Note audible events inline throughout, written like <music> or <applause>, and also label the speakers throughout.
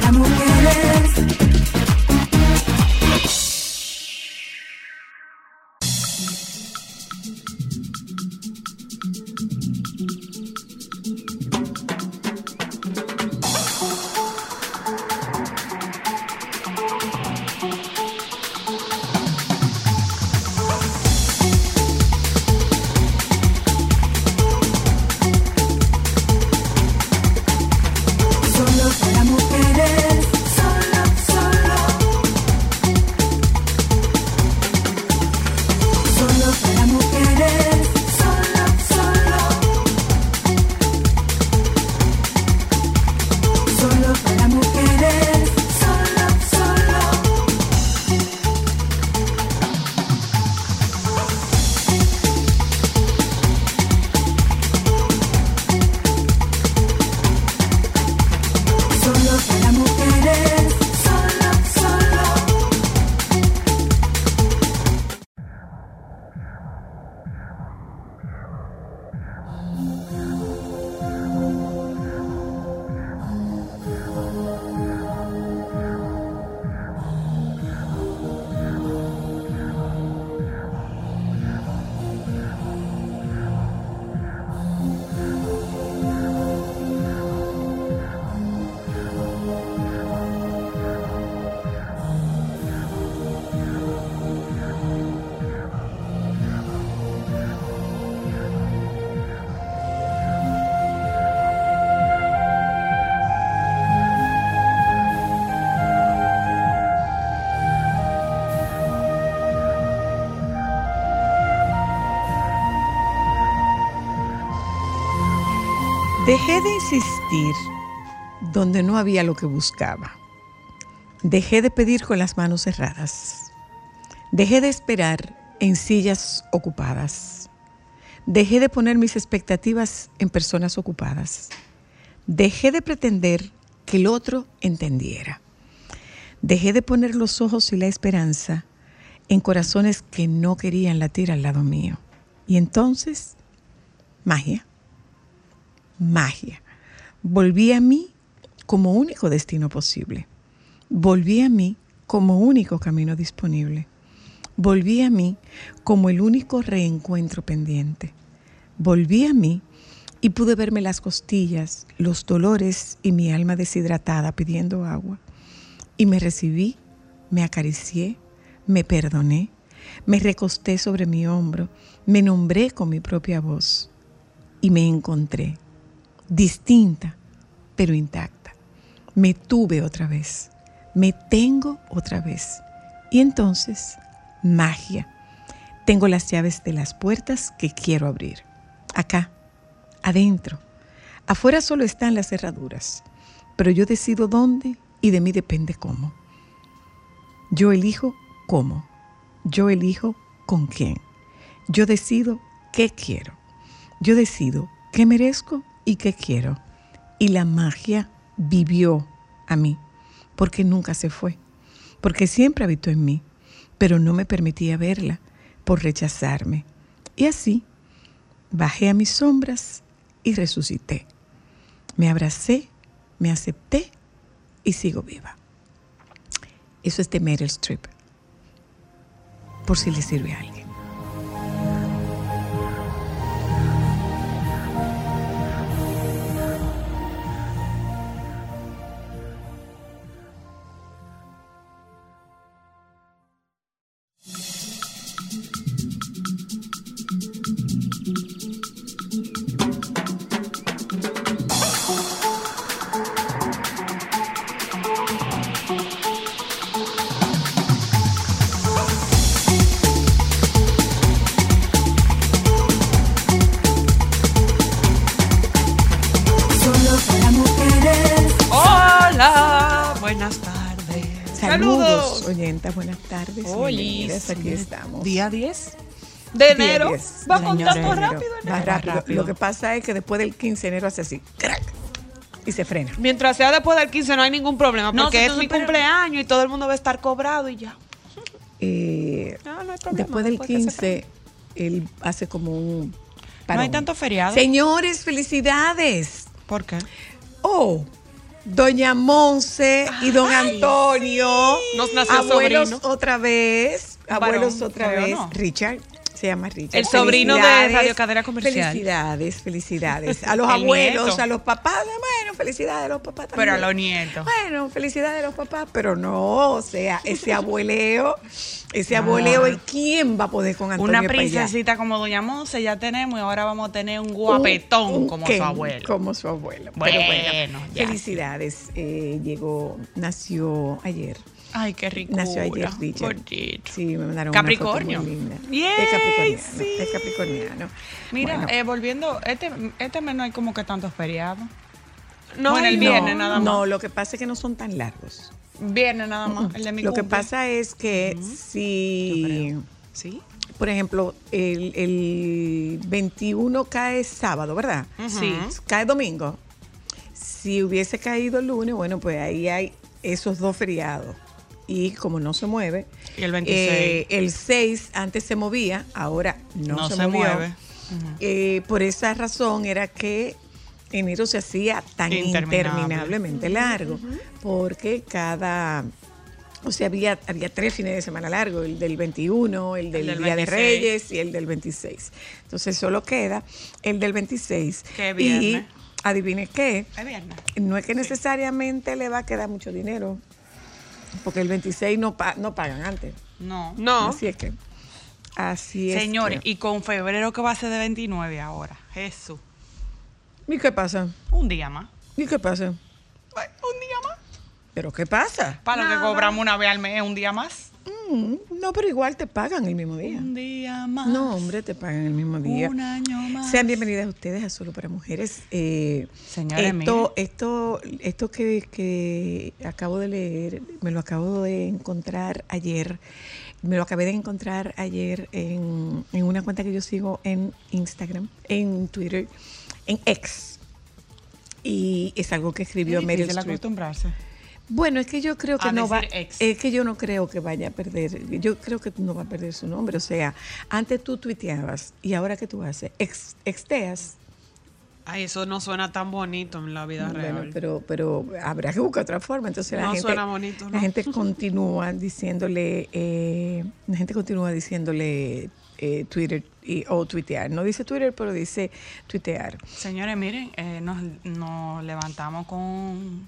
Speaker 1: para mujeres. Solo para mujeres. Solo, solo. Solo para mujeres. Solo, solo. Solo para mujeres. Solo, solo. Solo para mujeres. Solo, solo.
Speaker 2: Dejé de insistir donde no había lo que buscaba. Dejé de pedir con las manos cerradas. Dejé de esperar en sillas ocupadas. Dejé de poner mis expectativas en personas ocupadas. Dejé de pretender que el otro entendiera. Dejé de poner los ojos y la esperanza en corazones que no querían latir al lado mío. Y entonces, magia magia. Volví a mí como único destino posible. Volví a mí como único camino disponible. Volví a mí como el único reencuentro pendiente. Volví a mí y pude verme las costillas, los dolores y mi alma deshidratada pidiendo agua. Y me recibí, me acaricié, me perdoné, me recosté sobre mi hombro, me nombré con mi propia voz y me encontré distinta, pero intacta. Me tuve otra vez, me tengo otra vez. Y entonces, magia. Tengo las llaves de las puertas que quiero abrir. Acá, adentro. Afuera solo están las cerraduras, pero yo decido dónde y de mí depende cómo. Yo elijo cómo. Yo elijo con quién. Yo decido qué quiero. Yo decido qué merezco y qué quiero. Y la magia vivió a mí, porque nunca se fue, porque siempre habitó en mí, pero no me permitía verla por rechazarme. Y así bajé a mis sombras y resucité. Me abracé, me acepté y sigo viva. Eso es de Meryl Streep, por si le sirve a alguien.
Speaker 1: Solo para mujeres.
Speaker 3: Hola, buenas tardes.
Speaker 2: Saludos, oyentas, buenas tardes. bienvenidas,
Speaker 3: Hola,
Speaker 2: aquí estamos.
Speaker 3: Día 10 de
Speaker 2: Día
Speaker 3: enero.
Speaker 2: 10
Speaker 3: Va
Speaker 2: del año
Speaker 3: contando
Speaker 2: de enero.
Speaker 3: rápido, enero.
Speaker 2: Va rápido. Lo que pasa es que después del 15 de enero hace así, crack, y se frena.
Speaker 3: Mientras sea después del 15 no hay ningún problema,
Speaker 4: No,
Speaker 3: porque
Speaker 4: si
Speaker 3: es
Speaker 4: tú
Speaker 3: mi
Speaker 4: superas-
Speaker 3: cumpleaños y todo el mundo va a estar cobrado y ya.
Speaker 2: Eh,
Speaker 3: No, no hay problema.
Speaker 2: después del
Speaker 3: que se
Speaker 2: 15, él hace como un
Speaker 4: No hay
Speaker 2: parón.
Speaker 4: tanto feriado.
Speaker 2: Señores, felicidades.
Speaker 3: ¿Por qué?
Speaker 2: Oh, Doña Monse y Don Antonio.
Speaker 3: Nos nació
Speaker 2: abuelos
Speaker 3: sobrino.
Speaker 2: otra vez.
Speaker 3: Varón,
Speaker 2: Abuelos otra
Speaker 3: creo,
Speaker 2: vez.
Speaker 3: ¿no?
Speaker 2: Richard. Se llama Richard.
Speaker 3: El sobrino de
Speaker 2: Felicidades,
Speaker 3: Radio Cadena Comercial.
Speaker 2: Felicidades,
Speaker 3: <laughs>
Speaker 2: felicidades. A los
Speaker 3: El
Speaker 2: abuelos,
Speaker 3: nieto.
Speaker 2: a los papás. Bueno, felicidades a los papás también.
Speaker 3: Pero a los nietos.
Speaker 2: Bueno, felicidades a los papás, pero no, o sea, ese abueleo,
Speaker 3: <laughs>
Speaker 2: ese
Speaker 3: Ah.
Speaker 2: abueleo, ¿y quién va a poder con Antonio
Speaker 4: Una
Speaker 2: Payá?
Speaker 4: princesita como Doña Monse ya tenemos y ahora vamos a tener un guapetón
Speaker 2: Un- un
Speaker 4: como
Speaker 2: Ken,
Speaker 4: su abuelo.
Speaker 2: Como su abuelo.
Speaker 4: Bueno,
Speaker 2: Pero bueno,
Speaker 4: ya.
Speaker 2: felicidades. Eh, llegó, nació ayer.
Speaker 3: Ay, qué rico.
Speaker 2: Nació ayer Richard. Sí, me mandaron
Speaker 4: Capricornio.
Speaker 2: Una foto muy linda.
Speaker 3: Yay,
Speaker 2: es capricorniano.
Speaker 3: sí.
Speaker 2: Es capricorniano.
Speaker 4: Mira,
Speaker 2: Bueno,
Speaker 4: eh, volviendo, este, este mes no hay como que tantos feriados.
Speaker 3: No,
Speaker 4: Bueno, el
Speaker 3: no.
Speaker 4: viernes nada más.
Speaker 2: No, lo que pasa es que no son tan largos.
Speaker 4: Viernes nada más, el de mi
Speaker 2: Lo que
Speaker 4: cumple.
Speaker 2: pasa es que si,
Speaker 4: ¿Sí?
Speaker 2: por ejemplo, el, el 21 cae sábado, ¿verdad?
Speaker 4: Sí.
Speaker 2: Cae domingo. Si hubiese caído lunes, bueno, pues ahí hay esos dos feriados. Y como no se mueve.
Speaker 4: Y el 26.
Speaker 2: eh, el 6 antes se movía, ahora no,
Speaker 4: No
Speaker 2: se,
Speaker 4: se
Speaker 2: movió.
Speaker 4: mueve.
Speaker 2: Eh, por esa razón era que enero se hacía tan
Speaker 4: Interminable.
Speaker 2: interminablemente largo. Porque cada. O sea, había, había tres fines de semana largos, el del 21, el del,
Speaker 4: El del
Speaker 2: Día de
Speaker 4: 26.
Speaker 2: Reyes y el del 26. Entonces solo queda el del 26.
Speaker 4: Qué
Speaker 2: Y
Speaker 4: viernes.
Speaker 2: adivine qué,
Speaker 4: Es viernes.
Speaker 2: no es que necesariamente le va a quedar mucho dinero, porque el 26 no, pa- no pagan antes.
Speaker 4: No.
Speaker 3: No.
Speaker 2: Así es que. Así es.
Speaker 4: Señores,
Speaker 2: que-
Speaker 4: y con febrero que va a ser de 29 ahora. Jesús.
Speaker 2: ¿Y qué pasa?
Speaker 4: Un día más.
Speaker 2: ¿Y qué pasa?
Speaker 4: Ay, Un día más.
Speaker 2: ¿Pero qué pasa?
Speaker 4: Para lo que cobramos una vez al mes, un día más.
Speaker 2: Mm, no, pero igual te pagan el mismo día.
Speaker 4: Un día más.
Speaker 2: No, hombre, te pagan el mismo día.
Speaker 4: Un año más.
Speaker 2: Sean bienvenidas ustedes a Solo para Mujeres. Eh,
Speaker 4: Señores,
Speaker 2: esto, esto, esto que, que acabo de leer, me lo acabo de encontrar ayer. Me lo acabé de encontrar ayer en, en una cuenta que yo sigo en Instagram, en Twitter, en X. Y es algo que escribió
Speaker 4: Es
Speaker 2: Meryl
Speaker 4: difícil
Speaker 2: Streep.
Speaker 4: acostumbrarse.
Speaker 2: Bueno, es que yo creo que
Speaker 4: A
Speaker 2: no va.
Speaker 4: decir ex.
Speaker 2: Es que yo no creo que vaya a perder. Yo creo que no va a perder su nombre. O sea, antes tú tuiteabas y ahora qué tú haces? Ex, exteas.
Speaker 3: Ay, eso no suena tan bonito en la vida
Speaker 2: Bueno,
Speaker 3: real.
Speaker 2: pero, pero habrá que buscar otra forma. Entonces la
Speaker 3: No
Speaker 2: gente,
Speaker 3: suena bonito, ¿no?
Speaker 2: la
Speaker 3: <laughs>
Speaker 2: gente continúa diciéndole, eh, la gente continúa diciéndole eh, Twitter y, o tuitear. No dice Twitter, pero dice tuitear.
Speaker 4: Señores, miren, eh, nos, nos levantamos con,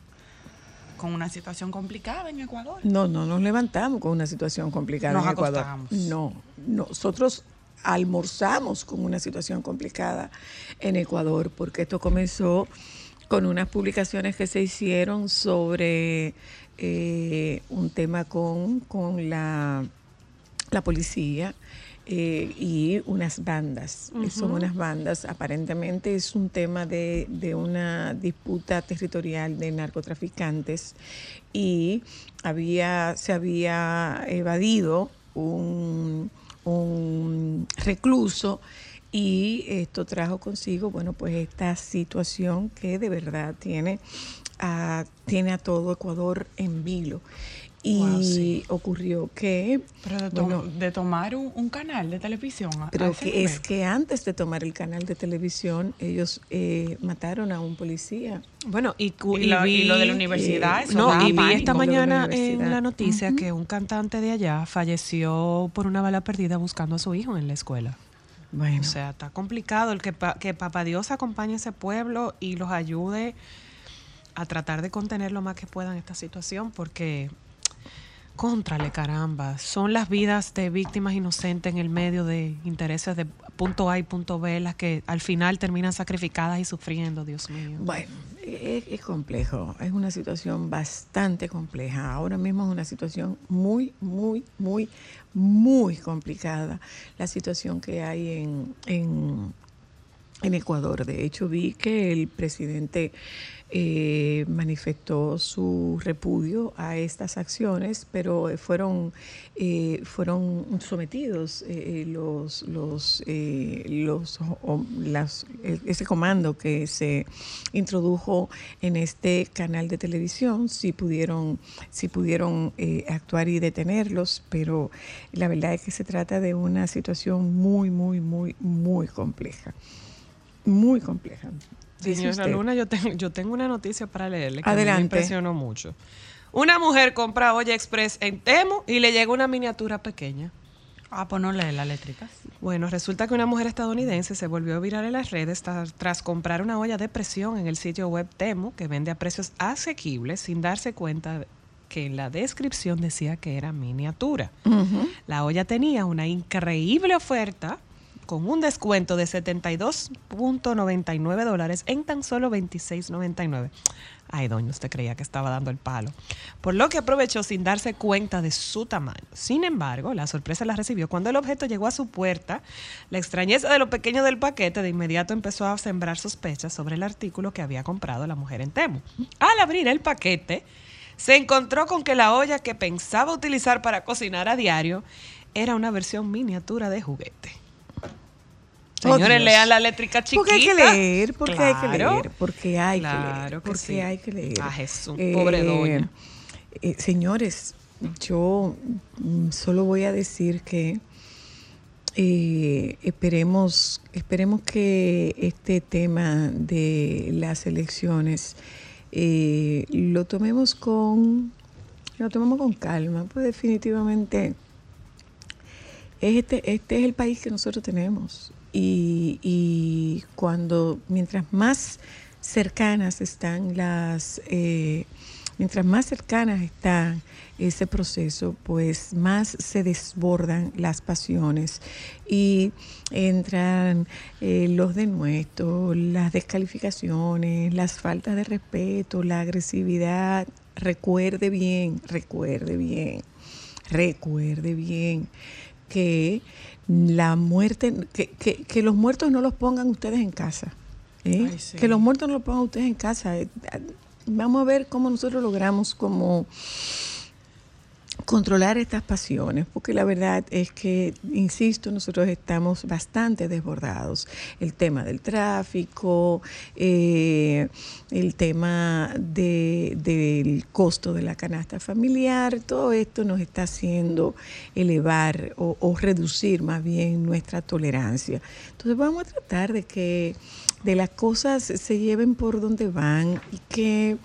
Speaker 4: con una situación complicada en Ecuador.
Speaker 2: No, no nos levantamos con una situación complicada
Speaker 4: Nos
Speaker 2: en Ecuador.
Speaker 4: acostamos.
Speaker 2: No, nosotros almorzamos con una situación complicada en Ecuador, porque esto comenzó con unas publicaciones que se hicieron sobre eh, un tema con, con la, la policía. eh, y unas bandas, Eh, son unas bandas, aparentemente es un tema de, de una disputa territorial de narcotraficantes y había, se había evadido un, un recluso y esto trajo consigo, bueno, pues esta situación que de verdad tiene a, tiene a todo Ecuador en vilo. Y
Speaker 4: Wow, sí.
Speaker 2: ocurrió que...
Speaker 4: Pero de, to-
Speaker 2: bueno,
Speaker 4: de tomar un, un canal de televisión. a- a
Speaker 2: pero
Speaker 4: ese
Speaker 2: que es
Speaker 4: nivel.
Speaker 2: que antes de tomar el canal de televisión, ellos eh, mataron a un policía. Eh,
Speaker 3: Bueno, y, cu-
Speaker 4: Y lo- y lo de la
Speaker 3: vi-
Speaker 4: universidad, eso
Speaker 3: no,
Speaker 4: da
Speaker 3: y vi
Speaker 4: pánico.
Speaker 3: esta
Speaker 2: Lo de la
Speaker 3: mañana
Speaker 2: universidad.
Speaker 3: en la noticia que un cantante de allá falleció por una bala perdida buscando a su hijo en la escuela.
Speaker 2: Bueno,
Speaker 3: O sea, está complicado el que, pa- que Papá Dios acompañe a ese pueblo y los ayude a tratar de contener lo más que puedan esta situación, porque, contrale caramba, son las vidas de víctimas inocentes en el medio de intereses de punto A y punto B las que al final terminan sacrificadas y sufriendo, Dios mío.
Speaker 2: Bueno, es, es complejo, es una situación bastante compleja. Ahora mismo es una situación muy, muy, muy, muy complicada la situación que hay en, en, en Ecuador. De hecho, vi que el presidente eh, manifestó su repudio a estas acciones, pero eh, fueron, eh, fueron sometidos eh, eh, los, los, eh, los, o- o- las- eh, ese comando que se introdujo en este canal de televisión, si pudieron, si pudieron eh, actuar y detenerlos, pero la verdad es que se trata de una situación muy, muy, muy, muy compleja muy compleja. dice
Speaker 3: Señora
Speaker 2: usted.
Speaker 3: Luna, yo tengo, yo tengo una noticia para leerle que
Speaker 2: Adelante.
Speaker 3: me impresionó mucho. Una mujer compra olla express en Temo y le llega una miniatura pequeña.
Speaker 4: Ah, pues no lee las eléctricas.
Speaker 3: Bueno, resulta que una mujer estadounidense se volvió viral en las redes tra- tras comprar una olla de presión en el sitio web Temu, que vende a precios asequibles, sin darse cuenta que en la descripción decía que era miniatura.
Speaker 2: Ujú.
Speaker 3: La olla tenía una increíble oferta con un descuento de 72.99 dólares en tan solo 26.99. Ay, doña, usted creía que estaba dando el palo. Por lo que aprovechó sin darse cuenta de su tamaño. Sin embargo, la sorpresa la recibió cuando el objeto llegó a su puerta. La extrañeza de lo pequeño del paquete de inmediato empezó a sembrar sospechas sobre el artículo que había comprado la mujer en Temu. Al abrir el paquete, se encontró con que la olla que pensaba utilizar para cocinar a diario era una versión miniatura de juguete.
Speaker 2: Oh,
Speaker 3: Señores,
Speaker 2: Dios.
Speaker 3: lean la eléctrica chiquita.
Speaker 2: Porque hay que leer, porque hay que
Speaker 3: Claro.
Speaker 2: leer, porque hay que leer,
Speaker 3: Claro que
Speaker 2: porque
Speaker 3: sí.
Speaker 2: hay que leer.
Speaker 3: Ah, Jesús, pobre doña.
Speaker 2: eh, señores, yo mm, solo voy a decir que eh, esperemos, esperemos que este tema de las elecciones eh, lo tomemos con, lo tomemos con calma, pues definitivamente es este, este es el país que nosotros tenemos. Y, y cuando, mientras más cercanas están las, eh, mientras más cercanas está ese proceso, pues más se desbordan las pasiones y entran eh, los denuestos, las descalificaciones, las faltas de respeto, la agresividad. Recuerde bien, recuerde bien, recuerde bien que la muerte, que, que- que los muertos no los pongan ustedes en casa. ¿eh?
Speaker 4: Ay, sí.
Speaker 2: Que los muertos no los pongan ustedes en casa. Eh, ah, Vamos a ver cómo nosotros logramos como controlar estas pasiones, porque la verdad es que, insisto, nosotros estamos bastante desbordados. El tema del tráfico, eh, el tema de- del costo de la canasta familiar, todo esto nos está haciendo elevar o, o reducir más bien nuestra tolerancia. Entonces vamos a tratar de que de las cosas se lleven por donde van y que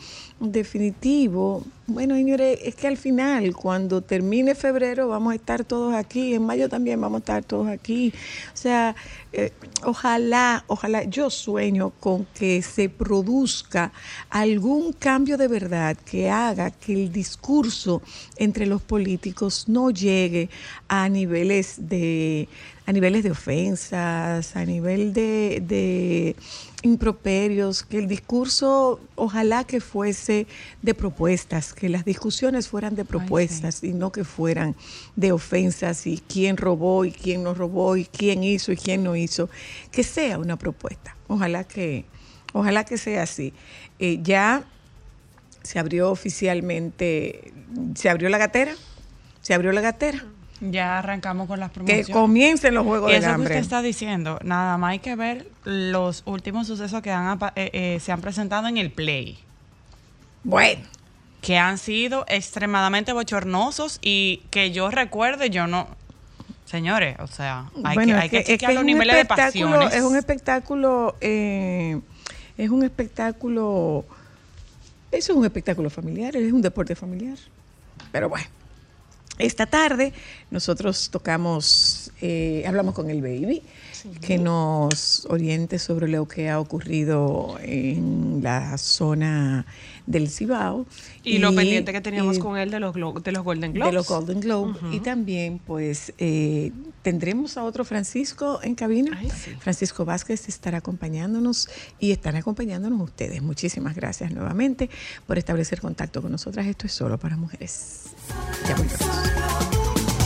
Speaker 2: en definitivo, bueno señores, es que al final cuando termine febrero vamos a estar todos aquí, en mayo también vamos a estar todos aquí. O sea, eh, ojalá, ojalá, yo sueño con que se produzca algún cambio de verdad que haga que el discurso entre los políticos no llegue a niveles de a niveles de ofensas, a nivel de, de improperios, que el discurso ojalá que fuese de propuestas, que las discusiones fueran de propuestas y no que fueran de ofensas y quién robó y quién no robó y quién hizo y quién no hizo, que sea una propuesta. Ojalá que, ojalá que sea así. Eh, ya se abrió oficialmente, se abrió la gatera, se abrió la gatera.
Speaker 4: Ya arrancamos con las
Speaker 2: Que
Speaker 4: promociones.
Speaker 2: comiencen los juegos
Speaker 4: Y
Speaker 2: de
Speaker 4: eso que
Speaker 2: hambre.
Speaker 4: usted está diciendo, nada más hay que ver los últimos sucesos que han apa- eh, eh, se han presentado en el Play,
Speaker 2: Bueno,
Speaker 4: que han sido extremadamente bochornosos y que yo recuerde, yo no... Señores, o sea, hay
Speaker 2: bueno,
Speaker 4: que,
Speaker 2: es
Speaker 4: hay que
Speaker 2: es
Speaker 4: chequear
Speaker 2: es
Speaker 4: los
Speaker 2: un
Speaker 4: niveles de
Speaker 2: espectáculo-
Speaker 4: pasiones.
Speaker 2: Es un espectáculo, eh, es un espectáculo, eso es un espectáculo familiar, es un deporte familiar. Pero bueno, esta tarde nosotros tocamos, eh, hablamos con el baby, que nos oriente sobre lo que ha ocurrido en la zona del Cibao.
Speaker 3: Y, lo pendiente que teníamos
Speaker 2: y-
Speaker 3: con él de los, glo- de los Golden Globes.
Speaker 2: de los Golden Globe. Y también, pues, eh, tendremos a otro Francisco en cabina.
Speaker 3: Ay, sí.
Speaker 2: Francisco Vázquez estará acompañándonos y estarán acompañándonos ustedes. Muchísimas gracias nuevamente por establecer contacto con nosotras. Esto es solo para mujeres. Ya volvemos.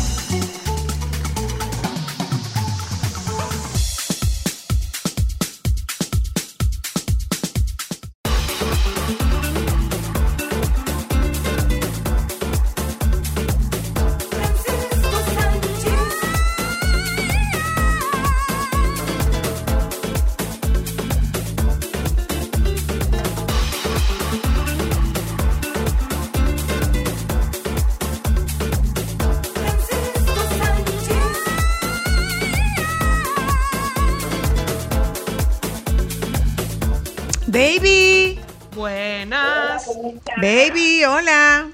Speaker 1: Francisco Sánchez.
Speaker 3: Buenas.
Speaker 2: Baby, hola.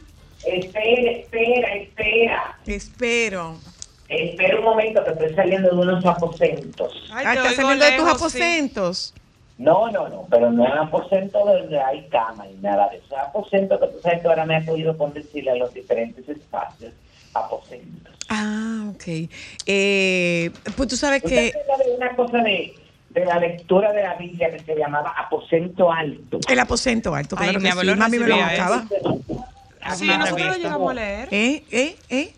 Speaker 5: Espera, espera, espera.
Speaker 2: Espero.
Speaker 5: Espera un momento que estoy saliendo de unos aposentos.
Speaker 2: Ay,
Speaker 3: te
Speaker 2: ¿Estás
Speaker 3: oigo
Speaker 2: Ah, saliendo de tus
Speaker 3: lejos, sí.
Speaker 2: aposentos?
Speaker 5: No, no, no, pero no es aposento donde hay cama y nada de eso. Es aposento que tú sabes que ahora me ha podido con decirle a los diferentes espacios. Aposentos.
Speaker 2: Ah, ok. Eh, pues tú sabes
Speaker 5: ¿Usted
Speaker 2: que...
Speaker 5: se acuerda de una cosa de, de la lectura de la Biblia que se llamaba aposento alto?
Speaker 2: El aposento alto,
Speaker 4: Ay,
Speaker 2: claro
Speaker 4: mi
Speaker 2: que
Speaker 4: abuelo
Speaker 2: sí. Mami me lo
Speaker 4: recibía eso.
Speaker 2: buscaba.
Speaker 3: Sí,
Speaker 4: Una
Speaker 3: nosotros lo
Speaker 4: revista.
Speaker 3: llegamos a leer.
Speaker 2: ¿Eh? ¿Eh? ¿Eh?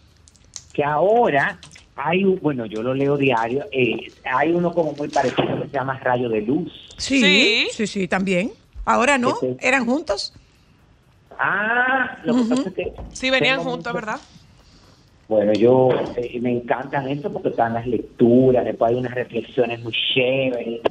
Speaker 5: que ahora hay, un- bueno, yo lo leo diario, eh, hay uno como muy parecido que se llama Rayo de Luz.
Speaker 2: Sí, sí,
Speaker 4: Sí.
Speaker 2: sí, también. Ahora no,
Speaker 5: Ujú.
Speaker 2: eran juntos.
Speaker 5: Ah, lo que pasa es que...
Speaker 3: Sí, venían
Speaker 5: tengo
Speaker 3: juntos,
Speaker 5: mucho-
Speaker 3: ¿verdad?
Speaker 5: Bueno, yo eh, me encantan esto porque están las lecturas, después hay unas reflexiones muy chéveres.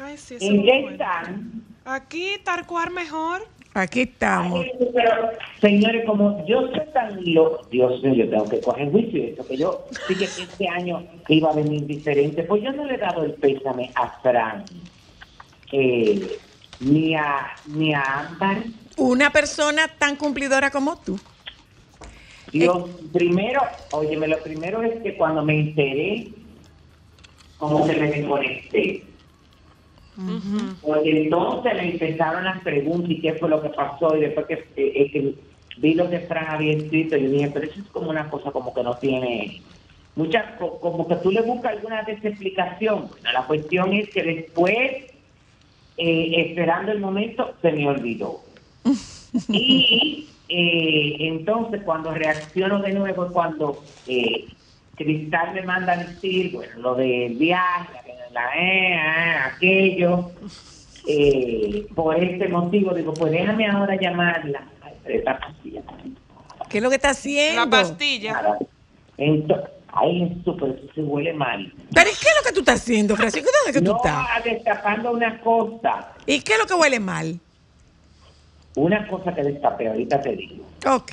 Speaker 3: Ay, sí, eso es
Speaker 5: ¿En
Speaker 3: muy
Speaker 5: qué
Speaker 3: bueno.
Speaker 5: están?
Speaker 3: Aquí, Tarcuar mejor.
Speaker 2: Aquí estamos.
Speaker 5: Ay, pero, señores, como yo soy tan loco, Dios mío, yo tengo que coger juicio de esto, que yo sí que este año iba a venir diferente, pues yo no le he dado el pésame a Fran, eh, ni a ni a Ámbar.
Speaker 2: Una persona tan cumplidora como tú.
Speaker 5: Yo primero, óyeme, lo primero es que cuando me enteré, cómo se me desconecté. Porque entonces me empezaron las preguntas y qué fue lo que pasó y después que, eh, eh, que vi lo que Fran había escrito yo dije, pero eso es como una cosa como que no tiene muchas, co- como que tú le buscas alguna desexplicación. Bueno, la cuestión es que después, eh, esperando el momento, se me olvidó. Y eh, entonces cuando reacciono de nuevo es cuando eh, Cristal me manda a decir, bueno, lo del viaje, la, la- eh, ah, aquello, eh, por este motivo, digo, pues déjame ahora llamarla. Ay, pero esta pastilla,
Speaker 2: ¿Qué es lo que está haciendo?
Speaker 3: La pastilla.
Speaker 5: nada. Entonces, ay, Jesús, pero eso se huele mal.
Speaker 2: ¿Pero qué es lo que tú estás haciendo, Francisco? ¿Dónde es que tú
Speaker 5: No,
Speaker 2: estás?
Speaker 5: destapando una cosa,
Speaker 2: ¿Y qué es lo que huele mal?
Speaker 5: una cosa que destapé, ahorita te digo.
Speaker 2: Ok,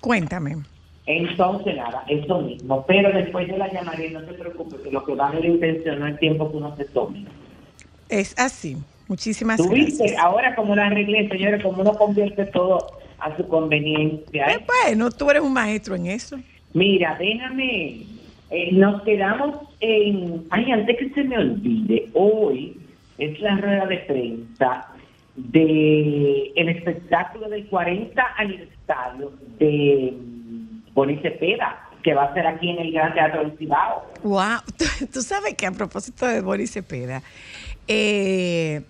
Speaker 2: cuéntame.
Speaker 5: Entonces, nada, eso mismo. Pero después yo la llamaré, no te preocupes, que lo que vale la intención no es tiempo que uno se tome.
Speaker 2: Es así. Muchísimas
Speaker 5: Tuviste,
Speaker 2: gracias.
Speaker 5: ahora como la arreglé, señores, como uno convierte todo a su conveniencia. ¿eh?
Speaker 2: Eh, bueno, tú eres un maestro en eso.
Speaker 5: Mira, déjame, eh, nos quedamos en... Ay, antes que se me olvide, hoy es la rueda de prensa de el espectáculo del 40 aniversario de mm, Bonnie Cepeda, que va a ser aquí en el Gran Teatro del Cibao.
Speaker 2: Wow, <laughs> tú, tú sabes que a propósito de Boris Cepeda, eh,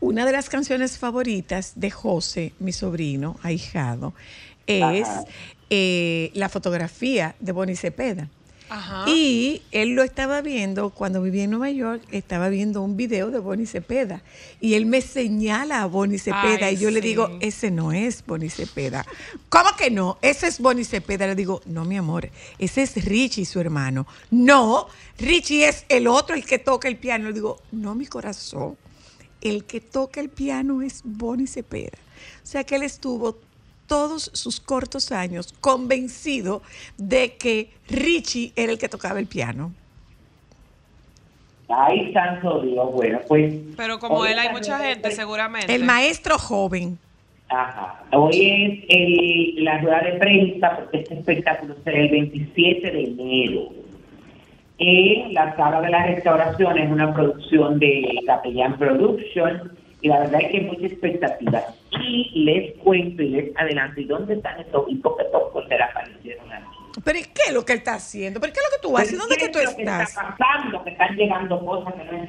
Speaker 2: una de las canciones favoritas de José, mi sobrino, ahijado, es
Speaker 5: Ajá.
Speaker 2: eh, la fotografía de Boris Cepeda.
Speaker 3: Ajá.
Speaker 2: Y él lo estaba viendo cuando vivía en Nueva York, estaba viendo un video de Bonnie Cepeda. Y él me señala a Bonnie Cepeda
Speaker 3: Ay,
Speaker 2: y yo le
Speaker 3: sí.
Speaker 2: digo, ese no es Bonnie Cepeda. ¿Cómo que no? Ese es Bonnie Cepeda. Le digo, no, mi amor, ese es Richie, su hermano. No, Richie es el otro, el que toca el piano. Le digo, no, mi corazón, el que toca el piano es Bonnie Cepeda. O sea que él estuvo todos sus cortos años convencido de que Richie era el que tocaba el piano.
Speaker 5: Ay, santo Dios, bueno, pues...
Speaker 3: Pero como
Speaker 5: hoy
Speaker 3: él hay
Speaker 5: es la
Speaker 3: mucha
Speaker 5: rueda de
Speaker 3: gente,
Speaker 5: prensa-
Speaker 3: seguramente.
Speaker 2: El maestro joven.
Speaker 5: Ajá. Hoy es el- la rueda de prensa, porque este espectáculo será el 27 de enero. En la sala de la restauración es una producción de Capellán Production y la verdad es que hay mucha expectativa. Y les cuento y les adelanto, ¿y dónde están estos hijos que todos por ser aparecieron aquí?
Speaker 2: ¿Pero ¿y qué es lo que él está haciendo? ¿Pero qué es lo que tú haces? ¿Dónde es que tú
Speaker 5: ¿Qué es lo que
Speaker 2: estás?
Speaker 5: está pasando? Que están llegando cosas que no están.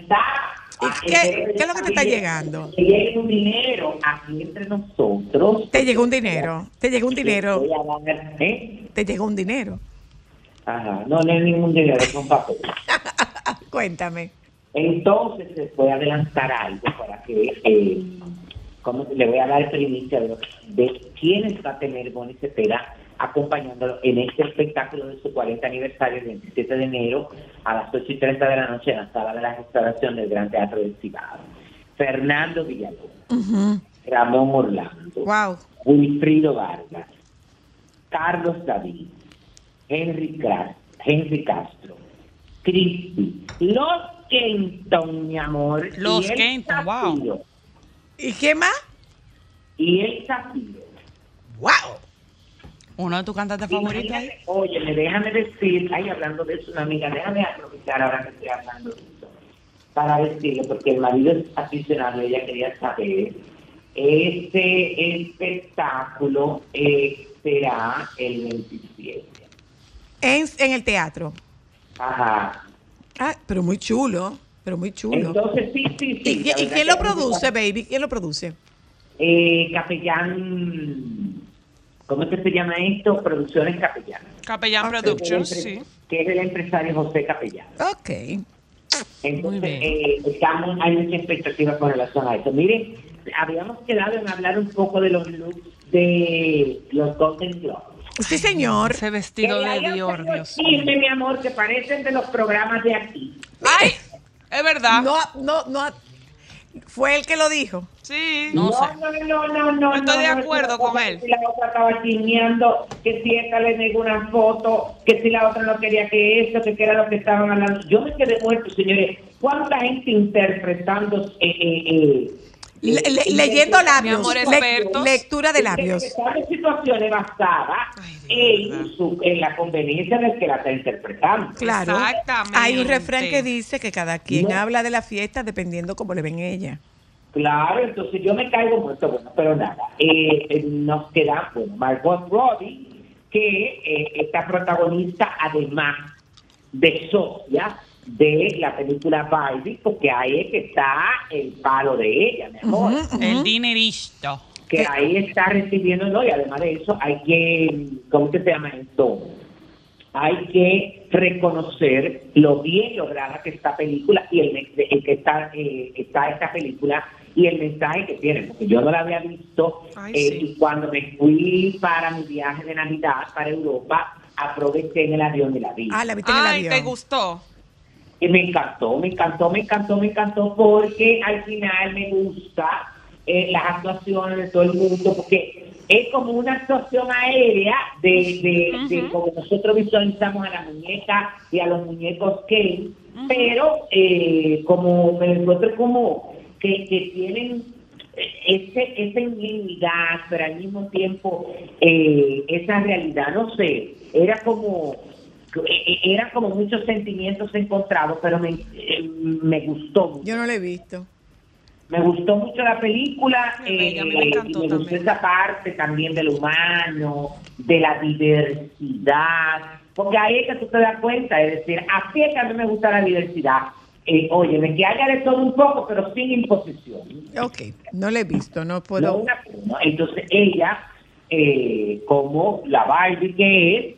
Speaker 2: ¿Y
Speaker 5: Ah,
Speaker 2: qué-
Speaker 5: entonces,
Speaker 2: qué es lo que te está
Speaker 5: también
Speaker 2: llegando?
Speaker 5: Que llegue un dinero aquí entre nosotros.
Speaker 2: Te llegó un dinero, te llegó un dinero,
Speaker 5: Voy a dar, ¿eh?
Speaker 2: te llegó un dinero.
Speaker 5: Ajá, no, no es ningún dinero, es un papel.
Speaker 2: Ah, Cuéntame.
Speaker 5: Entonces les voy a adelantar algo para que, eh, ¿cómo se- le voy a dar primicia de, de quiénes va a tener Bonnie Cepeda acompañándolo en este espectáculo de su 40 aniversario el 27 de enero a las 8 y 30 de la noche en la sala de la restauración del Gran Teatro del Cibao. Fernando Villalobos, Ramón Orlando,
Speaker 2: Wow.
Speaker 5: Wilfrido Vargas, Carlos David, Henry, Cra- Henry Castro, Cristi, los Kenton, mi amor.
Speaker 4: Los
Speaker 5: y el
Speaker 4: Kenton, wow.
Speaker 5: Zafiro,
Speaker 2: ¿Y qué más?
Speaker 5: y el Shakiro.
Speaker 2: ¡Wow!
Speaker 4: Uno de tus cantantes favoritos. ahí.
Speaker 5: Imagínate, óyeme, déjame decir, ay, hablando de eso, una amiga, déjame aprovechar ahora que estoy hablando de eso, para decirle, porque el marido es aficionado, ella quería saber, este espectáculo eh, será el 27.
Speaker 2: En, en el teatro.
Speaker 5: Ajá.
Speaker 2: Ah, pero muy chulo, pero muy chulo.
Speaker 5: Entonces, sí, sí,
Speaker 2: ¿Y, qui- y
Speaker 5: sí. la verdad
Speaker 2: quién
Speaker 5: que
Speaker 2: lo
Speaker 5: es
Speaker 2: produce, baby? ¿Quién lo produce?
Speaker 5: Eh, capellán, ¿cómo es que se llama esto? Producciones Capellán.
Speaker 3: Capellán
Speaker 2: Ok.
Speaker 3: Productions,
Speaker 5: Que es el
Speaker 3: sí.
Speaker 5: empre- Que es el empresario José Capellán.
Speaker 2: Ok.
Speaker 3: Muy
Speaker 5: Entonces,
Speaker 3: bien.
Speaker 5: eh, estamos, hay mucha expectativa con relación a eso. Mire, habíamos quedado en hablar un poco de los looks de los Golden Globes.
Speaker 2: Sí, señor.
Speaker 3: Ese vestido
Speaker 5: Que le
Speaker 3: de
Speaker 5: hayan
Speaker 3: Dior,
Speaker 5: salido
Speaker 3: Dios.
Speaker 5: chismes, mi amor, que parecen de los programas de aquí.
Speaker 4: ¡Ay! Es verdad.
Speaker 2: No,
Speaker 3: ah.
Speaker 2: no, no. Fue él que lo dijo.
Speaker 3: Sí.
Speaker 4: No sé.
Speaker 5: no, no, no, no.
Speaker 3: No estoy de
Speaker 5: si
Speaker 3: acuerdo
Speaker 5: la otra-
Speaker 3: con él.
Speaker 5: Si la otra estaba chismeando, que si esta le negó una foto, que si la otra no quería que esto, que qué era lo que estaban hablando. Yo me quedé muerto, señores. ¿Cuánta gente interpretando? Eh, eh, eh,
Speaker 2: Le-
Speaker 5: eh,
Speaker 2: le- leyendo
Speaker 5: interpretando
Speaker 2: labios.
Speaker 4: amor,
Speaker 2: Le-
Speaker 4: expertos.
Speaker 2: lectura de labios.
Speaker 5: Interpretando situaciones basadas
Speaker 3: Ay, Dios,
Speaker 5: en,
Speaker 3: ¿verdad?
Speaker 5: su- en la conveniencia del que la está interpretando.
Speaker 2: Claro.
Speaker 3: Exactamente.
Speaker 2: Hay un refrán que dice que cada quien
Speaker 5: No.
Speaker 2: habla de la fiesta dependiendo cómo le ven ella.
Speaker 5: Claro, entonces yo me caigo muerto, bueno, pero nada. Eh, eh, nos queda, bueno, Margot Robbie, que eh, está protagonista además de socia de la película Barbie, porque ahí es que está el palo de ella, mi amor.
Speaker 4: El dinerista.
Speaker 5: Que
Speaker 2: Eh.
Speaker 5: ahí está recibiendo, ¿no? Y además de eso hay que, ¿cómo que se llama esto? Hay que reconocer lo bien lograda que está película y el, men- el que está, eh, está esta película y el mensaje que tiene, porque yo no la había visto
Speaker 3: Ay,
Speaker 5: eh,
Speaker 3: sí.
Speaker 5: y cuando me fui para mi viaje de Navidad para Europa, aproveché en el avión de la vida.
Speaker 2: Ah, la viste en el
Speaker 3: Ay,
Speaker 2: avión.
Speaker 3: te gustó.
Speaker 5: Y me encantó, me encantó, me encantó, me encantó, porque al final me gusta eh, las actuaciones de todo el mundo, porque es como una actuación aérea de, de, de como nosotros visualizamos a la muñeca y a los muñecos que, pero eh, como me encuentro como que, que tienen ese, esa ingenuidad, pero al mismo tiempo eh, esa realidad, no sé, era como e- e- era como muchos sentimientos encontrados, pero me, eh, me gustó. mucho.
Speaker 2: Yo no la he visto.
Speaker 5: Me gustó mucho la película.
Speaker 3: Qué bella, a mí me
Speaker 5: eh,
Speaker 3: encantó
Speaker 5: y me gustó
Speaker 3: también.
Speaker 5: esa parte también del humano, de la diversidad. Porque ahí es que tú te das cuenta, es decir, así es que a mí me gusta la diversidad. Eh, óyeme, que haya de todo un poco, pero sin imposición.
Speaker 2: Ok, no la he visto, no
Speaker 5: No,
Speaker 2: puedo.
Speaker 5: una por una. Entonces ella, eh, como la Barbie que es,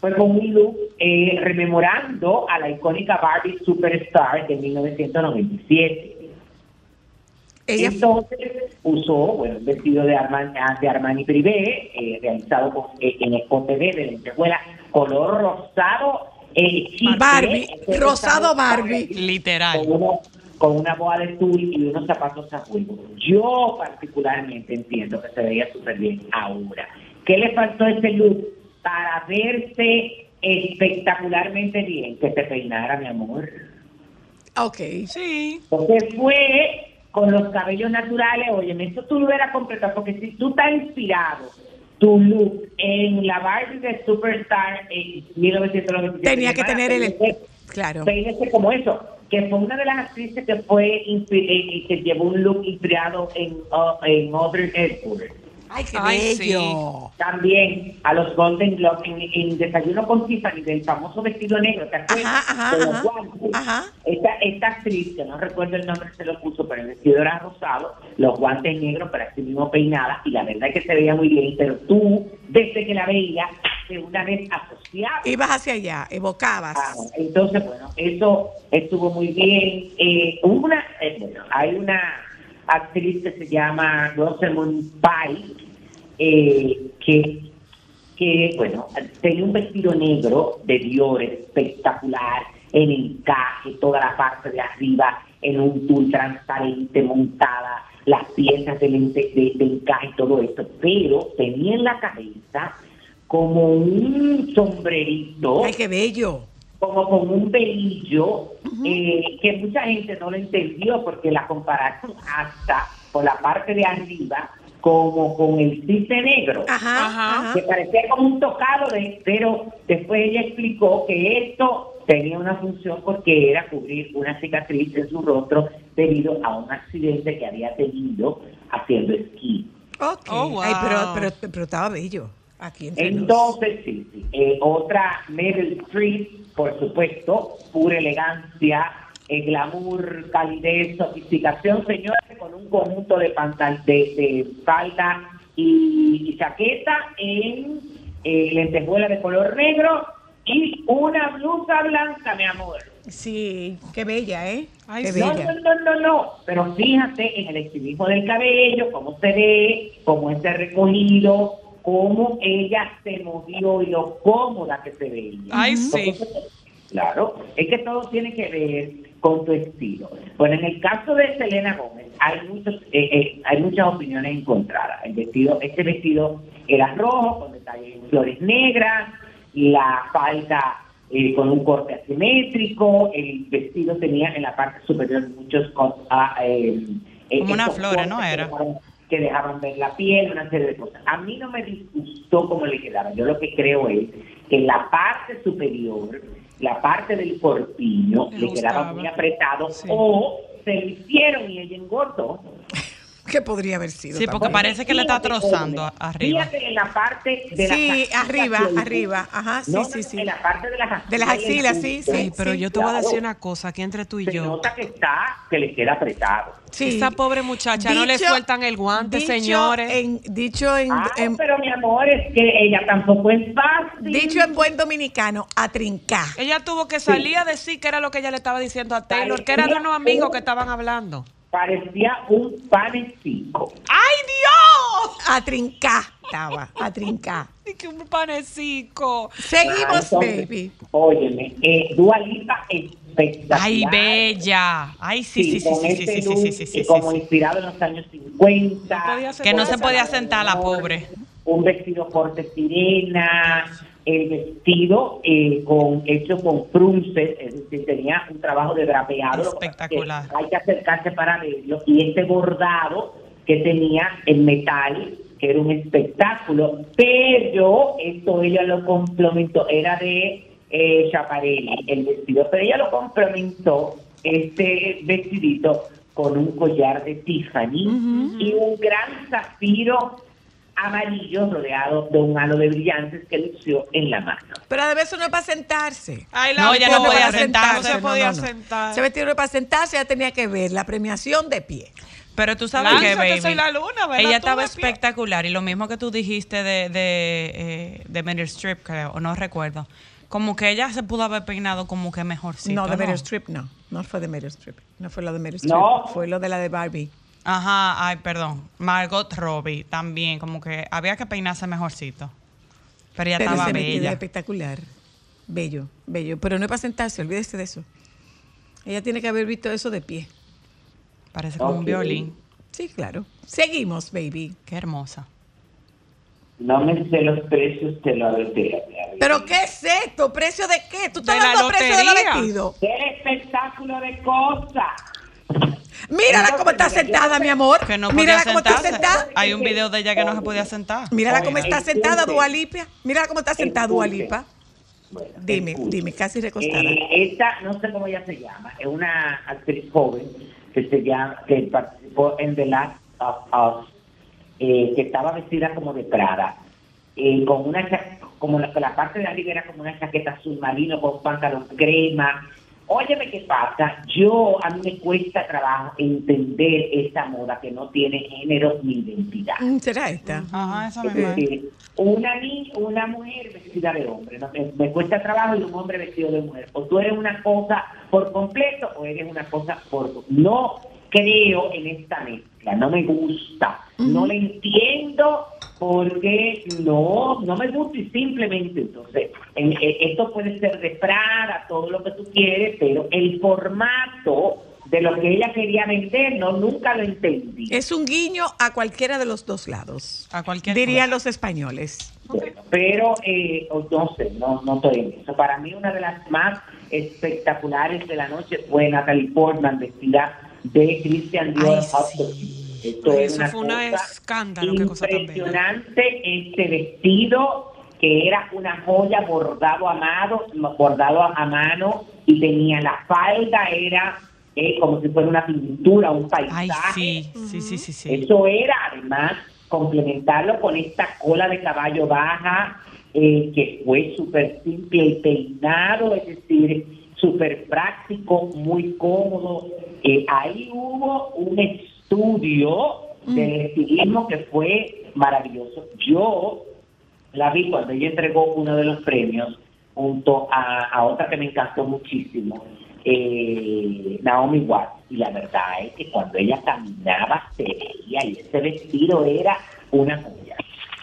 Speaker 5: fue con un look eh, rememorando a la icónica Barbie Superstar de 1997.
Speaker 2: Ella
Speaker 5: Entonces usó bueno, un vestido de Armani, de Armani Privé, eh, realizado con- eh, en escote verde, lentejuela, color rosado. eh, chipre,
Speaker 2: Barbie,
Speaker 5: este
Speaker 2: rosado Barbie.
Speaker 4: Literal.
Speaker 5: con una, con una boa de tul y unos zapatos azules. Yo particularmente entiendo que se veía súper bien ahora. ¿Qué le faltó a ese look para verse espectacularmente bien? Que se peinara, mi amor.
Speaker 2: Ok.
Speaker 3: Sí.
Speaker 5: Porque fue con los cabellos naturales, oye, eso tú lo hubieras completado, porque si tú estás inspirado tu look en la Barbie de Superstar en 1997.
Speaker 2: Tenía que
Speaker 5: hermana,
Speaker 2: tener el.
Speaker 5: tenía que-
Speaker 2: Claro.
Speaker 5: Peínese este como eso, que fue una de las actrices que fue inspi- eh, y que llevó un look inspirado en, uh, en Audrey Hepburn.
Speaker 2: Ay, qué
Speaker 3: Ay, sí.
Speaker 2: bello.
Speaker 5: También a los Golden Globes en, en Desayuno con Tiffany, del famoso vestido negro, ¿te acuerdas?
Speaker 2: Ajá, ajá,
Speaker 5: De los
Speaker 2: ajá.
Speaker 5: guantes.
Speaker 2: Ajá.
Speaker 5: Esta, esta actriz, que no recuerdo el nombre, se lo puso, pero el vestido era rosado, los guantes negros, pero así mismo peinada, y la verdad es que se veía muy bien, pero tú, desde que la veías, de una vez asociada
Speaker 2: Ibas hacia allá, evocabas.
Speaker 5: Ah, entonces, bueno, eso estuvo muy bien. Eh, hubo una, eh, bueno, hay una actriz que se llama Rosamund Pike, eh, que, que, bueno, tenía un vestido negro de Dior espectacular, en encaje, toda la parte de arriba, en un tul transparente montada, las piezas de, lente- de, de encaje y todo esto, pero tenía en la cabeza como un sombrerito
Speaker 2: Ay, qué bello.
Speaker 5: como con un velillo eh, que mucha gente no lo entendió porque la compararon hasta por la parte de arriba, como con el cisne negro,
Speaker 2: Ajá,
Speaker 3: Ajá.
Speaker 2: ajá.
Speaker 5: que parecía como un tocado, de, pero después ella explicó que esto tenía una función porque era cubrir una cicatriz en su rostro debido a un accidente que había tenido haciendo esquí.
Speaker 2: Ok.
Speaker 3: Oh, wow.
Speaker 2: Ay, pero, pero, pero estaba bello. Aquí entre nos.
Speaker 5: Entonces, sí, sí. Eh, otra Meryl Streep, por supuesto, pura elegancia, eh, glamour, calidez, sofisticación, señores, con un conjunto de, pantal de, de falda y, y chaqueta en eh, lentejuela de color negro y una blusa blanca, mi amor.
Speaker 6: Sí, qué bella, ¿eh?
Speaker 3: Ay,
Speaker 2: Qué
Speaker 3: sí.
Speaker 5: No,
Speaker 2: Ella.
Speaker 5: no, no, no, no. Pero fíjate en el estilismo del cabello, cómo se ve, cómo está recogido, cómo ella se movió y lo cómoda que se veía.
Speaker 3: Ay, sí.
Speaker 5: Claro, es que todo tiene que ver con tu estilo. Bueno, en el caso de Selena Gómez, hay muchos, eh, eh, hay muchas opiniones encontradas. El vestido, este vestido era rojo con detalles en flores negras, la falda eh, con un corte asimétrico, el vestido tenía en la parte superior muchos cos- ah, eh, eh,
Speaker 4: Como una
Speaker 5: estos
Speaker 4: flor,
Speaker 5: cortes
Speaker 4: ¿no?
Speaker 5: que
Speaker 4: Era.
Speaker 5: dejaban- que dejaban ver la piel, una serie de cosas. A mí no me disgustó cómo le quedaron. Yo lo que creo es que la parte superior, la parte del corpiño,
Speaker 3: Le
Speaker 5: le, quedaba
Speaker 3: gustaba.
Speaker 5: muy apretado
Speaker 3: Sí.
Speaker 5: o se lo hicieron y ella engordó.
Speaker 2: ¿Qué podría haber sido?
Speaker 4: Sí, porque
Speaker 2: también?
Speaker 4: parece que le está
Speaker 5: Fíjate,
Speaker 4: trozando
Speaker 5: Olga,
Speaker 4: arriba.
Speaker 5: Fíjate en la parte de la
Speaker 6: Sí,
Speaker 5: axila
Speaker 6: arriba,
Speaker 5: hacia el-
Speaker 6: arriba. Ajá, sí,
Speaker 5: No, no,
Speaker 6: sí,
Speaker 5: no,
Speaker 6: sí.
Speaker 5: En la parte de las axilas.
Speaker 6: De las
Speaker 5: y el
Speaker 6: axilas, sí,
Speaker 5: punto.
Speaker 6: sí.
Speaker 3: Ay, pero yo te voy a decir una cosa aquí entre tú y
Speaker 5: Se
Speaker 3: yo.
Speaker 5: nota que está, que le queda apretado.
Speaker 6: Sí.
Speaker 3: Esa pobre muchacha, no le
Speaker 6: Dicho-
Speaker 3: sueltan el guante,
Speaker 6: dicho
Speaker 3: señores.
Speaker 6: En, dicho en,
Speaker 5: Ah,
Speaker 6: en-
Speaker 5: pero mi amor, es que ella tampoco es fácil.
Speaker 6: dicho en buen dominicano, a trincar.
Speaker 3: Ella tuvo que salir a decir que era lo que ella le estaba diciendo a Taylor, que era de unos amigos que estaban hablando.
Speaker 5: parecía un panecico.
Speaker 3: ¡Ay, Dios!
Speaker 6: A trincar estaba, a trincar.
Speaker 3: Y que un panecico.
Speaker 6: Seguimos,
Speaker 5: Ah, Entonces,
Speaker 6: baby.
Speaker 5: Óyeme, eh, Dua Lipa espectacular.
Speaker 4: Ay, bella. Ay, sí, sí, sí,
Speaker 5: con
Speaker 4: sí, sí, sí,
Speaker 5: ese look,
Speaker 4: sí, sí, sí,
Speaker 5: eh,
Speaker 4: sí,
Speaker 5: Como
Speaker 4: sí.
Speaker 5: inspirado en los años 50.
Speaker 3: No podía sentar.
Speaker 4: Que no se
Speaker 5: Cosas
Speaker 4: podía
Speaker 5: de
Speaker 4: sentar la
Speaker 5: amor,
Speaker 4: pobre.
Speaker 5: Un vestido corte sirena, el vestido eh, con hecho con frunces, es decir, tenía un trabajo de drapeado. lo que pasa es que
Speaker 4: Espectacular.
Speaker 5: Hay que acercarse para verlo. Y este bordado que tenía en metal, que era un espectáculo, pero esto ella lo complementó, era de eh, Schiaparelli, el vestido, pero ella lo complementó, este vestidito, con un collar de Tiffany y un gran zafiro amarillo rodeado de un halo de brillantes que lució en la mano.
Speaker 6: Pero de eso no es para sentarse.
Speaker 3: Ay,
Speaker 4: No, ella
Speaker 6: Vestido
Speaker 4: no
Speaker 3: pobre.
Speaker 4: podía
Speaker 6: para
Speaker 4: sentarse,
Speaker 3: No se podía sentar.
Speaker 6: Ese vestido no es para sentarse, ya tenía que ver la premiación de pie.
Speaker 4: Pero tú sabes que,
Speaker 3: Lánzate,
Speaker 4: baby,
Speaker 3: soy la luna, ¿verdad?
Speaker 4: ella
Speaker 3: Tú
Speaker 4: estaba
Speaker 3: de pie.
Speaker 4: espectacular y lo mismo que tú dijiste de, de, eh, de Meryl Streep, creo, o no recuerdo. Como que ella se pudo haber peinado como que mejorcito,
Speaker 6: no, de Meryl Streep no. No fue de Meryl Streep. No fue lo de Meryl Streep.
Speaker 5: No.
Speaker 6: Fue lo de la de Barbie.
Speaker 4: Ajá, ay, perdón. Margot Robbie también, como que había que peinarse mejorcito. Pero ella
Speaker 6: Pero
Speaker 4: estaba
Speaker 6: ese vestido es
Speaker 4: bella.
Speaker 6: espectacular. Bello, bello. Pero no es para sentarse, olvídese de eso. Ella tiene que haber visto eso de pie.
Speaker 4: Parece como un
Speaker 5: Ok.
Speaker 4: violín.
Speaker 6: Sí, claro. Seguimos, baby.
Speaker 4: Qué hermosa.
Speaker 5: No me sé los precios de la lotería. mi amigo.
Speaker 6: ¿Pero qué es esto? ¿Precio de qué? ¿Tú estás
Speaker 3: De la
Speaker 6: dando precio de los
Speaker 3: lotería.
Speaker 6: vestidos?
Speaker 5: ¡Qué espectáculo de cosas!
Speaker 6: Mírala cómo está sentada, mi amor.
Speaker 4: Que no
Speaker 6: Mírala
Speaker 4: podía
Speaker 6: cómo está
Speaker 4: sentarse.
Speaker 6: sentada.
Speaker 4: Hay un video de ella que no se podía sentar.
Speaker 6: Mírala
Speaker 4: Pobre.
Speaker 6: cómo está
Speaker 5: Escuche.
Speaker 6: sentada, Dualipia. Mírala cómo está sentada,
Speaker 5: Escuche.
Speaker 6: Dualipa.
Speaker 5: Bueno,
Speaker 6: Dime,
Speaker 5: escucha.
Speaker 6: dime, casi recostada.
Speaker 5: Eh, esta, no sé cómo ella se llama, es una actriz joven que se llama, que participó en The Last of Us, eh, que estaba vestida como de Prada, eh, con una cha- como la, la parte de arriba era como una chaqueta azul marino con pantalón crema. Óyeme qué pasa, yo a mí me cuesta trabajo entender esta moda que no tiene género ni identidad.
Speaker 6: Mm, ¿Será esta?
Speaker 4: Ajá, esa
Speaker 5: Es
Speaker 4: misma. es.
Speaker 5: decir, una, ni- una mujer vestida de hombre. ¿no? Me, me cuesta trabajo y un hombre vestido de mujer. O tú eres una cosa por completo o eres una cosa por... No creo en esta mezcla. No me gusta. No la entiendo porque no, no me gusta y simplemente entonces en- en- esto puede ser de Prada, todo lo que tú quieres, pero el formato de lo que ella quería vender no nunca lo entendí.
Speaker 6: Es un guiño a cualquiera de los dos lados.
Speaker 4: A cualquier
Speaker 6: Dirían
Speaker 4: cosa.
Speaker 6: los españoles.
Speaker 5: Bueno, pero eh, no sé, no, no estoy en eso. Para mí una de las más espectaculares de la noche fue Natalie Portman vestida de Christian Dior.
Speaker 4: Ay,
Speaker 5: Outfit. Esto
Speaker 3: Ay,
Speaker 5: es
Speaker 3: eso
Speaker 5: una
Speaker 3: fue un
Speaker 5: cosa
Speaker 3: escándalo, qué cosa tan bella.
Speaker 5: impresionante este vestido que era una joya bordado a mano, bordado a a mano y tenía la falda era eh, como si fuera una pintura, un paisaje.
Speaker 4: Ay, sí, sí, sí, sí, sí.
Speaker 5: Eso era, además, complementarlo con esta cola de caballo baja, eh, que fue súper simple el peinado, es decir, súper práctico, muy cómodo. Eh, ahí hubo un estudio del
Speaker 4: Mm.
Speaker 5: estilismo que fue maravilloso. Yo la vi cuando ella entregó uno de los premios junto a, a otra que me encantó muchísimo, eh, Naomi Watts. Y la verdad es que cuando ella caminaba se veía y ese vestido era una joya.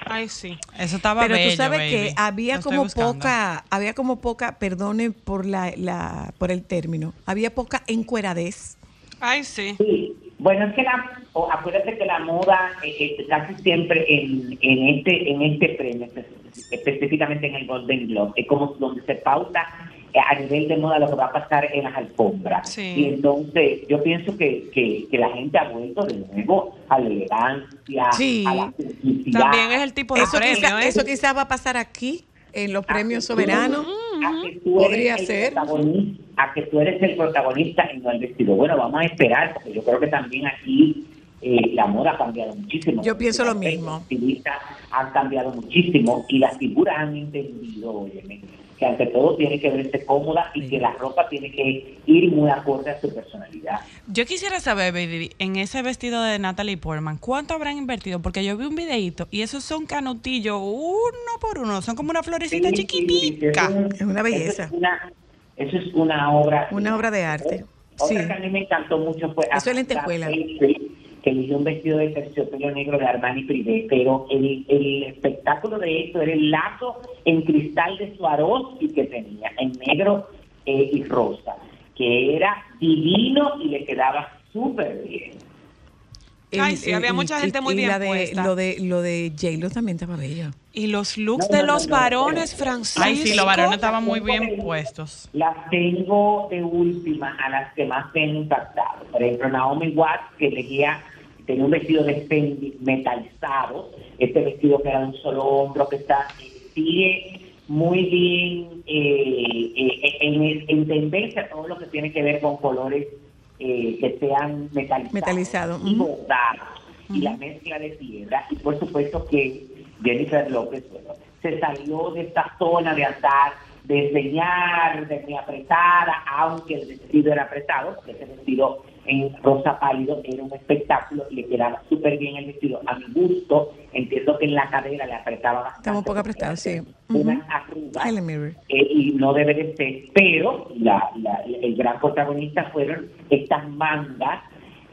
Speaker 3: Ay, sí.
Speaker 4: Eso estaba
Speaker 6: Pero
Speaker 4: bello,
Speaker 6: tú sabes
Speaker 4: baby.
Speaker 6: que había
Speaker 4: Lo estoy
Speaker 6: como
Speaker 4: buscando.
Speaker 6: poca, había como poca, perdone por la, la- por el término, había poca encueradez.
Speaker 3: Ay, sí.
Speaker 5: Sí, bueno, es que la, o- acuérdate que la moda eh, eh, casi siempre en, en este en este premio, espe- específicamente en el Golden Globe, es como donde se pauta eh, a nivel de moda lo que va a pasar en las alfombras.
Speaker 3: Sí.
Speaker 5: Y entonces yo pienso que, que, que la gente ha vuelto de nuevo a la elegancia,
Speaker 6: Sí.
Speaker 5: a la simplicidad.
Speaker 3: También es el tipo de
Speaker 6: Eso
Speaker 3: premio,
Speaker 6: quizá,
Speaker 3: ¿eh?
Speaker 6: eso quizá va a pasar aquí, en los
Speaker 5: A
Speaker 6: premios
Speaker 5: que
Speaker 6: soberanos.
Speaker 5: tú- a que tú eres
Speaker 6: Podría
Speaker 5: el
Speaker 6: ser.
Speaker 5: protagoni- A que tú eres el protagonista y no el vestido. Bueno, vamos a esperar, porque yo creo que también aquí eh, la moda ha cambiado muchísimo.
Speaker 6: Yo pienso lo mismo.
Speaker 5: Los estilistas han cambiado muchísimo y las figuras han entendido, óyeme, que ante todo tiene que verse cómoda y que la ropa tiene que ir muy acorde a su personalidad.
Speaker 4: Yo quisiera saber, baby, en ese vestido de Natalie Portman, ¿cuánto habrán invertido? Porque yo vi un videito y esos son canutillos uno por uno. Son como una florecita
Speaker 5: Sí, sí, sí, sí,
Speaker 4: chiquitica.
Speaker 5: un-
Speaker 6: Es una belleza.
Speaker 5: Eso es una, eso es una obra. ¿Eh?
Speaker 6: Una obra de arte,
Speaker 5: Otra
Speaker 6: sí.
Speaker 5: que a mí me encantó mucho fue.
Speaker 6: Eso es lentejuela.
Speaker 5: Casey, Que eligió un vestido de terciopelo negro de Armani Privé, pero el, el espectáculo de esto era el lazo en cristal de Swarovski que tenía, en negro eh, y rosa, que era divino y le quedaba súper bien.
Speaker 3: Ay, sí, había mucha gente muy bien
Speaker 6: la de-
Speaker 3: puesta.
Speaker 6: Lo de, lo de J-Lo también estaba bello.
Speaker 3: Y los looks
Speaker 5: No,
Speaker 3: de
Speaker 5: no,
Speaker 3: los
Speaker 5: no, no,
Speaker 3: varones,
Speaker 5: espera.
Speaker 3: Francisco.
Speaker 4: Ay, sí, los varones estaban muy bien
Speaker 5: Cinco
Speaker 4: puestos.
Speaker 5: Las tengo de última, a las que más me han impactado. Por ejemplo, Naomi Watts, que elegía, tenía un vestido de Fendi metalizado, este vestido que era de un solo hombro, que está, sigue muy bien eh, eh, en, en- en tendencia a todo lo que tiene que ver con colores eh, que sean metalizados.
Speaker 6: Metalizado,
Speaker 5: Y
Speaker 6: ujú.
Speaker 5: bordados, y la mezcla de piedra. Y por supuesto que Jennifer López bueno, se salió de esta zona de andar, de enseñar, de muy apretada, aunque el vestido era apretado, porque ese vestido en rosa pálido era un espectáculo, le quedaba súper bien el vestido. A mi gusto, entiendo que en la cadera le apretaba bastante.
Speaker 6: Está un poco
Speaker 5: porque
Speaker 6: apretado, sí.
Speaker 5: era Una
Speaker 6: Ujú.
Speaker 5: arruga
Speaker 6: Helen Mirren.
Speaker 5: eh, y no debe de ser, pero la, la- el gran protagonista fueron estas mangas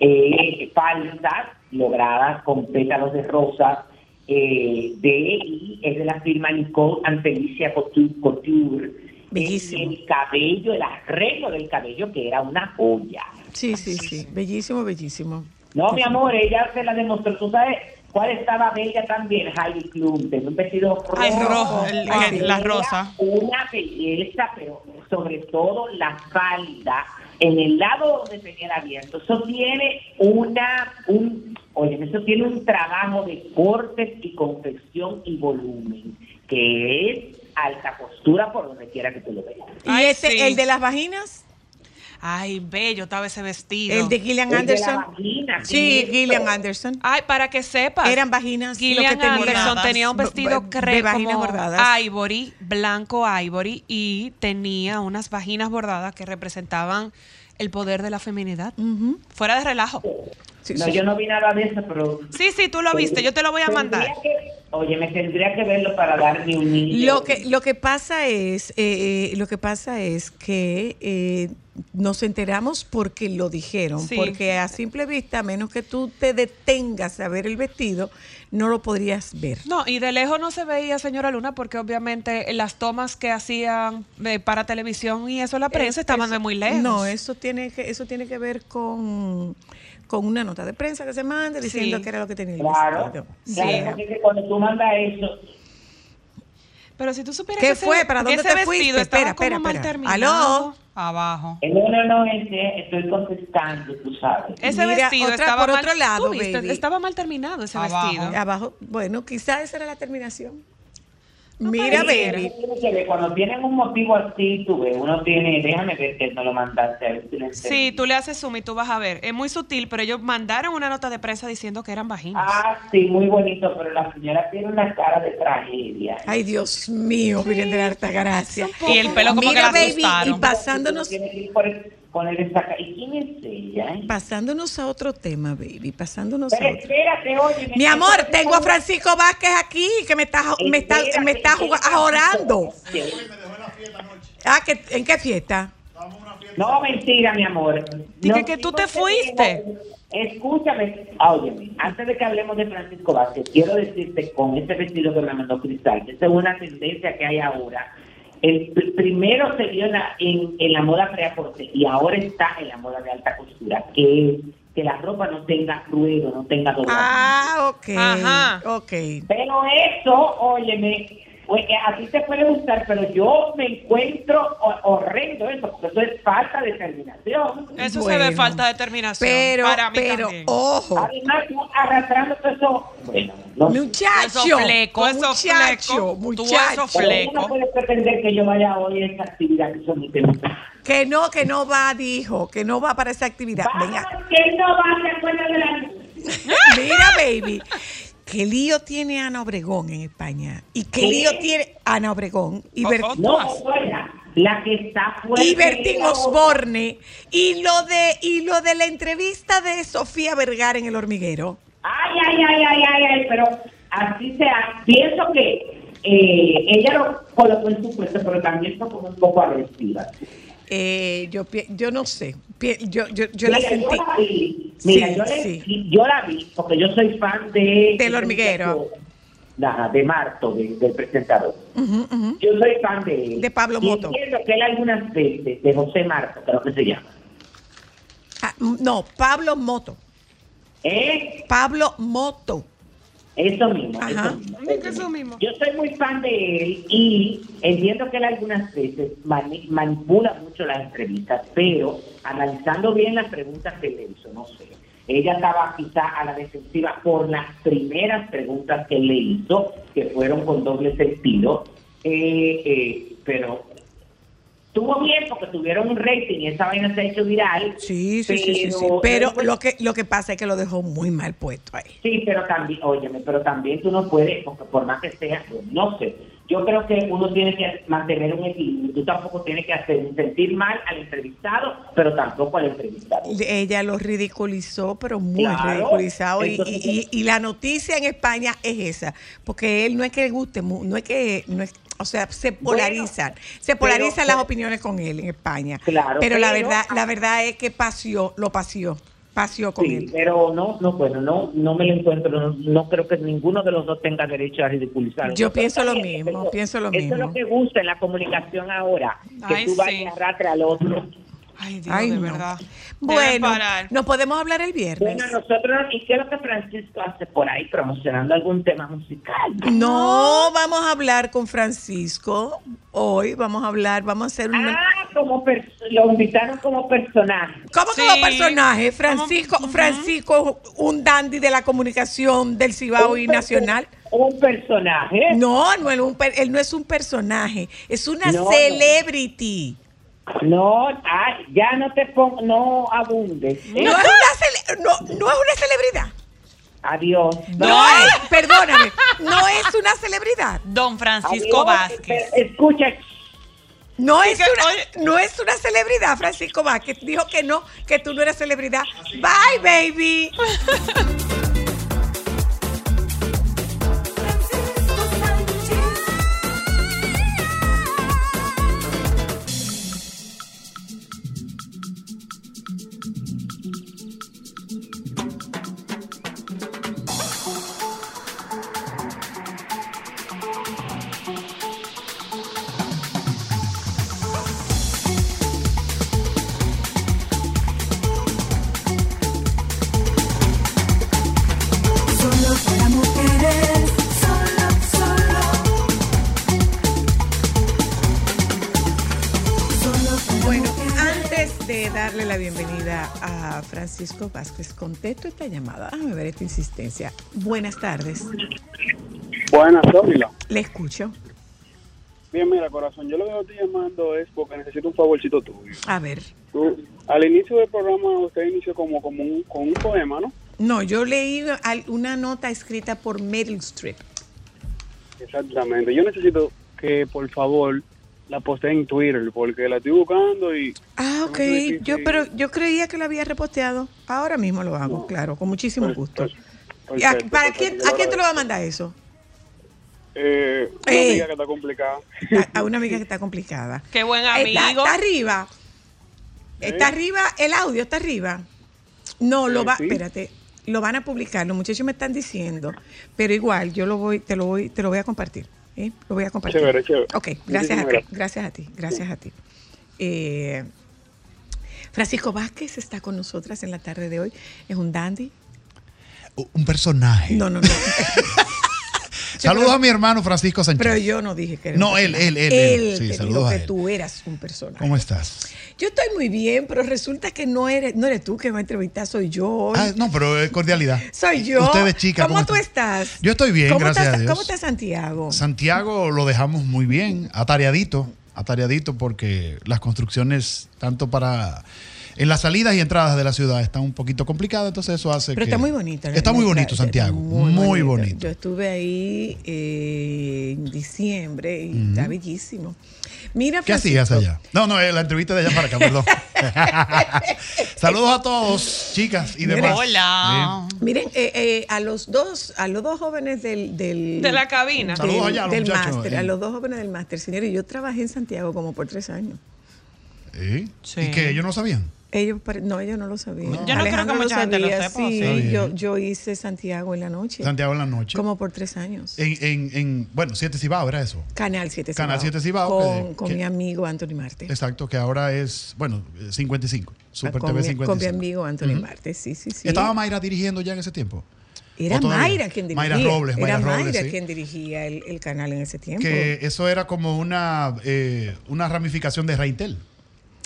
Speaker 5: eh, falsas logradas con pétalos de rosas eh, de y es de la firma Nicole Antelicia Couture. Couture. eh,
Speaker 6: Bellísimo.
Speaker 5: El cabello, el arreglo del cabello que era una joya.
Speaker 6: Sí, sí, sí. Bellísimo, bellísimo.
Speaker 5: No, mi amor, ella se la demostró. ¿Tú sabes cuál estaba bella también? Heidi Klum, tenía un vestido rojo.
Speaker 4: Ay, rojo, el-
Speaker 5: Ah,
Speaker 4: el- la
Speaker 5: era
Speaker 4: rosa.
Speaker 5: Una belleza, pero sobre todo la falda, en el lado donde tenía el abierto. Eso tiene una, un, oye, eso tiene un trabajo de cortes y confección y volumen, que es alta costura por donde quiera que tú lo veas.
Speaker 6: Y
Speaker 3: Ay,
Speaker 6: este,
Speaker 3: sí.
Speaker 6: el de las vaginas,
Speaker 3: Ay, bello estaba ese vestido.
Speaker 6: el de Gillian
Speaker 5: El de la
Speaker 6: Anderson.
Speaker 5: vagina, ¿qué
Speaker 6: Sí,
Speaker 5: es
Speaker 6: Gillian
Speaker 5: esto?
Speaker 6: Anderson.
Speaker 3: Ay, para que sepas.
Speaker 6: Eran vaginas, sí, lo que
Speaker 3: Gillian
Speaker 6: tenía.
Speaker 3: Anderson
Speaker 4: Bordadas.
Speaker 3: tenía un
Speaker 6: B-
Speaker 3: vestido
Speaker 6: b-
Speaker 3: crema
Speaker 6: de vaginas bordadas.
Speaker 3: ivory, blanco ivory, y tenía unas vaginas bordadas que representaban el poder de la feminidad.
Speaker 6: Ujú.
Speaker 3: Fuera de relajo.
Speaker 6: Sí,
Speaker 5: No,
Speaker 6: sí.
Speaker 5: yo no vi nada de eso, pero
Speaker 3: Sí, sí, tú lo viste. Yo te lo voy a
Speaker 5: Tendría
Speaker 3: mandar.
Speaker 5: que- oye, me tendría que verlo para darme un niño.
Speaker 6: Lo que, lo que pasa es, eh, eh, lo que pasa es que eh, nos enteramos porque lo dijeron,
Speaker 3: Sí.
Speaker 6: porque a simple vista, a menos que tú te detengas a ver el vestido, no lo podrías ver.
Speaker 3: No, y de lejos no se veía señora Luna porque obviamente las tomas que hacían eh, para televisión y eso la prensa estaban
Speaker 6: Eso-
Speaker 3: de muy lejos.
Speaker 6: No, eso tiene que, eso tiene que ver con, con una nota de prensa que se manda diciendo
Speaker 3: Sí.
Speaker 6: que era lo que tenía el
Speaker 5: Claro,
Speaker 6: vestido.
Speaker 5: claro, porque cuando tú mandas eso,
Speaker 3: Pero si tú supieras
Speaker 2: ¿Qué
Speaker 3: que ese-
Speaker 2: fue? ¿Para
Speaker 3: que
Speaker 2: dónde
Speaker 3: ese
Speaker 2: te
Speaker 3: vestido
Speaker 2: fuiste?
Speaker 3: estaba
Speaker 2: Espera,
Speaker 3: como
Speaker 2: espera,
Speaker 3: mal
Speaker 2: espera.
Speaker 3: terminado,
Speaker 2: Aló.
Speaker 4: Abajo.
Speaker 5: Eh, No, no, no, ese, estoy contestando, tú sabes.
Speaker 3: Ese
Speaker 2: Mira,
Speaker 3: vestido
Speaker 2: otra-
Speaker 3: estaba
Speaker 2: por
Speaker 3: mal-
Speaker 2: otro lado,
Speaker 3: ¿Tú viste?
Speaker 2: baby.
Speaker 3: Estaba mal terminado ese
Speaker 4: Abajo.
Speaker 3: vestido.
Speaker 2: Abajo, bueno, quizás esa era la terminación.
Speaker 3: No
Speaker 2: Mira,
Speaker 3: pareciera.
Speaker 2: baby.
Speaker 5: Tiene que ver, Cuando tienen un motivo así, tú ves, uno tiene, déjame ver que no lo mandaste a ver si lo
Speaker 3: Sí,
Speaker 5: entendí.
Speaker 3: tú le haces zoom y tú vas a ver. Es muy sutil, pero ellos mandaron una nota de prensa diciendo que eran vaginas.
Speaker 5: Ah, sí, muy bonito, pero la señora tiene una cara de tragedia.
Speaker 2: Ay, Dios mío, Virgen de la Alta Gracia.
Speaker 4: Y el pelo como
Speaker 2: Mira,
Speaker 4: que la
Speaker 2: baby,
Speaker 4: asustaron.
Speaker 2: y pasándonos,
Speaker 5: Tiene que ir por el- poner esa ca- ¿Y quién es ella? eh?
Speaker 2: pasándonos a otro tema, baby, pasándonos a
Speaker 5: Pero
Speaker 2: otro.
Speaker 5: espérate, oye.
Speaker 2: Mi amor, tengo a Francisco Vázquez aquí que me está, me está, me está juga- ahorrando. Ah, que, ¿en qué fiesta?
Speaker 5: No, mentira, mi amor.
Speaker 3: Dije
Speaker 5: No,
Speaker 3: que
Speaker 5: sí,
Speaker 3: tú te
Speaker 5: porque
Speaker 3: fuiste.
Speaker 5: tengo- Escúchame, óyeme, antes de que hablemos de Francisco Vázquez, quiero decirte con este vestido que me mandó Cristal, que esta es una tendencia que hay ahora. El pr- primero se dio en la, en, en la moda preaporte y ahora está en la moda de alta costura, que es que la ropa no tenga ruedo, no tenga doblez.
Speaker 2: Ah, ok.
Speaker 3: Ajá.
Speaker 2: Ok.
Speaker 5: Pero eso, óyeme, oye, a ti te puede gustar, pero yo me encuentro ho- horrendo eso, porque eso es falta de determinación.
Speaker 3: Eso se ve
Speaker 2: Bueno.
Speaker 3: falta de determinación.
Speaker 2: Pero,
Speaker 3: para mí
Speaker 2: pero,
Speaker 3: también.
Speaker 6: oh.
Speaker 2: ojo.
Speaker 5: Además, tú arrastrando todo eso, bueno, no sé.
Speaker 2: Muchacho,
Speaker 4: Esos flecos, esos
Speaker 2: muchacho,
Speaker 4: flecos. Tú esos
Speaker 2: muchacho,
Speaker 5: Pero
Speaker 4: flecos.
Speaker 5: uno puede pretender que yo vaya hoy a esa actividad que son mis temas.
Speaker 2: que no, que no va, dijo, que no va para esa actividad. Venga,
Speaker 5: Vamos, que no va a acuerdo de la...
Speaker 2: mira, baby, qué lío tiene Ana Obregón en España y qué
Speaker 5: ¿Qué?
Speaker 2: lío tiene Ana Obregón y
Speaker 4: O-
Speaker 2: Ber-
Speaker 4: o-
Speaker 5: No, fuera, la que está fuera.
Speaker 2: y Bertín Osborne y lo de y lo de la entrevista de Sofía Vergara en el hormiguero.
Speaker 5: Ay, ay, ay, ay, ay, ay, pero así sea. Pienso que eh, ella lo colocó en su puesto, pero también fue como un poco agresiva.
Speaker 2: Eh, yo pi- yo no sé, pi- yo yo, yo la
Speaker 5: Mira,
Speaker 2: sentí.
Speaker 5: Yo la vi, mira,
Speaker 2: Sí,
Speaker 5: yo, le-
Speaker 2: sí.
Speaker 5: yo la vi, porque yo soy fan de...
Speaker 2: Del hormiguero.
Speaker 5: Ajá, de Marto, de- del presentador. Yo soy fan de él.
Speaker 2: De Pablo
Speaker 5: Y
Speaker 2: Moto.
Speaker 5: Entiendo que él algunas veces, de José Marto, creo que se llama.
Speaker 2: Ah, no, Pablo Moto,
Speaker 5: ¿Eh?
Speaker 2: Pablo Moto.
Speaker 5: Eso mismo,
Speaker 2: Ajá.
Speaker 5: eso mismo.
Speaker 3: Digo, eso mismo.
Speaker 5: Yo soy muy fan de él y entiendo que él algunas veces mani- manipula mucho las entrevistas, pero analizando bien las preguntas que le hizo, no sé. Ella estaba quizá a la defensiva por las primeras preguntas que le hizo, que fueron con doble sentido, eh, eh, pero estuvo bien porque tuvieron un rating y esa vaina se ha hecho viral.
Speaker 2: Sí, sí, sí, sí, sí. Pero lo que lo que pasa es que lo dejó muy mal puesto ahí.
Speaker 5: Sí, pero también, óyeme, pero también tú no puedes, porque por más que sea, no sé, yo creo que uno tiene que mantener un equilibrio, tú tampoco tienes que hacer sentir mal al entrevistado, pero tampoco al entrevistado.
Speaker 2: Ella lo ridiculizó, pero muy
Speaker 5: Claro.
Speaker 2: ridiculizado. Y,
Speaker 5: Entonces-
Speaker 2: y- y- y la noticia en España es esa, porque él no es que le guste, mu- no es que, no es, o sea, se polarizan, se polarizan las opiniones con él en España.
Speaker 5: Claro,
Speaker 2: pero, la
Speaker 5: pero-
Speaker 2: verdad, la verdad es que paseó, lo paseó, paseó con
Speaker 5: Sí,
Speaker 2: él.
Speaker 5: pero no, no, bueno, no, no me lo encuentro, no, no creo que ninguno de los dos tenga derecho a ridiculizar.
Speaker 2: Yo pienso lo
Speaker 5: también,
Speaker 2: mismo,
Speaker 5: eso-
Speaker 2: pienso lo
Speaker 5: Eso es
Speaker 2: mismo.
Speaker 5: lo que gusta en la comunicación ahora, que
Speaker 3: Ay,
Speaker 5: tú vas
Speaker 3: sí.
Speaker 5: y arrastres al otro.
Speaker 3: Ay, Dios,
Speaker 2: Ay,
Speaker 3: de
Speaker 2: no.
Speaker 3: verdad. Deben
Speaker 2: Bueno,
Speaker 3: parar.
Speaker 2: nos podemos hablar el viernes.
Speaker 5: Bueno, nosotros, ¿y qué es lo que Francisco hace por ahí promocionando algún tema musical?
Speaker 2: No vamos a hablar con Francisco hoy, vamos a hablar, vamos a hacer una...
Speaker 5: Ah, como per- lo invitaron como personaje.
Speaker 2: ¿Cómo
Speaker 3: Sí.
Speaker 2: como personaje? Francisco, Francisco, un dandy de la comunicación del Cibao
Speaker 5: Un
Speaker 2: y
Speaker 5: perso-
Speaker 2: nacional.
Speaker 5: Un personaje.
Speaker 2: No, no, él, un per- él no es un personaje, es una
Speaker 5: No, no.
Speaker 2: celebrity.
Speaker 5: No, ay, ya no te pongo, no abundes. ¿eh?
Speaker 2: No. es una cele- no, no es una celebridad.
Speaker 5: Adiós.
Speaker 2: No, es, perdóname, no es una celebridad.
Speaker 4: Don Francisco
Speaker 5: Adiós.
Speaker 4: Vázquez.
Speaker 5: Pero Escucha,
Speaker 2: No es,
Speaker 4: que,
Speaker 2: una, no es una celebridad, Francisco Vázquez. Dijo que no, que tú no eras celebridad. Bye, baby.
Speaker 1: Francisco Sánchez. Solo para mujeres, solo, solo
Speaker 2: de darle la bienvenida a Francisco Vázquez. Contesto esta llamada. Déjame ver esta insistencia. Buenas tardes.
Speaker 7: Buenas, Sólila.
Speaker 2: Le escucho.
Speaker 7: Bien, mira, corazón, yo lo que estoy llamando es porque necesito un favorcito tuyo.
Speaker 2: A ver.
Speaker 7: Tú, al inicio del programa, usted inició como, como un, con un poema, ¿no?
Speaker 2: No, yo leí al- una nota escrita por Meryl Streep.
Speaker 7: Exactamente. Yo necesito que, por favor, la postee en Twitter, porque la estoy buscando y...
Speaker 2: Ah, ok.
Speaker 7: Muy difícil.
Speaker 2: Yo, pero yo creía que la había reposteado. Ahora mismo lo hago,
Speaker 7: No.
Speaker 2: claro, con muchísimo
Speaker 7: Pues,
Speaker 2: gusto.
Speaker 7: pues,
Speaker 2: ¿Y a,
Speaker 7: perfecto,
Speaker 2: para
Speaker 7: perfecto,
Speaker 2: quién,
Speaker 7: yo
Speaker 2: ¿A quién te lo va a
Speaker 7: agradezco.
Speaker 2: mandar
Speaker 7: <laughs>
Speaker 2: eso?
Speaker 7: Eh, una
Speaker 2: Ey.
Speaker 7: amiga que está complicada.
Speaker 2: A, a una amiga que está complicada.
Speaker 4: Qué buen
Speaker 2: Eh, Está,
Speaker 4: amigo.
Speaker 2: está arriba. Está
Speaker 7: ¿Eh?
Speaker 2: arriba, el audio está arriba. No, lo
Speaker 7: Eh,
Speaker 2: va,
Speaker 7: sí.
Speaker 2: espérate, lo van a publicar, los muchachos me están diciendo, pero igual yo lo voy, te lo voy, te lo voy a compartir, ¿eh? Lo voy a compartir.
Speaker 7: Chévere, chévere.
Speaker 2: Ok, gracias a
Speaker 7: Muchísimas
Speaker 2: ti,
Speaker 7: gracias.
Speaker 2: gracias a ti, gracias a ti. Eh, Francisco Vázquez está con nosotras en la tarde de hoy. Es un dandy.
Speaker 8: Un personaje.
Speaker 2: No, no, no.
Speaker 8: <laughs> Saludos a mi hermano Francisco Sánchez.
Speaker 2: Pero yo no dije que era
Speaker 8: No,
Speaker 2: un
Speaker 8: él,
Speaker 2: personaje.
Speaker 8: él, él, él.
Speaker 2: Él
Speaker 8: Sí,
Speaker 2: te dijo
Speaker 8: saludos a
Speaker 2: que
Speaker 8: él.
Speaker 2: tú eras un personaje.
Speaker 8: ¿Cómo estás?
Speaker 2: Yo estoy muy bien, pero resulta que no eres, no eres tú que me entrevistas, soy yo. hoy.
Speaker 8: Ah, no, pero es cordialidad.
Speaker 2: soy yo.
Speaker 8: Ustedes, chicas.
Speaker 2: ¿Cómo, tú estás?
Speaker 8: Yo estoy bien,
Speaker 2: ¿Cómo
Speaker 8: gracias
Speaker 2: estás-
Speaker 8: a Dios.
Speaker 2: ¿Cómo está Santiago?
Speaker 8: Santiago lo dejamos muy bien, atareadito, atareadito porque las construcciones, tanto para en las salidas y entradas de la ciudad, están un poquito complicadas, entonces eso hace
Speaker 2: pero
Speaker 8: que-
Speaker 2: está muy bonito.
Speaker 8: Está muy bonito, Santiago, muy, bonito.
Speaker 2: eh, Yo estuve ahí eh, en diciembre y está bellísimo. Mira,
Speaker 8: ¿Qué
Speaker 2: Francisco,
Speaker 8: hacías allá? No, no, eh, la entrevista de allá para
Speaker 2: <laughs>
Speaker 8: acá, perdón. Saludos a todos, chicas y demás.
Speaker 4: Hola.
Speaker 2: Miren, eh, eh, a los dos, a los dos jóvenes del, del
Speaker 3: De la cabina.
Speaker 2: del-
Speaker 8: Saludos allá a los
Speaker 2: del
Speaker 8: muchachos,
Speaker 2: máster,
Speaker 8: eh.
Speaker 2: a los dos jóvenes del máster, señores. Yo trabajé en Santiago como por tres años.
Speaker 8: Bien. ¿Eh?
Speaker 4: Sí.
Speaker 8: ¿Y que ellos no sabían?
Speaker 2: Ellos pare- no, ellos no lo sabían.
Speaker 8: No. Yo
Speaker 4: no creo que
Speaker 2: Alejandro
Speaker 4: mucha gente lo
Speaker 2: sabía,
Speaker 4: sepa, o
Speaker 2: sí.
Speaker 8: sea. Está
Speaker 2: yo,
Speaker 8: bien.
Speaker 2: yo hice Santiago en la noche,
Speaker 8: Santiago en la noche.
Speaker 2: como por tres años.
Speaker 8: En, en, en, bueno, Siete Cibao era eso.
Speaker 2: Canal 7 Cibao.
Speaker 8: Canal 7 Cibao,
Speaker 2: Con,
Speaker 8: que-
Speaker 2: con
Speaker 8: que-
Speaker 2: mi amigo Anthony Marte.
Speaker 8: Exacto, que ahora es, bueno, eh, 55. Super
Speaker 2: Ah, con,
Speaker 8: TV
Speaker 2: mi, con mi
Speaker 8: 55.
Speaker 2: amigo Anthony Marte, sí, sí, sí.
Speaker 8: ¿Estaba Mayra dirigiendo ya en ese tiempo?
Speaker 2: Era
Speaker 8: ¿O todavía?
Speaker 2: Mayra quien dirigía.
Speaker 8: Mayra Robles,
Speaker 2: Era
Speaker 8: Mayra Robles, sí.
Speaker 2: quien dirigía el, el canal en ese tiempo.
Speaker 8: Que eso era como una, eh, una ramificación de Reintel.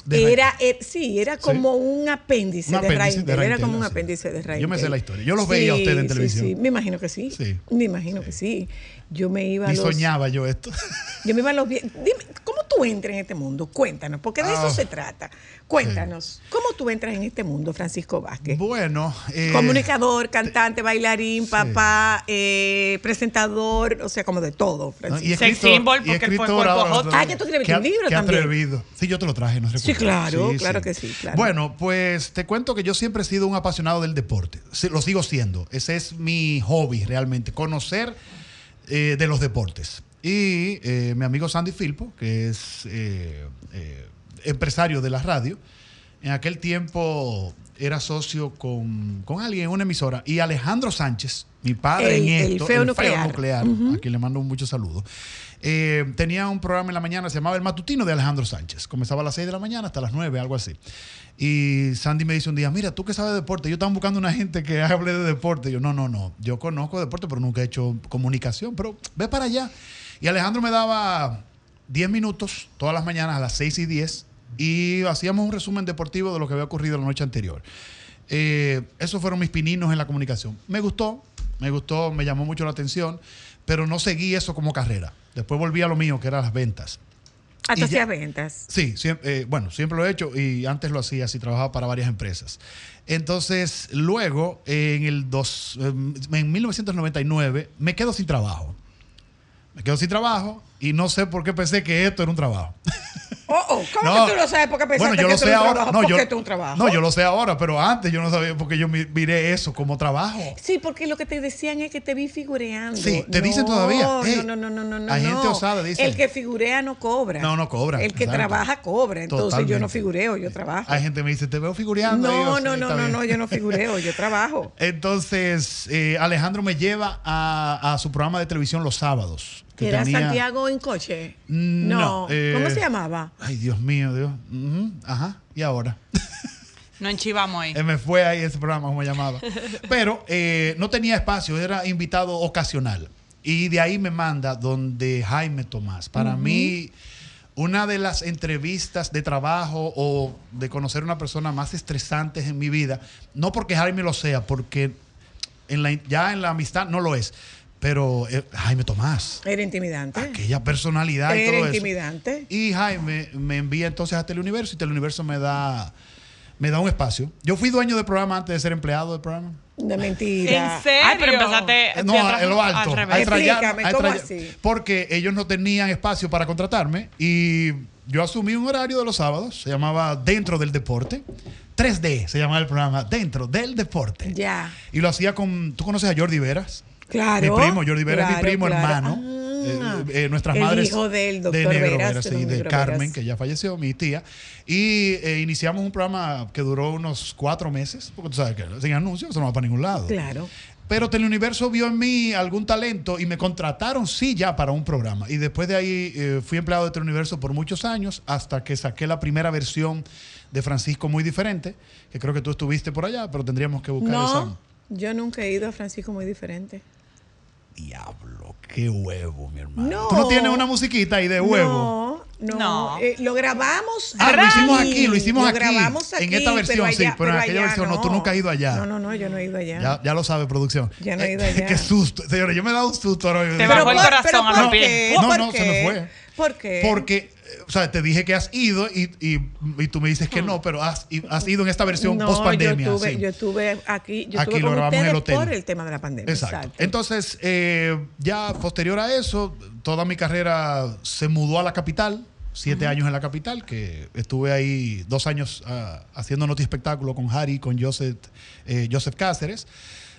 Speaker 8: De Ra-
Speaker 2: Era, eh, sí, era como un apéndice
Speaker 8: Un
Speaker 2: de
Speaker 8: apéndice de
Speaker 2: Raintel. Era
Speaker 8: Reintel,
Speaker 2: como un
Speaker 8: así.
Speaker 2: apéndice de Raintel.
Speaker 8: Yo me sé la historia. Yo los veía a ustedes en
Speaker 2: sí,
Speaker 8: televisión.
Speaker 2: sí. me imagino que sí.
Speaker 8: Sí.
Speaker 2: Me imagino que sí. Yo me iba a
Speaker 8: Ni
Speaker 2: los-
Speaker 8: soñaba yo esto.
Speaker 2: Yo me iba a los bien. Dime, ¿cómo tú entras en este mundo? Cuéntanos, porque de eso
Speaker 8: Ah.
Speaker 2: se trata. Cuéntanos, ¿cómo tú entras en este mundo, Francisco Vázquez?
Speaker 8: <laughs> bueno. eh,
Speaker 2: Comunicador, cantante, bailarín, papá, eh, presentador, o sea, como de todo,
Speaker 8: ¿no?
Speaker 2: Francisco.
Speaker 8: Y
Speaker 4: Sex symbol,
Speaker 8: y
Speaker 4: porque él fue
Speaker 8: escritora,
Speaker 4: cuerpo
Speaker 8: ahora-
Speaker 4: hot.
Speaker 2: Ah, que tú escribiste
Speaker 8: Qué-
Speaker 2: un libro
Speaker 8: qué
Speaker 2: también.
Speaker 8: atrevido. Sí, yo te lo traje, no recuerdo.
Speaker 2: claro, claro que sí, claro.
Speaker 8: Bueno, pues te cuento que yo siempre he sido un apasionado del deporte. Sí, Lo sigo siendo. Ese es mi hobby realmente, conocer eh, de los deportes. Y eh, mi amigo Sandy Filpo, que es eh, eh, empresario de la radio, en aquel tiempo era socio con, con alguien en una emisora. Y Alejandro Sánchez, mi padre
Speaker 2: El-
Speaker 8: en
Speaker 2: el
Speaker 8: esto,
Speaker 2: feo nuclear.
Speaker 8: nuclear, a quien le mando muchos saludos. eh, tenía un programa en la mañana, se llamaba El Matutino de Alejandro Sánchez. Comenzaba a las 6 de la mañana hasta las 9, algo así. Y Sandy me dice un día, mira, tú que sabes de deporte, yo estaba buscando una gente que hable de deporte. Y yo, no, no, no, yo conozco deporte, pero nunca he hecho comunicación, pero ve para allá. Y Alejandro me daba 10 minutos todas las mañanas a las 6 y 10 y hacíamos un resumen deportivo de lo que había ocurrido la noche anterior. Eh, esos fueron mis pininos en la comunicación. Me gustó, me gustó, me llamó mucho la atención, pero no seguí eso como carrera. Después volví a lo mío, que eran las ventas.
Speaker 2: Hasta
Speaker 8: y ya-
Speaker 2: hacía ventas.
Speaker 8: Sí, siem- eh, bueno, siempre lo he hecho y antes lo hacía, sí, trabajaba para varias empresas. Entonces, luego, eh, en el dos, em, en 1999, me quedo sin trabajo. Me quedo sin trabajo y no sé por qué pensé que esto era un trabajo.
Speaker 2: Oh, oh, ¿cómo
Speaker 8: No.
Speaker 2: que tú lo sabes? Porque pensaste
Speaker 8: Bueno,
Speaker 2: que
Speaker 8: yo lo
Speaker 2: esto
Speaker 8: sé
Speaker 2: era un
Speaker 8: ahora.
Speaker 2: trabajo.
Speaker 8: No,
Speaker 2: ¿Por
Speaker 8: yo,
Speaker 2: qué esto es un trabajo?
Speaker 8: no, yo lo sé ahora, pero antes yo no sabía porque yo mi- miré eso como trabajo.
Speaker 2: Sí, porque lo que te decían es que te vi figureando.
Speaker 8: Sí, te
Speaker 2: No,
Speaker 8: dicen todavía, "Ey,
Speaker 2: no, no, no, no, no, no.
Speaker 8: hay gente
Speaker 2: no.
Speaker 8: osada", dicen.
Speaker 2: El que figurea no cobra.
Speaker 8: No, no cobra,
Speaker 2: El que
Speaker 8: exacto.
Speaker 2: trabaja cobra. Entonces yo no
Speaker 8: Totalmente.
Speaker 2: figureo, yo trabajo.
Speaker 8: Hay gente que me dice, te veo figureando. ahí", o
Speaker 2: No,
Speaker 8: sea,
Speaker 2: no, no,
Speaker 8: está
Speaker 2: no,
Speaker 8: bien.
Speaker 2: no, yo no figureo, yo
Speaker 8: <laughs>
Speaker 2: trabajo.
Speaker 8: Entonces, eh, Alejandro me lleva a, a su programa de televisión los sábados. que
Speaker 2: ¿Era
Speaker 8: tenía-
Speaker 2: Santiago en coche?
Speaker 8: No, eh,
Speaker 2: ¿Cómo se llamaba?
Speaker 8: Ay, Dios mío, Dios. Ujú, Ajá. ¿Y ahora?
Speaker 4: No enchivamos ahí.
Speaker 8: Eh, me fue ahí ese programa, como llamaba. Pero eh, no tenía espacio, era invitado ocasional. Y de ahí me manda donde Jaime Tomás. Para mí, Una de las entrevistas de trabajo o de conocer a una persona más estresantes en mi vida, no porque Jaime lo sea, porque en la, ya en la amistad no lo es, pero eh, Jaime Tomás,
Speaker 2: Era intimidante.
Speaker 8: aquella personalidad y
Speaker 2: Eh. Era
Speaker 8: todo eso.
Speaker 2: intimidante.
Speaker 8: Y Jaime me envía entonces a Teleuniverso y Teleuniverso me da, me da un espacio. Yo fui dueño del programa antes de ser empleado del programa.
Speaker 2: De mentira.
Speaker 4: ¿En serio? Ay, pero empezaste
Speaker 8: Eh, No,
Speaker 4: te atras-
Speaker 8: en lo alto.
Speaker 4: al revés.
Speaker 8: a estrellar-
Speaker 2: Explícame,
Speaker 8: a
Speaker 2: ¿cómo
Speaker 8: estrellar-
Speaker 2: así?
Speaker 8: Porque ellos no tenían espacio para contratarme y yo asumí un horario de los sábados, se llamaba Dentro del Deporte. 3D se llamaba el programa, Dentro del Deporte.
Speaker 2: Ya.
Speaker 8: Y lo hacía con, ¿tú conoces a Jordi Veras?
Speaker 2: Claro.
Speaker 8: Mi primo, Jordi Vera es
Speaker 2: claro,
Speaker 8: mi primo
Speaker 2: claro.
Speaker 8: hermano.
Speaker 2: Ah.
Speaker 8: Eh, eh, nuestras
Speaker 2: El
Speaker 8: madres.
Speaker 2: hijo del doctor
Speaker 8: de Negro
Speaker 2: Veras,
Speaker 8: Veras, sí,
Speaker 2: de don
Speaker 8: de
Speaker 2: Negro
Speaker 8: Carmen,
Speaker 2: Veras.
Speaker 8: que ya falleció, mi tía. Y eh, iniciamos un programa que duró unos cuatro meses, porque tú sabes que sin anuncios eso no va para ningún lado.
Speaker 2: Claro.
Speaker 8: Pero Teleuniverso vio en mí algún talento y me contrataron, sí, ya para un programa. Y después de ahí eh, fui empleado de Teleuniverso por muchos años hasta que saqué la primera versión de Francisco muy diferente, que creo que tú estuviste por allá, pero tendríamos que buscar
Speaker 2: No,
Speaker 8: esa.
Speaker 2: yo nunca he ido a Francisco muy diferente.
Speaker 8: Diablo, qué huevo, mi hermano.
Speaker 2: No.
Speaker 8: Tú no tienes una musiquita ahí de huevo.
Speaker 2: No, no.
Speaker 4: No.
Speaker 2: Eh, lo grabamos.
Speaker 8: Ah, lo hicimos
Speaker 2: Ray.
Speaker 8: aquí, lo hicimos aquí,
Speaker 2: grabamos
Speaker 8: en
Speaker 2: aquí,
Speaker 8: esta versión,
Speaker 2: allá-
Speaker 8: sí, pero en aquella
Speaker 2: allá
Speaker 8: versión no, tú nunca has ido allá.
Speaker 2: No, no, no, yo no he ido allá.
Speaker 8: Ya, ya lo sabe, producción. Eh,
Speaker 2: Ya no he ido allá.
Speaker 8: <laughs> qué susto. Señores, yo me he dado un susto ahora. mismo.
Speaker 4: Te bajó el
Speaker 2: por-
Speaker 4: corazón
Speaker 2: pero
Speaker 4: a
Speaker 2: ¿por
Speaker 4: los
Speaker 2: qué?
Speaker 4: pies.
Speaker 8: No,
Speaker 2: ¿Por
Speaker 8: no, se
Speaker 2: qué?
Speaker 8: me fue.
Speaker 2: ¿Por qué?
Speaker 8: Porque, eh, o sea, te dije que has ido y, y- y tú me dices que no, pero has, y- has ido en esta versión
Speaker 2: no,
Speaker 8: post pandemia.
Speaker 2: Yo estuve, yo estuve aquí, yo
Speaker 8: Aquí
Speaker 2: estuve
Speaker 8: lo
Speaker 2: con
Speaker 8: grabamos en el
Speaker 2: ustedes
Speaker 8: hotel.
Speaker 2: por el tema de la pandemia.
Speaker 8: Exacto. Entonces, eh, ya posterior a eso, toda mi carrera se mudó a la capital, siete años en la capital, que estuve ahí dos años ah, haciendo Noti Espectáculo con Harry, con Joseph, eh, Joseph Cáceres.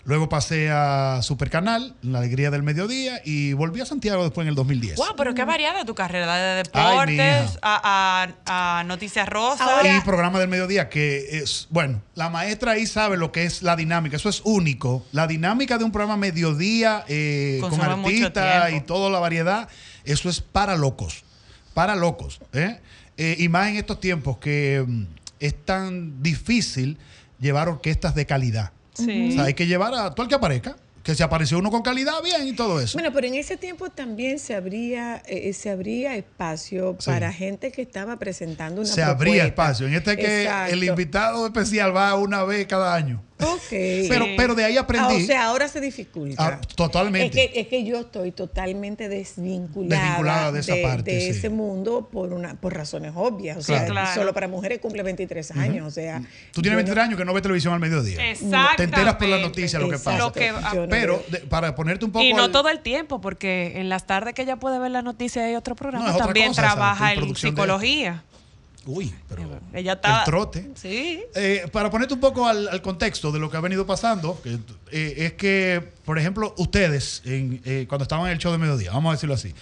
Speaker 8: Luego pasé a Supercanal, La Alegría del Mediodía, y volví a Santiago después en el 2010.
Speaker 4: Wow, pero qué variada tu carrera, de
Speaker 8: Ay, mija.
Speaker 4: deportes a, a- a Noticias Rosa.
Speaker 8: y programa del mediodía, que es, bueno, la maestra ahí sabe lo que es la dinámica, eso es único. La dinámica de un programa mediodía eh, con
Speaker 4: Consume mucho
Speaker 8: artistas y
Speaker 4: tiempo.
Speaker 8: toda la variedad, eso es para locos, para locos. ¿eh? Eh, y más en estos tiempos que mm, es tan difícil llevar orquestas de calidad. O
Speaker 3: Sí.
Speaker 8: sea, hay que llevar a todo el que aparezca, que si apareció uno con calidad, bien y todo eso.
Speaker 2: Bueno, pero en ese tiempo también se abría, eh, se abría espacio
Speaker 8: Sí.
Speaker 2: para gente que estaba presentando una
Speaker 8: Se abría
Speaker 2: propuesta.
Speaker 8: espacio. En este que
Speaker 2: Exacto.
Speaker 8: el invitado especial va una vez cada año.
Speaker 2: Ok.
Speaker 8: Pero, pero de ahí aprendí.
Speaker 2: Ah, o sea, ahora se dificulta.
Speaker 8: Ah, totalmente.
Speaker 2: Es que, eh, es que yo estoy totalmente desvinculada,
Speaker 8: Desvinculada de esa parte,
Speaker 2: de
Speaker 8: sí.
Speaker 2: ese mundo por una por razones obvias. O sea,
Speaker 8: Claro.
Speaker 4: Claro.
Speaker 2: solo para mujeres cumple 23 años. O sea,
Speaker 8: Tú tienes 23 años que no ves televisión al mediodía.
Speaker 3: Exactamente.
Speaker 8: Te enteras por las noticias lo que pasa.
Speaker 3: Lo que-
Speaker 2: Yo no
Speaker 8: Pero
Speaker 2: veo.
Speaker 8: de- para ponerte un poco.
Speaker 3: Y no
Speaker 8: al-
Speaker 3: todo el tiempo, porque en las tardes que ella puede ver las noticias hay otro
Speaker 8: No,
Speaker 3: programa,
Speaker 8: es otra
Speaker 3: también
Speaker 8: cosa, esa,
Speaker 3: trabaja
Speaker 8: en
Speaker 3: en
Speaker 8: producción de-
Speaker 3: psicología.
Speaker 8: Uy, pero.
Speaker 4: Ella estaba-
Speaker 8: El trote.
Speaker 3: Sí.
Speaker 8: Eh, para ponerte un poco al, al contexto de lo que ha venido pasando, que, eh, es que, por ejemplo, ustedes, en, eh, cuando estaban en el show de mediodía, vamos a decirlo así,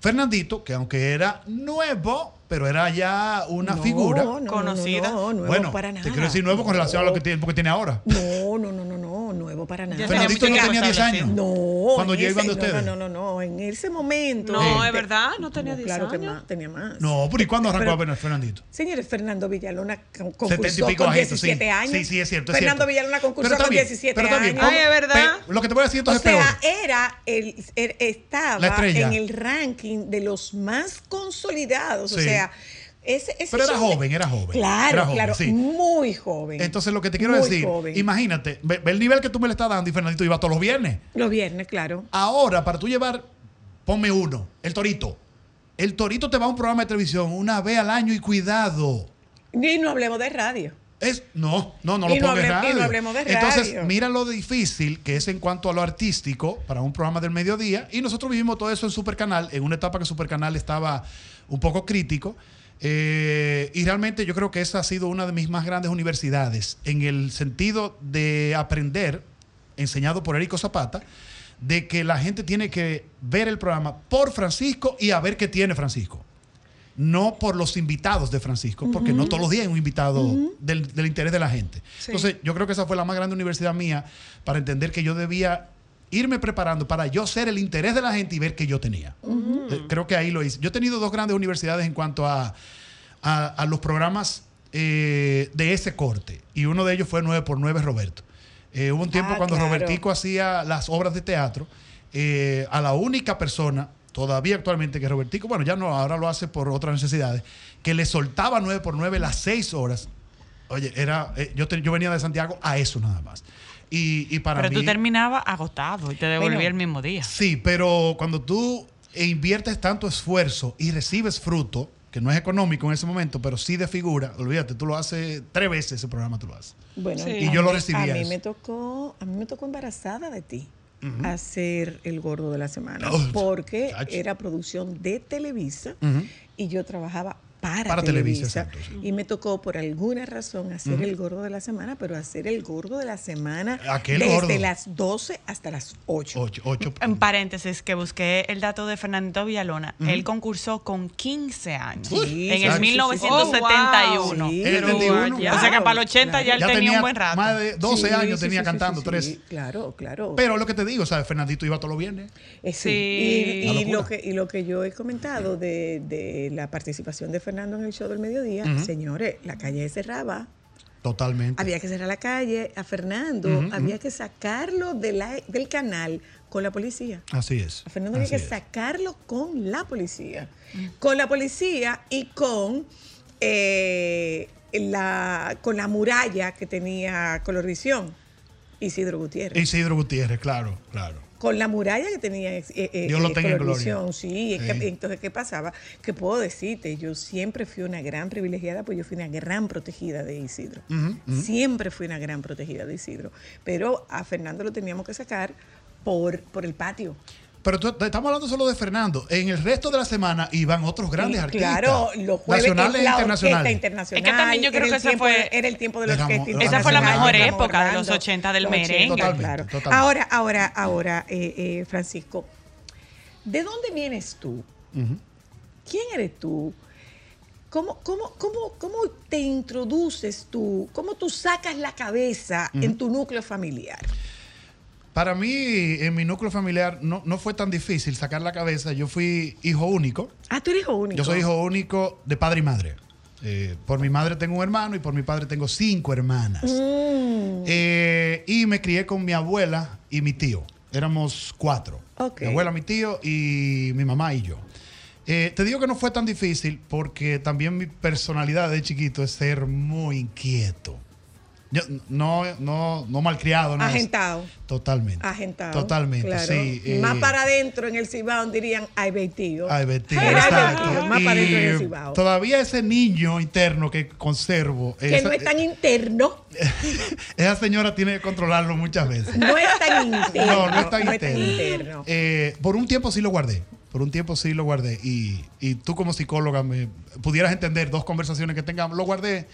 Speaker 8: Fernandito, que aunque era nuevo, pero era ya una
Speaker 2: No,
Speaker 8: figura.
Speaker 2: no, no,
Speaker 4: conocida.
Speaker 2: No, nuevo
Speaker 8: bueno,
Speaker 2: para nada.
Speaker 8: te quiero decir nuevo con relación a lo que tiene, porque tiene ahora.
Speaker 2: No, no, no, no, no, nuevo para nada.
Speaker 4: Ya tenía
Speaker 8: Fernandito
Speaker 4: mucho
Speaker 8: no
Speaker 4: que
Speaker 8: tenía 10
Speaker 4: establecer.
Speaker 8: años.
Speaker 2: No,
Speaker 8: Cuando
Speaker 2: en
Speaker 8: ya iban de
Speaker 2: ese- no,
Speaker 8: ustedes.
Speaker 2: No, no, no, no, en ese momento.
Speaker 3: No,
Speaker 2: Sí.
Speaker 3: es verdad, Ah, no tenía 10
Speaker 2: Claro que
Speaker 3: años.
Speaker 2: más, tenía más.
Speaker 8: No, pero Pues, ¿y cuándo arrancó
Speaker 2: Pero-
Speaker 8: apenas Fernandito?
Speaker 2: Señores, Fernando Villalona con-
Speaker 8: Setenta y
Speaker 2: concursó
Speaker 8: pico
Speaker 2: con
Speaker 8: bajito, sí.
Speaker 2: 17 años.
Speaker 8: Sí, sí, es cierto. es
Speaker 2: Fernando
Speaker 8: cierto.
Speaker 2: Villalona concursó
Speaker 8: Pero está
Speaker 2: con
Speaker 8: bien,
Speaker 2: 17
Speaker 8: pero está bien.
Speaker 2: años.
Speaker 3: Ay, es verdad.
Speaker 8: Pe- Lo que te voy a decir
Speaker 2: O
Speaker 8: entonces es
Speaker 2: sea,
Speaker 8: peor.
Speaker 2: era el, er-
Speaker 8: La
Speaker 2: estaba
Speaker 8: estrella.
Speaker 2: en el ranking de los más consolidados. O
Speaker 8: Sí.
Speaker 2: sea, ese, ese
Speaker 8: Pero era
Speaker 2: show de-
Speaker 8: joven, era joven.
Speaker 2: Claro,
Speaker 8: Era joven,
Speaker 2: claro,
Speaker 8: sí.
Speaker 2: muy joven.
Speaker 8: Entonces, lo que te quiero
Speaker 2: Muy
Speaker 8: decir,
Speaker 2: joven.
Speaker 8: imagínate, ve, ve el nivel que tú me le estás dando y Fernandito iba todos los viernes.
Speaker 2: Los viernes, claro.
Speaker 8: Ahora, para tú llevar, ponme uno, el Torito. El Torito te va a un programa de televisión una vez al año y cuidado.
Speaker 2: Y no hablemos de radio.
Speaker 8: Es, no, no, no
Speaker 2: Y
Speaker 8: lo
Speaker 2: no
Speaker 8: pongas en
Speaker 2: hable- y
Speaker 8: radio.
Speaker 2: no hablemos de
Speaker 8: Entonces,
Speaker 2: radio.
Speaker 8: mira lo difícil que es en cuanto a lo artístico para un programa del mediodía. Y nosotros vivimos todo eso en Supercanal, en una etapa que Supercanal estaba un poco crítico. Eh, y realmente yo creo que esa ha sido una de mis más grandes universidades en el sentido de aprender, enseñado por Érico Zapata, de que la gente tiene que ver el programa por Francisco y a ver qué tiene Francisco no por los invitados de Francisco, porque no todos los días hay un invitado del, del interés de la gente. Entonces, yo creo que esa fue la más grande universidad mía para entender que yo debía irme preparando para yo ser el interés de la gente y ver qué yo tenía. Eh, Creo que ahí lo hice. Yo he tenido dos grandes universidades en cuanto a, a- a los programas eh, de ese corte, y uno de ellos fue 9x9 Roberto. Eh, hubo un tiempo
Speaker 2: Ah,
Speaker 8: cuando
Speaker 2: claro.
Speaker 8: Robertico hacía las obras de teatro, eh, a la única persona todavía actualmente, que Robertico, bueno, ya no, ahora lo hace por otras necesidades, que le soltaba 9 por 9 las 6 horas. Oye, era, eh, yo, te- yo venía de Santiago a eso nada más. Y, y para
Speaker 4: Pero
Speaker 8: mí.
Speaker 4: tú terminabas agotado y te devolví el mismo día.
Speaker 8: Sí, pero cuando tú inviertes tanto esfuerzo y recibes fruto, que no es económico en ese momento, pero sí de figura, olvídate, tú lo haces tres veces ese programa, tú lo haces.
Speaker 2: Bueno,
Speaker 3: Sí.
Speaker 2: a
Speaker 8: Y yo lo
Speaker 2: mí-
Speaker 8: recibía
Speaker 2: A mí
Speaker 8: eso.
Speaker 2: me tocó, a mí me tocó embarazada de ti hacer el gordo de la semana,
Speaker 8: Oh,
Speaker 2: porque
Speaker 8: chacho.
Speaker 2: era producción de Televisa y yo trabajaba para,
Speaker 8: Para Televisa,
Speaker 2: Televisa,
Speaker 8: exacto, sí.
Speaker 2: y me tocó por alguna razón hacer el gordo de la semana, pero hacer el gordo de la semana
Speaker 8: Aquel
Speaker 2: desde
Speaker 8: gordo.
Speaker 2: las 12 hasta las 8.
Speaker 8: Ocho, ocho.
Speaker 4: En paréntesis, que busqué el dato de Fernando Villalona. Él concursó con 15 años.
Speaker 2: Sí,
Speaker 4: en
Speaker 8: sí,
Speaker 4: el
Speaker 8: sí,
Speaker 4: 1971.
Speaker 2: sí,
Speaker 8: Él
Speaker 2: pero
Speaker 8: tenía uno.
Speaker 2: guayao,
Speaker 4: O sea que para los 80 ya él
Speaker 8: Ya
Speaker 4: tenía, un buen rato.
Speaker 8: Más de 12
Speaker 2: Sí,
Speaker 8: años
Speaker 2: sí,
Speaker 8: tenía
Speaker 2: sí, sí,
Speaker 8: cantando,
Speaker 2: sí,
Speaker 8: tres.
Speaker 2: sí, claro, claro.
Speaker 8: Pero lo que te digo, ¿sabes? Fernandito iba todos los viernes.
Speaker 2: Eh, sí.
Speaker 4: Sí.
Speaker 2: Y,
Speaker 8: Una
Speaker 2: y
Speaker 8: locura.
Speaker 2: lo que, y lo que yo he comentado de, de la participación de Fernando en el show del mediodía, señores, la calle se cerraba,
Speaker 8: Totalmente.
Speaker 2: había que cerrar la calle a Fernando, había que sacarlo de la- del canal con la policía.
Speaker 8: Así es.
Speaker 2: A Fernando había
Speaker 8: así
Speaker 2: que
Speaker 8: es.
Speaker 2: sacarlo con la policía, con la policía y con... eh, la, con la muralla que tenía Colorvisión, Isidro Gutiérrez
Speaker 8: Isidro Gutiérrez, claro, claro.
Speaker 2: con la muralla que tenía eh, eh,
Speaker 8: Dios lo
Speaker 2: eh,
Speaker 8: tenga en
Speaker 2: Colorvisión,
Speaker 8: gloria.
Speaker 2: sí, es que-
Speaker 8: Sí.
Speaker 2: entonces qué pasaba que puedo decirte yo siempre fui una gran privilegiada pues yo fui una gran protegida de Isidro siempre fui una gran protegida de Isidro pero a Fernando lo teníamos que sacar por, por el patio
Speaker 8: Pero tú- estamos hablando solo de Fernando. En el resto de la semana iban otros grandes
Speaker 2: Y
Speaker 8: artistas.
Speaker 2: claro los jueves que
Speaker 8: nacionales e
Speaker 2: la orquesta
Speaker 8: internacionales.
Speaker 2: internacional
Speaker 4: Es que también yo
Speaker 2: era
Speaker 4: creo
Speaker 2: el
Speaker 4: que esa
Speaker 2: tiempo
Speaker 4: fue-
Speaker 2: de- era el tiempo de la
Speaker 8: Era
Speaker 2: orquesta
Speaker 8: mo-
Speaker 2: internacional,
Speaker 8: esa fue la mejor
Speaker 2: de
Speaker 4: época de
Speaker 2: Orlando,
Speaker 4: los 80 del
Speaker 2: los
Speaker 4: merengue.
Speaker 8: Totalmente,
Speaker 2: claro.
Speaker 8: totalmente.
Speaker 2: ahora ahora ahora eh, eh, Francisco ¿De dónde vienes tú? ¿Quién eres tú? ¿Cómo, cómo, cómo, cómo te introduces tú? ¿Cómo tú sacas la cabeza en tu núcleo familiar?
Speaker 8: Para mí, en mi núcleo familiar, no, no fue tan difícil sacar la cabeza. Yo fui hijo único.
Speaker 2: Ah, tú eres hijo único.
Speaker 8: Yo soy hijo único de padre y madre. Eh, por mi madre tengo un hermano y por mi padre tengo cinco hermanas.
Speaker 2: Mm.
Speaker 8: Eh, y me crié con mi abuela y mi tío. Éramos cuatro.
Speaker 2: Ok.
Speaker 8: Mi abuela, mi tío y mi mamá y yo. Eh, te digo que no fue tan difícil porque también mi personalidad de chiquito es ser muy inquieto. Yo, no, no, no malcriado. No es-
Speaker 2: Agentado.
Speaker 8: Totalmente.
Speaker 2: Agentado.
Speaker 8: Totalmente,
Speaker 2: claro.
Speaker 8: sí. eh,
Speaker 2: Más para adentro en el Cibao dirían, ay, veintido.
Speaker 8: Ay, Betín,
Speaker 2: Era
Speaker 8: exacto.
Speaker 2: Betín, más para dentro
Speaker 8: Y
Speaker 2: del Cibao.
Speaker 8: Todavía ese niño interno que conservo,
Speaker 2: Que
Speaker 8: esa,
Speaker 2: no es tan interno.
Speaker 8: esa señora tiene que controlarlo muchas veces.
Speaker 2: No es
Speaker 8: <laughs>
Speaker 2: tan interno.
Speaker 8: No, no es tan interno.
Speaker 2: interno.
Speaker 8: Eh, por un tiempo sí lo guardé. Por un tiempo sí lo guardé. Y, y tú como psicóloga me pudieras entender dos conversaciones que tengamos. Lo guardé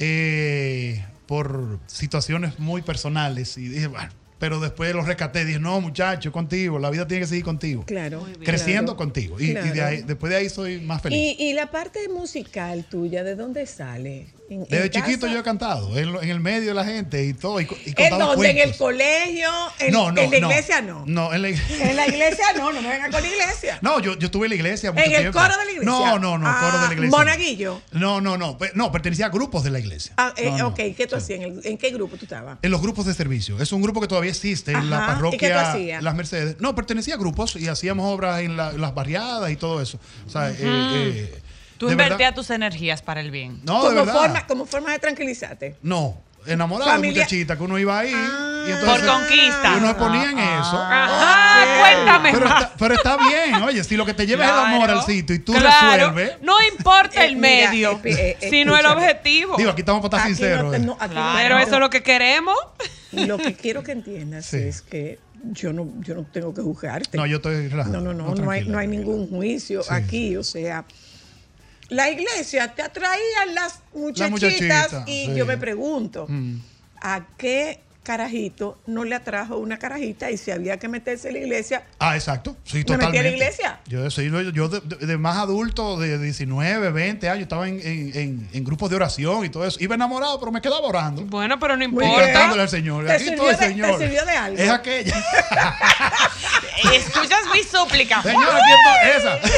Speaker 8: eh, por situaciones muy personales. Y dije, bueno, pero después lo rescaté. Dije, no, muchacho, contigo. La vida tiene que seguir contigo.
Speaker 2: Claro.
Speaker 8: Creciendo
Speaker 2: claro.
Speaker 8: contigo. Y, y de
Speaker 2: Claro.
Speaker 8: ahí- después de ahí soy más feliz.
Speaker 2: Y, y la parte musical tuya, ¿de dónde sale? ¿En- en
Speaker 8: Desde
Speaker 2: casa?
Speaker 8: chiquito yo he cantado, en, lo- en el medio de la gente y todo. Y, co- y
Speaker 2: ¿En
Speaker 8: contaba
Speaker 2: dónde? ¿En el
Speaker 8: cuentos.
Speaker 2: colegio? ¿En, en la iglesia no?
Speaker 8: No, en la iglesia.
Speaker 2: En la iglesia no, no me vengan con la iglesia.
Speaker 8: <laughs> No, yo, yo estuve en la iglesia. mucho
Speaker 2: ¿En el
Speaker 8: tiempo.
Speaker 2: coro de la iglesia?
Speaker 8: No, no, no, coro de la
Speaker 2: Ah,
Speaker 8: iglesia.
Speaker 2: ¿monaguillo?
Speaker 8: No, no, no. pe- No, pertenecía a grupos de la iglesia.
Speaker 2: Ah, eh,
Speaker 8: No, no.
Speaker 2: ok, ¿qué tú hacías? ¿En, el- en qué grupo tú estabas?
Speaker 8: En los grupos de servicio. Es un grupo que todavía existe en la
Speaker 2: Ajá, ¿y qué tú
Speaker 8: parroquia
Speaker 2: hacías?
Speaker 8: Las Mercedes. No, pertenecía a grupos y hacíamos obras en, la- en las barriadas y todo eso. O sea, eh, eh,
Speaker 4: Tú
Speaker 8: de verdad-
Speaker 4: invertías tus energías para el bien.
Speaker 8: No, de
Speaker 2: como,
Speaker 8: verdad.
Speaker 2: forma, como forma de tranquilizarte.
Speaker 8: No, enamorado,
Speaker 2: Familia- Ah.
Speaker 8: muchachita, que uno iba ahí. y
Speaker 4: Por
Speaker 8: entonces,
Speaker 4: conquista.
Speaker 8: Y uno se ponía en
Speaker 4: Ah.
Speaker 8: eso.
Speaker 3: Ah,
Speaker 4: Ajá,
Speaker 3: <laughs>
Speaker 4: cuéntame
Speaker 8: Pero
Speaker 4: más.
Speaker 8: está, pero está bien, oye, si lo que te lleva es el amor
Speaker 4: Claro.
Speaker 8: al sitio y tú
Speaker 4: Claro.
Speaker 8: resuelves.
Speaker 4: No importa el
Speaker 2: Eh, mira,
Speaker 4: medio,
Speaker 2: espi- eh, eh,
Speaker 4: sino el
Speaker 2: escúchame.
Speaker 4: objetivo.
Speaker 8: Digo, aquí estamos para estar
Speaker 2: Aquí no
Speaker 8: sinceros.
Speaker 2: te-
Speaker 8: eh.
Speaker 2: no, aquí no-
Speaker 4: Claro,
Speaker 2: no.
Speaker 4: eso es lo que queremos.
Speaker 2: Lo que quiero que entiendas
Speaker 8: Sí.
Speaker 2: es que yo no, yo no tengo que juzgarte.
Speaker 8: No, yo estoy relajado.
Speaker 2: No, no, no,
Speaker 8: No,
Speaker 2: no, hay,
Speaker 8: tranquila,
Speaker 2: no hay
Speaker 8: tranquila.
Speaker 2: ningún juicio
Speaker 8: Sí,
Speaker 2: aquí, o sea. La iglesia te atraían las
Speaker 8: Las
Speaker 2: muchachitas
Speaker 8: muchachitas,
Speaker 2: y
Speaker 8: sí. Mm.
Speaker 2: yo me pregunto, ¿a qué carajito no le atrajo una carajita y si había que meterse en la iglesia?
Speaker 8: Ah, exacto. Sí,
Speaker 2: metí a la
Speaker 8: totalmente.
Speaker 2: iglesia.
Speaker 8: Yo, sí, yo- yo de, de- de más adulto, de 19, 20 años, estaba en, en- en- en grupos de oración y todo eso. Iba enamorado, pero me quedaba orando.
Speaker 4: Bueno, pero no
Speaker 8: Y
Speaker 2: bien.
Speaker 4: importa.
Speaker 8: cantándole al Señor.
Speaker 2: Te
Speaker 8: Aquí
Speaker 2: sirvió
Speaker 8: estoy,
Speaker 2: de- te
Speaker 8: Señor.
Speaker 2: sirvió de algo.
Speaker 8: Es aquella. <laughs>
Speaker 4: Escuchas mi súplica.
Speaker 8: Señor, aquí estoy. Esa.
Speaker 2: ¿Te,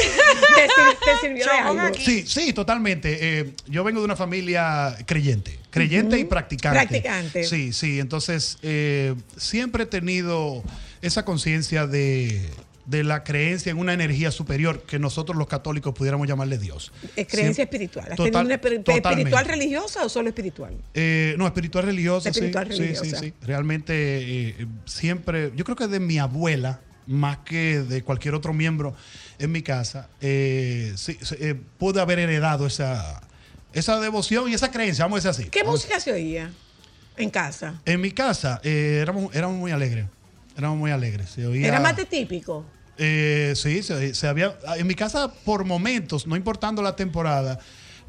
Speaker 2: sir- te sirvió de
Speaker 4: Chocón
Speaker 2: algo?
Speaker 4: aquí.
Speaker 8: Sí, sí, totalmente. Eh, yo vengo de una familia creyente, creyente y practicante.
Speaker 2: Practicante.
Speaker 8: Sí, sí. Entonces, eh, siempre he tenido esa conciencia de, de la creencia en una energía superior que nosotros los católicos pudiéramos llamarle Dios.
Speaker 2: Es creencia
Speaker 8: Siempre-
Speaker 2: espiritual. ¿Has
Speaker 8: Total-
Speaker 2: tenido una espi- espiritual
Speaker 8: totalmente.
Speaker 2: religiosa o solo espiritual?
Speaker 8: Eh, no, espiritual religiosa. sí,
Speaker 2: Espiritual
Speaker 8: sí, sí,
Speaker 2: religiosa.
Speaker 8: sí. Realmente eh, eh, siempre, yo creo que de mi abuela, más que de cualquier otro miembro en mi casa, eh, sí, sí, eh, pude haber heredado esa, esa devoción y esa creencia, vamos a decir así.
Speaker 2: ¿Qué
Speaker 8: Vamos-
Speaker 2: música se oía en casa?
Speaker 8: En mi casa eh, éramos, éramos muy alegres. Éramos muy alegres. Se oía,
Speaker 2: ¿Era mate típico?
Speaker 8: eh, sí, se, se había. En mi casa, por momentos, no importando la temporada,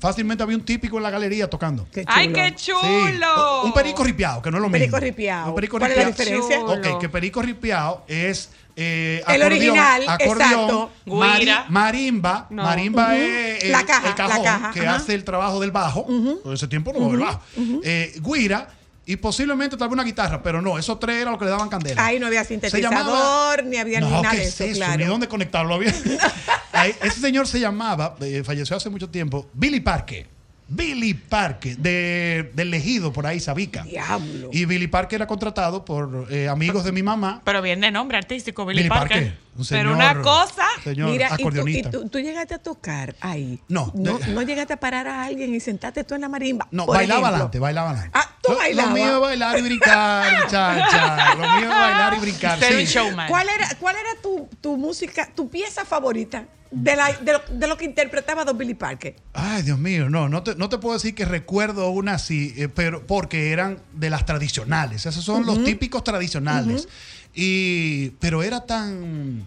Speaker 8: fácilmente había un típico en la galería tocando.
Speaker 2: Qué
Speaker 4: ¡Ay,
Speaker 2: chulo.
Speaker 4: qué chulo!
Speaker 8: Sí, o- un perico ripiado, que no es lo
Speaker 2: Un
Speaker 8: mismo.
Speaker 2: perico ripiado.
Speaker 8: Un perico
Speaker 2: ¿Cuál es la
Speaker 8: ripiado.
Speaker 2: diferencia?
Speaker 8: Ok, que perico ripiado es. eh,
Speaker 2: El original, exacto.
Speaker 8: mari-
Speaker 4: Guira.
Speaker 8: marimba.
Speaker 3: No.
Speaker 2: Ujú.
Speaker 8: Marimba es el,
Speaker 2: La caja,
Speaker 8: el cajón
Speaker 2: la caja,
Speaker 8: que
Speaker 2: ajá.
Speaker 8: hace el trabajo del bajo. En ese tiempo no, el bajo. Eh, guira y posiblemente tal vez una guitarra, pero no, esos tres era lo que le daban candela.
Speaker 2: Ahí no había sintetizador, ni había ni
Speaker 8: No,
Speaker 2: nada
Speaker 8: ¿qué
Speaker 2: de
Speaker 8: es
Speaker 2: eso,
Speaker 8: eso?
Speaker 2: claro.
Speaker 8: Ni dónde conectarlo <laughs> había. Ahí, ese señor se llamaba, eh, falleció hace mucho tiempo, Billy Parque. Billy Parque, de, del ejido por ahí, Sabica.
Speaker 2: Diablo.
Speaker 8: Y Billy Parque era contratado por eh, amigos de mi mamá.
Speaker 4: Pero bien de nombre artístico, Billy,
Speaker 8: Billy
Speaker 4: Parker.
Speaker 8: Parque.
Speaker 4: Pero
Speaker 8: un señor-
Speaker 4: una cosa.
Speaker 8: Señor
Speaker 2: Mira, y, tú, y
Speaker 8: acordeonista.
Speaker 2: tú- tú llegaste a tocar ahí.
Speaker 8: No,
Speaker 2: No,
Speaker 8: de-
Speaker 2: no llegaste a parar a alguien y sentaste tú en la marimba.
Speaker 8: No,
Speaker 2: por
Speaker 8: bailaba
Speaker 2: ejemplo.
Speaker 8: adelante, bailaba adelante.
Speaker 2: Ah, tú
Speaker 8: Lo-
Speaker 2: bailabas.
Speaker 8: Lo mío es bailar y brincar, muchacha. Lo mío es bailar
Speaker 2: <laughs>
Speaker 8: y brincar.
Speaker 4: Ser un
Speaker 8: sí.
Speaker 4: showman.
Speaker 2: ¿Cuál era, cuál era tu, tu música, tu pieza favorita de, la- de, lo, de lo que interpretaba Don Billy Parker?
Speaker 8: Ay, Dios mío, no, no te, no te puedo decir que recuerdo una así, eh, pero porque eran de las tradicionales. Esos son los típicos tradicionales. Y. Pero era tan.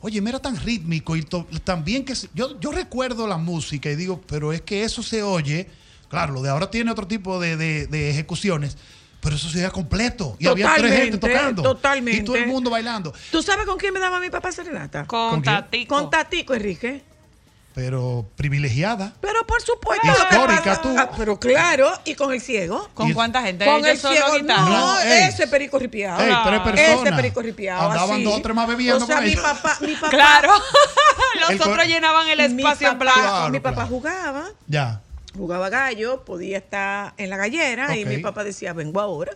Speaker 8: Oye, era tan rítmico y to- también que se- yo, yo recuerdo la música y digo, pero es que eso se oye. Claro, lo de ahora tiene otro tipo de, de- de ejecuciones, pero eso se oía completo. Y había tres gente
Speaker 2: Totalmente,
Speaker 8: tocando.
Speaker 2: totalmente.
Speaker 8: Y todo el mundo bailando.
Speaker 2: ¿Tú sabes con quién me daba mi papá serenata?
Speaker 3: Con,
Speaker 8: ¿Con quién?
Speaker 3: Tatico.
Speaker 2: Con Tatico Enrique.
Speaker 8: Pero privilegiada.
Speaker 2: Pero por supuesto.
Speaker 8: Histórica,
Speaker 2: que-
Speaker 8: tú.
Speaker 2: Ah, pero claro, y con el ciego.
Speaker 4: ¿Con
Speaker 8: Y-
Speaker 4: cuánta gente?
Speaker 2: con el
Speaker 4: Ellos solo
Speaker 2: ciego. No,
Speaker 4: guitarra.
Speaker 8: No, ey.
Speaker 2: ese perico ripiado.
Speaker 8: Ey, tres personas.
Speaker 2: Ese Ah. Este perico ripiado.
Speaker 8: Andaban
Speaker 2: así.
Speaker 8: dos o tres más bebiendo
Speaker 2: O sea,
Speaker 8: con
Speaker 2: mi
Speaker 8: ellos.
Speaker 2: papá, mi papá.
Speaker 8: <laughs>
Speaker 4: Claro. Los
Speaker 8: El co-
Speaker 4: otros llenaban el
Speaker 2: mi
Speaker 4: espacio en
Speaker 2: papá-
Speaker 4: blanco.
Speaker 8: Claro,
Speaker 2: mi papá
Speaker 8: claro.
Speaker 2: jugaba.
Speaker 8: Ya.
Speaker 2: jugaba gallo, podía estar en la gallera y
Speaker 8: Ok.
Speaker 2: mi papá decía, vengo ahora.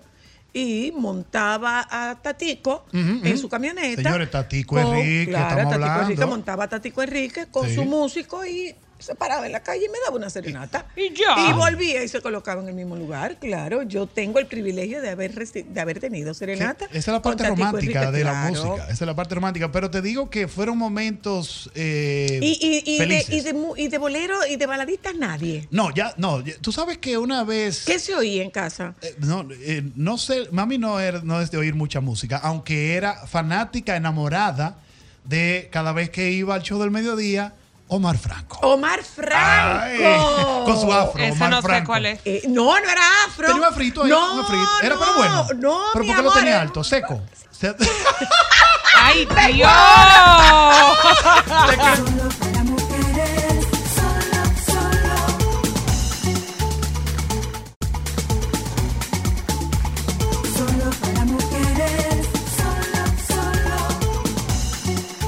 Speaker 2: Y montaba a Tatico
Speaker 8: Ujú,
Speaker 2: en
Speaker 8: ujú.
Speaker 2: su camioneta.
Speaker 8: Señores, Tatico Enrique, estamos
Speaker 2: Tatico Enrique
Speaker 8: hablando.
Speaker 2: montaba a Tatico Enrique con
Speaker 8: Sí.
Speaker 2: su músico y se paraba en la calle y me daba una serenata.
Speaker 4: Y ya.
Speaker 2: Y volvía y se colocaba en el mismo lugar. Claro, yo tengo el privilegio de haber, reci- de haber tenido serenata.
Speaker 8: Que Esa es la
Speaker 2: con
Speaker 8: parte
Speaker 2: Tatico
Speaker 8: romántica
Speaker 2: Enrique,
Speaker 8: de la
Speaker 2: claro.
Speaker 8: música. Esa es la parte romántica. Pero te digo que fueron momentos. eh,
Speaker 2: Y, y- y de,
Speaker 8: felices.
Speaker 2: y, de, mu- y de bolero y de baladistas nadie.
Speaker 8: No, ya, no. ya- Tú sabes que una vez.
Speaker 2: ¿Qué se oía en casa?
Speaker 8: eh, no, eh, no sé. Mami no, era- no es de oír mucha música, aunque era fanática, enamorada de cada vez que iba al show del mediodía, Omar Franco.
Speaker 2: Omar
Speaker 8: Ay,
Speaker 2: Franco.
Speaker 8: con su afro.
Speaker 3: Ese
Speaker 8: Omar
Speaker 3: no sé
Speaker 8: Franco.
Speaker 3: cuál es.
Speaker 2: Eh, no, no era afro.
Speaker 8: Tenía un afrito ahí,
Speaker 2: No,
Speaker 8: un afrito. Era pero
Speaker 2: no,
Speaker 8: bueno.
Speaker 2: No,
Speaker 8: pero
Speaker 2: mi
Speaker 8: ¿por qué lo
Speaker 2: amor,
Speaker 8: tenía
Speaker 2: era-
Speaker 8: alto? Seco.
Speaker 3: <laughs>
Speaker 8: Se-
Speaker 4: ¡Ay, Dios!
Speaker 1: Solo para mujeres, solo, solo. Solo para mujeres, solo, solo.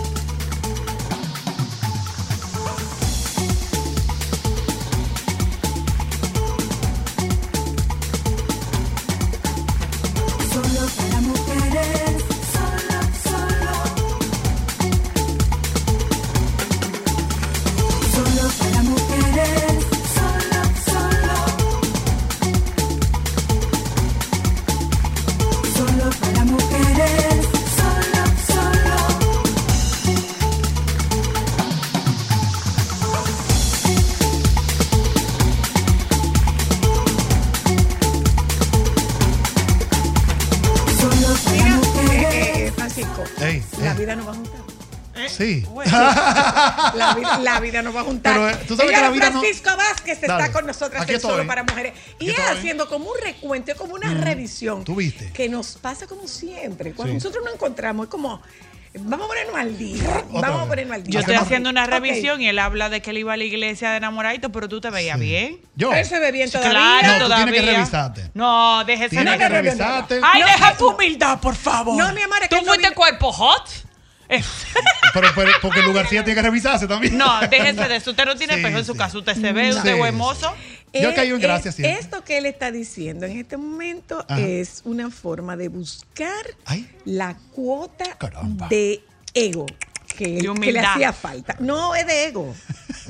Speaker 1: Solo para mujeres, solo, solo. Solo para mujeres, solo, solo. Solo para mujeres, solo, solo. Solo para
Speaker 2: Mira,
Speaker 1: mujeres,
Speaker 2: eh, eh, Francisco,
Speaker 8: Ey,
Speaker 2: la
Speaker 8: ey.
Speaker 2: vida nos va a juntar.
Speaker 3: Eh,
Speaker 8: <laughs> Sí.
Speaker 2: Pues La vida, la vida nos va a juntar.
Speaker 8: Pero, eh, tú sabes que la
Speaker 2: Señores,
Speaker 8: vida no-
Speaker 2: Francisco Vázquez
Speaker 8: Dale.
Speaker 2: está con nosotras
Speaker 8: Aquí
Speaker 2: en Solo
Speaker 8: estoy.
Speaker 2: para Mujeres.
Speaker 8: Aquí
Speaker 2: Y es
Speaker 8: estoy. Mm,
Speaker 2: haciendo como un recuento, es como una revisión.
Speaker 8: ¿Tú viste?
Speaker 2: Que nos pasa como siempre. Cuando
Speaker 8: Sí.
Speaker 2: nosotros nos encontramos, es como, vamos a ponernos al día. vamos
Speaker 8: vez.
Speaker 2: a ponernos al día.
Speaker 4: Yo estoy
Speaker 8: Hacemos-
Speaker 4: haciendo una
Speaker 2: Ok.
Speaker 4: revisión y él habla de que él iba a la iglesia de enamoradito, pero tú te veías bien.
Speaker 8: Yo.
Speaker 2: Él se ve bien
Speaker 8: Sí,
Speaker 2: todavía.
Speaker 4: Claro,
Speaker 8: No, tú
Speaker 4: todavía.
Speaker 8: tienes que revisarte.
Speaker 4: No, déjese
Speaker 8: Tienes
Speaker 2: No,
Speaker 8: que
Speaker 2: no, no, no, no.
Speaker 8: revisarte.
Speaker 4: Ay,
Speaker 2: No,
Speaker 4: deja
Speaker 2: que-
Speaker 4: tu humildad, por favor.
Speaker 2: No, mi amor, es
Speaker 4: ¿Tú
Speaker 2: que no
Speaker 4: fuiste
Speaker 2: vine-
Speaker 4: cuerpo hot? Eh,
Speaker 8: Pero, pero- porque el lugarcillo tiene que revisarse también.
Speaker 4: no, déjese de eso. Usted no tiene
Speaker 8: Sí,
Speaker 4: espejo en su
Speaker 8: sí.
Speaker 4: casa. Usted se ve,
Speaker 8: Sí,
Speaker 4: usted es buen
Speaker 8: sí.
Speaker 4: mozo.
Speaker 8: Yo
Speaker 2: Eh,
Speaker 8: he caído en
Speaker 2: eh,
Speaker 8: gracia siempre.
Speaker 2: Esto que él está diciendo en este momento
Speaker 8: Ajá.
Speaker 2: es una forma de buscar
Speaker 8: Ay.
Speaker 2: la cuota
Speaker 8: Caramba.
Speaker 2: de ego. que,
Speaker 4: De
Speaker 2: que le
Speaker 4: humildad.
Speaker 2: hacía falta. No, es de ego.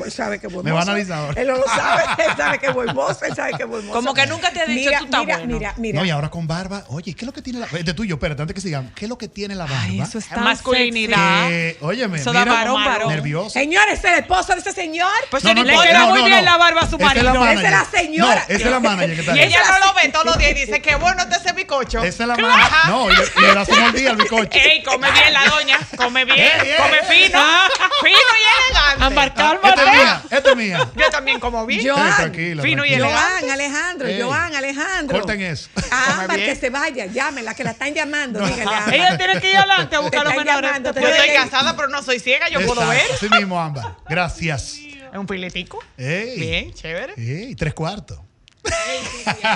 Speaker 2: Él sabe que es buen
Speaker 8: Me va a
Speaker 2: mozo.
Speaker 8: analizar ahora.
Speaker 2: Él no lo
Speaker 8: <laughs>
Speaker 2: sabe, él sabe que es buen mozo, él sabe que es buen mozo.
Speaker 4: Como que nunca te ha dicho,
Speaker 2: mira,
Speaker 4: "Tú estás
Speaker 2: mira,
Speaker 4: bueno".
Speaker 2: Mira, mira,
Speaker 8: <laughs> No, y ahora con barba. Oye, ¿qué es lo que tiene la barba? De tuyo, espérate, antes que sigan. ¿Qué es lo que tiene la barba?
Speaker 4: Ay, eso es tan
Speaker 3: Masculinidad.
Speaker 4: sexy.
Speaker 8: Eh, óyeme,
Speaker 4: Eso da
Speaker 8: mira,
Speaker 4: varón, varón.
Speaker 8: nervioso.
Speaker 2: Señores, el esposo de ese señor.
Speaker 4: Pues
Speaker 8: No,
Speaker 4: si
Speaker 8: no,
Speaker 4: le
Speaker 8: no,
Speaker 4: queda
Speaker 8: no,
Speaker 4: muy
Speaker 8: no,
Speaker 4: bien
Speaker 8: no.
Speaker 4: la barba a su
Speaker 8: Esa es la
Speaker 4: marido.
Speaker 2: Esa
Speaker 8: manager.
Speaker 2: es la señora.
Speaker 8: No, esa es la manager que está
Speaker 4: Y
Speaker 8: ahí.
Speaker 4: ella no lo ve todos los días y dice, qué bueno está ese bizcocho.
Speaker 8: Esa es la manager. No, y le, y le das un mordida al bicoche.
Speaker 4: Ey, come bien la doña, come bien,
Speaker 8: Ey, ey,
Speaker 4: come
Speaker 8: ey.
Speaker 4: fino, fino y elegante.
Speaker 3: Ámbar,
Speaker 8: esta Este es
Speaker 3: cálmate.
Speaker 8: mía, esta es mía.
Speaker 4: Yo también como bien.
Speaker 8: Eh,
Speaker 2: Joan,
Speaker 8: tranquila,
Speaker 4: fino y
Speaker 8: tranquila.
Speaker 4: elegante.
Speaker 2: Joan, Alejandro,
Speaker 8: Ey.
Speaker 2: Joan, Alejandro.
Speaker 8: Corten eso.
Speaker 2: Ah,
Speaker 4: Come
Speaker 2: para que
Speaker 4: bien.
Speaker 2: se vaya, llámela, que la están llamando. dígale,
Speaker 8: <laughs>
Speaker 2: Ámbar.
Speaker 4: Ella tiene que ir adelante a buscar
Speaker 2: Te
Speaker 4: los
Speaker 2: están
Speaker 4: menores.
Speaker 2: llamando, te
Speaker 4: Yo estoy
Speaker 2: duele.
Speaker 4: casada, pero no soy ciega, yo puedo
Speaker 8: Exacto,
Speaker 4: ver.
Speaker 8: Así mismo, Ámbar. Gracias.
Speaker 4: Es un filetico.
Speaker 8: Ey.
Speaker 4: Bien, chévere.
Speaker 8: Ey, tres cuartos.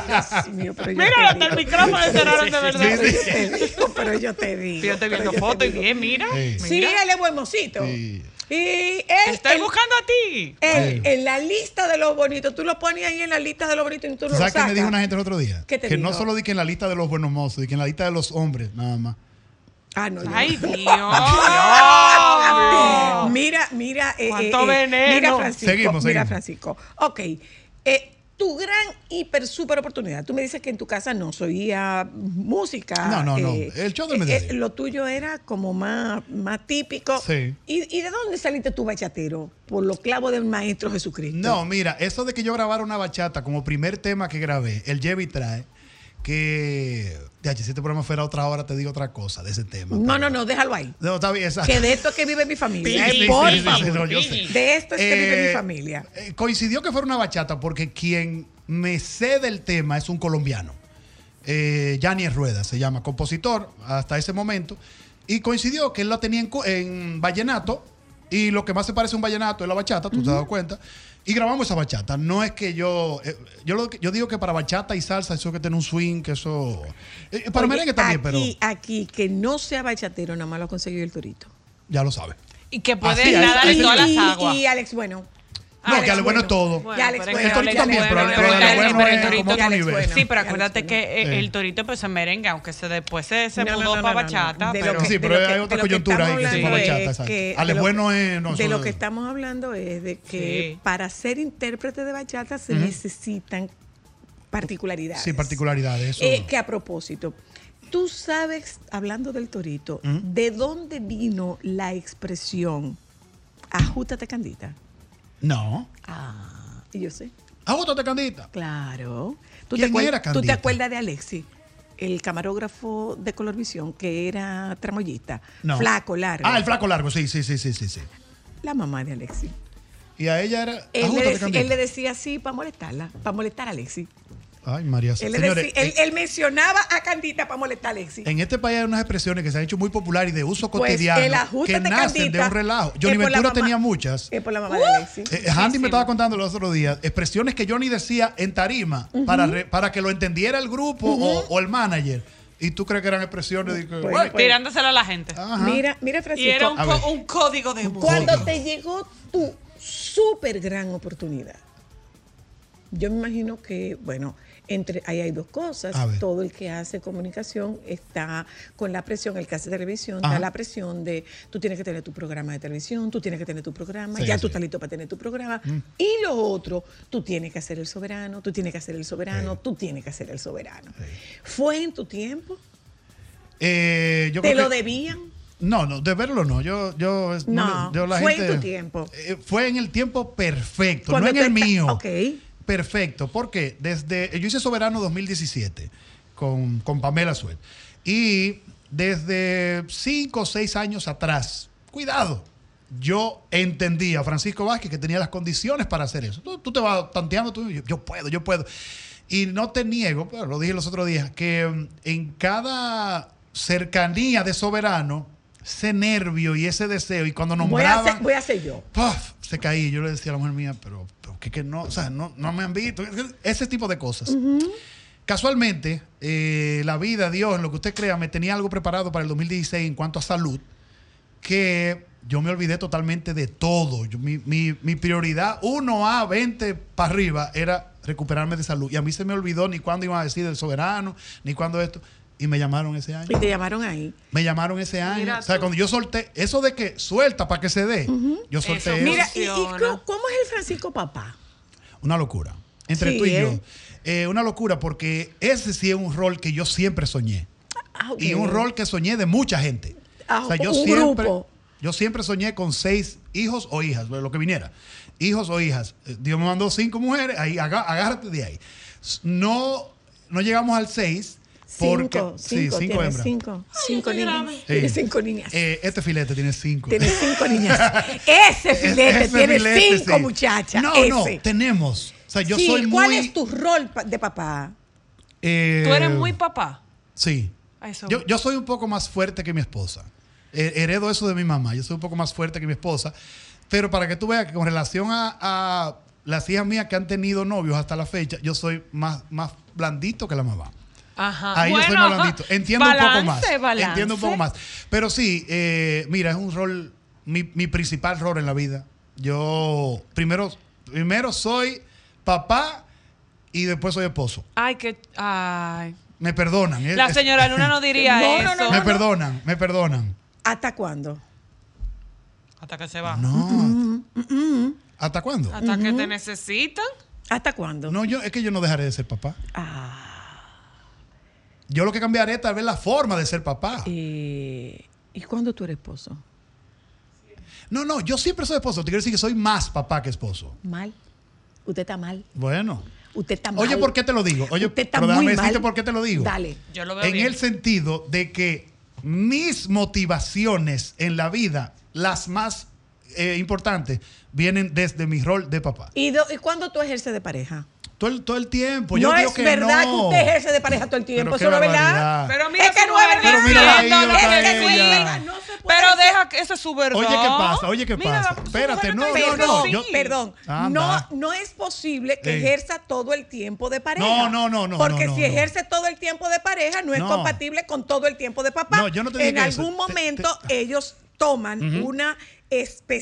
Speaker 2: Dios mío, pero yo
Speaker 4: Mira,
Speaker 2: te
Speaker 4: hasta el
Speaker 2: digo,
Speaker 4: micrófono cerraron de verdad.
Speaker 8: Sí, sí.
Speaker 2: yo te digo, pero yo te digo.
Speaker 4: Yo estoy
Speaker 2: pero
Speaker 4: viendo
Speaker 2: yo te
Speaker 4: fotos y
Speaker 2: digo.
Speaker 4: bien, mira.
Speaker 8: Sí.
Speaker 2: Sí,
Speaker 4: mira.
Speaker 2: él es buen mocito.
Speaker 8: Sí.
Speaker 2: Y él,
Speaker 4: Te estoy
Speaker 2: él-
Speaker 4: buscando a ti.
Speaker 2: él, en la lista de los bonitos, tú lo pones ahí en la lista de los bonitos y tú no lo
Speaker 8: ¿Sabes qué
Speaker 2: sacas.
Speaker 8: me dijo una gente el otro día?
Speaker 2: ¿Qué te
Speaker 8: que no
Speaker 2: dijo?
Speaker 8: solo di que en la lista de los buenos mozos, di que en la lista de los hombres, nada más.
Speaker 2: Ah, no, yo no.
Speaker 4: Ay, Dios.
Speaker 2: Mira, mira, eh,
Speaker 4: Cuánto
Speaker 2: eh, eh,
Speaker 4: veneno.
Speaker 2: mira Francisco,
Speaker 8: Seguimos,
Speaker 2: mira
Speaker 8: seguimos.
Speaker 2: Francisco. Ok, eh, tu gran hiper super oportunidad. Tú me dices que en tu casa no se oía música.
Speaker 8: No, no, no.
Speaker 2: eh,
Speaker 8: El show del mediodía.
Speaker 2: lo tuyo era como más, más típico.
Speaker 8: Sí.
Speaker 2: ¿Y, y de dónde saliste tu bachatero? Por los clavos del maestro Jesucristo.
Speaker 8: No, mira, eso de que yo grabara una bachata como primer tema que grabé, el Jevi trae, que. Ya, si este programa fuera otra hora, te digo otra cosa de ese tema.
Speaker 2: No,
Speaker 8: pero-
Speaker 2: no, no, déjalo ahí.
Speaker 8: No, está bien, exacto.
Speaker 2: Que de esto es que vive mi familia.
Speaker 8: Sí,
Speaker 2: eh,
Speaker 8: sí,
Speaker 2: por
Speaker 8: sí, sí,
Speaker 2: favor.
Speaker 8: sí, no, yo sé.
Speaker 2: De esto es que vive mi
Speaker 8: Eh,
Speaker 2: familia.
Speaker 8: eh, Coincidió que fuera una bachata porque quien me cede el tema es un colombiano. Eh, Yanni Rueda se llama, compositor hasta ese momento. Y coincidió que él la tenía en, co- en vallenato. Y lo que más se parece a un vallenato es la bachata, tú te has dado cuenta. Y grabamos esa bachata. No es que yo. eh, yo, lo que- yo digo que para bachata y salsa, eso que tiene un swing, que eso. eh, para
Speaker 2: Oye,
Speaker 8: merengue también,
Speaker 2: aquí,
Speaker 8: pero
Speaker 2: Aquí, que no sea bachatero, nada más lo ha conseguido el torito.
Speaker 8: ya lo sabes.
Speaker 4: Y que
Speaker 8: Así
Speaker 4: puede
Speaker 8: es,
Speaker 4: nadar
Speaker 8: así
Speaker 4: en
Speaker 8: es.
Speaker 4: todas
Speaker 2: y,
Speaker 4: las aguas.
Speaker 2: y Alex Bueno.
Speaker 8: No, que Alex Bueno es todo.
Speaker 2: Y Alex Bueno.
Speaker 4: pero es que
Speaker 8: el
Speaker 4: Alex
Speaker 8: torito también, pero
Speaker 4: Bueno,
Speaker 8: el- pero el
Speaker 4: Alex
Speaker 8: Bueno
Speaker 4: Bueno,
Speaker 8: es
Speaker 4: el
Speaker 8: como
Speaker 4: torito-
Speaker 8: otro nivel.
Speaker 4: Sí, pero acuérdate
Speaker 2: Alex
Speaker 4: que
Speaker 8: Bueno.
Speaker 4: eh,
Speaker 8: Sí.
Speaker 4: el torito pues se merengue, aunque se después se, se
Speaker 2: No, no,
Speaker 4: mudó
Speaker 2: no,
Speaker 4: para
Speaker 2: no, no, no.
Speaker 4: bachata.
Speaker 2: De lo
Speaker 4: pero
Speaker 8: que- Sí, pues, pero
Speaker 2: de
Speaker 8: hay otra
Speaker 2: lo que
Speaker 8: coyuntura ahí que
Speaker 2: estamos
Speaker 8: se
Speaker 2: hablando
Speaker 8: fue bachata,
Speaker 2: es
Speaker 8: exacto.
Speaker 2: que-
Speaker 8: Ale
Speaker 2: de lo
Speaker 8: Bueno
Speaker 2: que-
Speaker 8: es- no,
Speaker 2: de
Speaker 8: eso-
Speaker 2: lo que estamos hablando es de que
Speaker 4: Sí.
Speaker 2: para ser intérprete de bachata se necesitan particularidades.
Speaker 8: Sí, particularidades. eso.
Speaker 2: Eh, que a propósito, tú sabes, hablando del torito,
Speaker 8: ¿Mm?
Speaker 2: ¿de dónde vino la expresión ajútate candita?
Speaker 8: No. Ah.
Speaker 2: Y yo sé.
Speaker 8: Agútate, Candita.
Speaker 2: Claro. ¿Tú
Speaker 8: ¿Quién
Speaker 2: te, acuer- ¿Tú
Speaker 8: era
Speaker 2: te
Speaker 8: Candita?
Speaker 2: acuerdas de Alexi? El camarógrafo de Colorvisión, que era tramoyista,
Speaker 8: No.
Speaker 2: flaco, largo.
Speaker 8: Ah, el flaco largo, sí, sí, sí, sí, sí, sí.
Speaker 2: La mamá de Alexi.
Speaker 8: Y a ella era. Ah,
Speaker 2: Él, le,
Speaker 8: Agútate,
Speaker 2: dec-
Speaker 8: Candita.
Speaker 2: él le decía así para molestarla, para molestar a Alexi.
Speaker 8: Ay, María.
Speaker 2: Él, le
Speaker 8: Señores, eh,
Speaker 2: decía- él- él mencionaba a Candita para molestar a Alexi.
Speaker 8: en, en este país hay unas expresiones que se han hecho muy populares y de uso
Speaker 2: Pues, el
Speaker 8: cotidiano
Speaker 2: ajuste
Speaker 8: que
Speaker 2: de
Speaker 8: nacen
Speaker 2: Candita
Speaker 8: de un relajo. Johnny
Speaker 2: es por la
Speaker 8: Ventura
Speaker 2: mamá-
Speaker 8: tenía muchas.
Speaker 2: Es por la mamá de Alexi.
Speaker 8: Eh, Handy me estaba contando los otros días expresiones que Johnny decía en tarima para, re- para que lo entendiera el grupo o, o el manager. Y tú crees que eran expresiones de que,
Speaker 2: Bueno,
Speaker 8: "Uey".
Speaker 2: pues,
Speaker 4: Tirándosela a la gente.
Speaker 8: Ajá.
Speaker 2: Mira, mira, Francisco.
Speaker 4: y era un,
Speaker 8: Ah, A
Speaker 4: co-
Speaker 8: ver.
Speaker 4: un código de voz.
Speaker 2: Cuando
Speaker 8: Jodido.
Speaker 2: te llegó tu súper gran oportunidad, yo me imagino que, bueno, entre ahí hay dos cosas.
Speaker 8: A ver.
Speaker 2: Todo el que hace comunicación está con la presión, el que hace televisión,
Speaker 8: Ajá.
Speaker 2: está la presión de tú tienes que tener tu programa de televisión, tú tienes que tener tu programa,
Speaker 8: Sí, Mm.
Speaker 2: ya
Speaker 8: sí.
Speaker 2: tú estás listo para tener tu programa. Y lo otro, tú tienes que hacer el soberano, tú tienes que hacer el soberano,
Speaker 8: Sí.
Speaker 2: tú tienes que hacer el soberano. ¿Fue en tu tiempo?
Speaker 8: Eh, yo
Speaker 2: ¿Te
Speaker 8: creo
Speaker 2: lo
Speaker 8: que-
Speaker 2: debían?
Speaker 8: No, no, de verlo no. Yo, yo,
Speaker 2: No,
Speaker 8: le- yo la
Speaker 2: fue
Speaker 8: gente-
Speaker 2: en tu tiempo.
Speaker 8: Eh, fue en el tiempo perfecto,
Speaker 2: Cuando
Speaker 8: no en el
Speaker 2: tú esta-
Speaker 8: mío.
Speaker 2: Ok.
Speaker 8: Perfecto, porque desde yo hice Soberano 2017 con, con Pamela Suet. Y desde cinco o seis años atrás, cuidado, yo entendía a Francisco Vázquez que tenía las condiciones para hacer eso. Tú, tú te vas tanteando, tú, yo, yo puedo, yo puedo. Y no te niego, pero lo dije los otros días, que mm, en cada cercanía de Soberano, ese nervio y ese deseo, y cuando
Speaker 2: Voy a,
Speaker 8: nombraban...
Speaker 2: hacer, voy a hacer yo.
Speaker 8: ¡Paf! se caí. Yo le decía a la mujer mía, pero, pero que, que no, o sea, no, no me han visto. Ese tipo de cosas. Casualmente, eh, la vida, Dios, en lo que usted crea, me tenía algo preparado para el 2016 en cuanto a salud, que yo me olvidé totalmente de todo. Yo- mi, mi- mi prioridad 1A, 20 para arriba, era recuperarme de salud. Y a mí se me olvidó ni cuándo iba a decir el soberano, ni cuándo esto. y me llamaron ese año.
Speaker 2: Y te llamaron ahí.
Speaker 8: Me llamaron ese año.
Speaker 3: Mira
Speaker 8: o sea,
Speaker 3: tú.
Speaker 8: cuando yo solté, eso de que suelta para que se dé, yo solté eso.
Speaker 2: Mira, y, y
Speaker 3: Funciona.
Speaker 2: co- cómo es el Francisco papá?
Speaker 8: Una locura. Entre
Speaker 2: Sí,
Speaker 8: tú y
Speaker 2: ¿eh?
Speaker 8: yo. Eh, una locura porque ese sí es un rol que yo siempre soñé.
Speaker 2: Ah, ok.
Speaker 8: Y un rol que soñé de mucha gente.
Speaker 2: Ah,
Speaker 8: yo
Speaker 2: un
Speaker 8: siempre,
Speaker 2: grupo.
Speaker 8: yo siempre soñé con seis hijos o hijas, lo que viniera. Hijos o hijas. Eh, Dios me mandó cinco mujeres, ahí aga- agárrate de ahí. S- No, no llegamos al seis. Porque,
Speaker 2: Cinco, cinco,
Speaker 8: sí, cinco
Speaker 2: tienes
Speaker 8: hembras.
Speaker 2: cinco, cinco niñas.
Speaker 8: Sí.
Speaker 2: Tienes cinco niñas.
Speaker 8: Eh, este filete tiene cinco. <laughs>
Speaker 2: Tienes cinco niñas. Ese filete
Speaker 8: Ese
Speaker 2: tiene
Speaker 8: filete,
Speaker 2: cinco
Speaker 8: sí.
Speaker 2: muchachas.
Speaker 8: No, no,
Speaker 2: ese.
Speaker 8: tenemos. O sea, yo
Speaker 2: Sí,
Speaker 8: soy
Speaker 2: ¿Cuál
Speaker 8: muy.
Speaker 2: es tu rol pa- de papá?
Speaker 8: eh,
Speaker 4: Tú eres muy papá.
Speaker 8: Sí.
Speaker 4: A eso
Speaker 8: Yo,
Speaker 4: voy.
Speaker 8: yo soy un poco más fuerte que mi esposa. Eh, heredo eso de mi mamá. Yo soy un poco más fuerte que mi esposa. Pero para que tú veas que con relación a, a las hijas mías que han tenido novios hasta la fecha, yo soy más, más blandito que la mamá.
Speaker 3: Ajá.
Speaker 8: Ahí yo soy más blandito. Entiendo un poco
Speaker 4: Ah, balance,
Speaker 8: más.
Speaker 4: balance.
Speaker 8: Entiendo un poco más. Pero sí, eh, mira, es un rol, mi, mi principal rol en la vida. Yo primero, primero soy papá y después soy esposo.
Speaker 3: Ay, que. Ay.
Speaker 8: Me perdonan. ¿eh?
Speaker 4: La señora Luna no diría
Speaker 2: <laughs> No, no,
Speaker 4: eso.
Speaker 2: no,
Speaker 8: me perdonan, me perdonan.
Speaker 2: ¿Hasta cuándo?
Speaker 4: Hasta que se va.
Speaker 8: No. ¿Hasta cuándo?
Speaker 3: Hasta que te necesitan.
Speaker 2: ¿Hasta cuándo?
Speaker 8: No, yo, es que yo no dejaré de ser papá.
Speaker 2: Ah,
Speaker 8: Yo lo que cambiaré es tal vez la forma de ser papá.
Speaker 2: eh, ¿Y cuándo tú eres esposo?
Speaker 8: No, no, yo siempre soy esposo. Te quiero decir que soy más papá que esposo.
Speaker 2: Mal. Usted está mal.
Speaker 8: Bueno.
Speaker 2: Usted está mal.
Speaker 8: Oye, ¿por qué te lo digo? Oye,
Speaker 2: Usted está
Speaker 8: pero déjame
Speaker 2: muy
Speaker 8: decirte
Speaker 2: mal.
Speaker 8: por qué te lo digo.
Speaker 2: Dale.
Speaker 4: Yo lo veo
Speaker 8: En
Speaker 4: bien.
Speaker 8: el sentido de que mis motivaciones en la vida, las más eh, importantes, vienen desde mi rol de papá.
Speaker 2: ¿Y, do- y cuándo tú ejerces de pareja?
Speaker 8: Todo el, todo el tiempo.
Speaker 2: no
Speaker 8: Pues yo digo
Speaker 2: es
Speaker 8: que
Speaker 2: verdad
Speaker 8: no.
Speaker 2: que usted ejerce de pareja todo el tiempo.
Speaker 8: Pero
Speaker 2: Eso
Speaker 8: qué
Speaker 2: no es verdad.
Speaker 8: barbaridad.
Speaker 3: Pero mira
Speaker 2: es que
Speaker 3: su
Speaker 2: no es
Speaker 3: mujer
Speaker 2: verdad.
Speaker 8: Pero mira ahí,
Speaker 3: diciendo lo
Speaker 8: otra
Speaker 3: que
Speaker 8: vez
Speaker 3: te
Speaker 8: ella.
Speaker 3: diga.
Speaker 2: No se puede
Speaker 3: Pero
Speaker 2: decir-
Speaker 3: deja que ese es su verdad.
Speaker 8: Oye, ¿qué pasa? Oye, ¿qué
Speaker 3: Mira,
Speaker 8: pasa?
Speaker 3: su
Speaker 8: Espérate,
Speaker 3: mujer
Speaker 8: no,
Speaker 3: te
Speaker 8: no,
Speaker 3: dice
Speaker 8: no.
Speaker 3: sí.
Speaker 8: yo-
Speaker 2: Perdón, no,
Speaker 8: Anda.
Speaker 2: no es posible que
Speaker 8: Ey.
Speaker 2: ejerza todo el tiempo de pareja.
Speaker 8: No, no, no, no,
Speaker 2: Porque
Speaker 8: no, no,
Speaker 2: si
Speaker 8: no.
Speaker 2: ejerce todo el tiempo de pareja, no es
Speaker 8: No.
Speaker 2: compatible con todo el tiempo de papá.
Speaker 8: No, yo no te dije
Speaker 2: en
Speaker 8: que eso.
Speaker 2: algún
Speaker 8: Te- ah.
Speaker 2: momento ellos toman una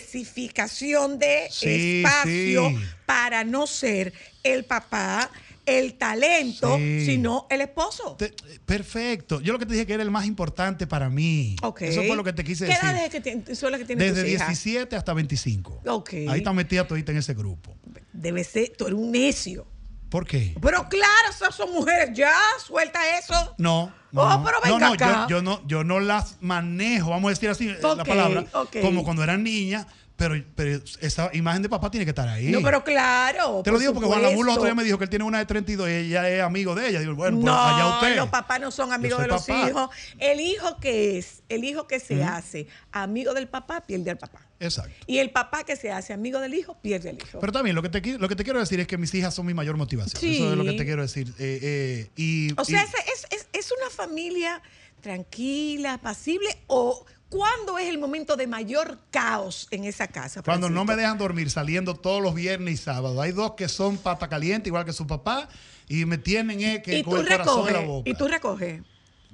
Speaker 2: especificación de
Speaker 8: Sí,
Speaker 2: espacio
Speaker 8: sí.
Speaker 2: para no ser el papá, el talento,
Speaker 8: Sí.
Speaker 2: sino el esposo.
Speaker 8: Te- perfecto. Yo lo que te dije que era el más importante para mí.
Speaker 2: Ok.
Speaker 8: Eso fue lo que te quise
Speaker 2: ¿Qué
Speaker 8: decir.
Speaker 2: edades es que tien- son las que tienen
Speaker 8: Desde
Speaker 2: tus hijas?
Speaker 8: 17 hasta 25.
Speaker 2: Ok.
Speaker 8: Ahí está metida todita en ese grupo.
Speaker 2: Debe ser, tú eres un necio.
Speaker 8: ¿Por qué?
Speaker 2: Pero claro, esas son mujeres. Ya, suelta eso.
Speaker 8: No, no.
Speaker 2: Oh,
Speaker 8: no.
Speaker 2: pero
Speaker 8: no,
Speaker 2: venga
Speaker 8: no,
Speaker 2: acá.
Speaker 8: Yo, yo no, yo no las manejo, vamos a decir así eh, la
Speaker 2: Ok,
Speaker 8: palabra,
Speaker 2: ok.
Speaker 8: como cuando eran niñas, pero, pero esa imagen de papá tiene que estar ahí.
Speaker 2: No, pero claro.
Speaker 8: Te lo
Speaker 2: por
Speaker 8: digo porque Juan Lamur el otro día me
Speaker 2: supuesto.
Speaker 8: dijo que él tiene una de 32 y ella es amigo de ella. Digo, bueno, pues
Speaker 2: no,
Speaker 8: allá usted.
Speaker 2: los papás no son amigos
Speaker 8: soy
Speaker 2: de los
Speaker 8: papá.
Speaker 2: hijos. El hijo que es, el hijo que se hace amigo del papá, pierde al papá.
Speaker 8: Exacto.
Speaker 2: Y el papá que se hace amigo del hijo, pierde al hijo.
Speaker 8: Pero también lo que te, qui- lo que te quiero decir es que mis hijas son mi mayor motivación.
Speaker 2: Sí.
Speaker 8: Eso es lo que te quiero decir. Eh, eh, y,
Speaker 2: o sea,
Speaker 8: y-
Speaker 2: es, es- es- es una familia tranquila, pasible, o ¿cuándo es el momento de mayor caos en esa casa?
Speaker 8: Cuando no
Speaker 2: Francisco?
Speaker 8: me dejan dormir saliendo todos los viernes y sábados. Hay dos que son pata caliente, igual que su papá, y me tienen eh, que
Speaker 2: y tú
Speaker 8: con el corazón en
Speaker 2: recoges,
Speaker 8: la boca.
Speaker 2: y tú recoges.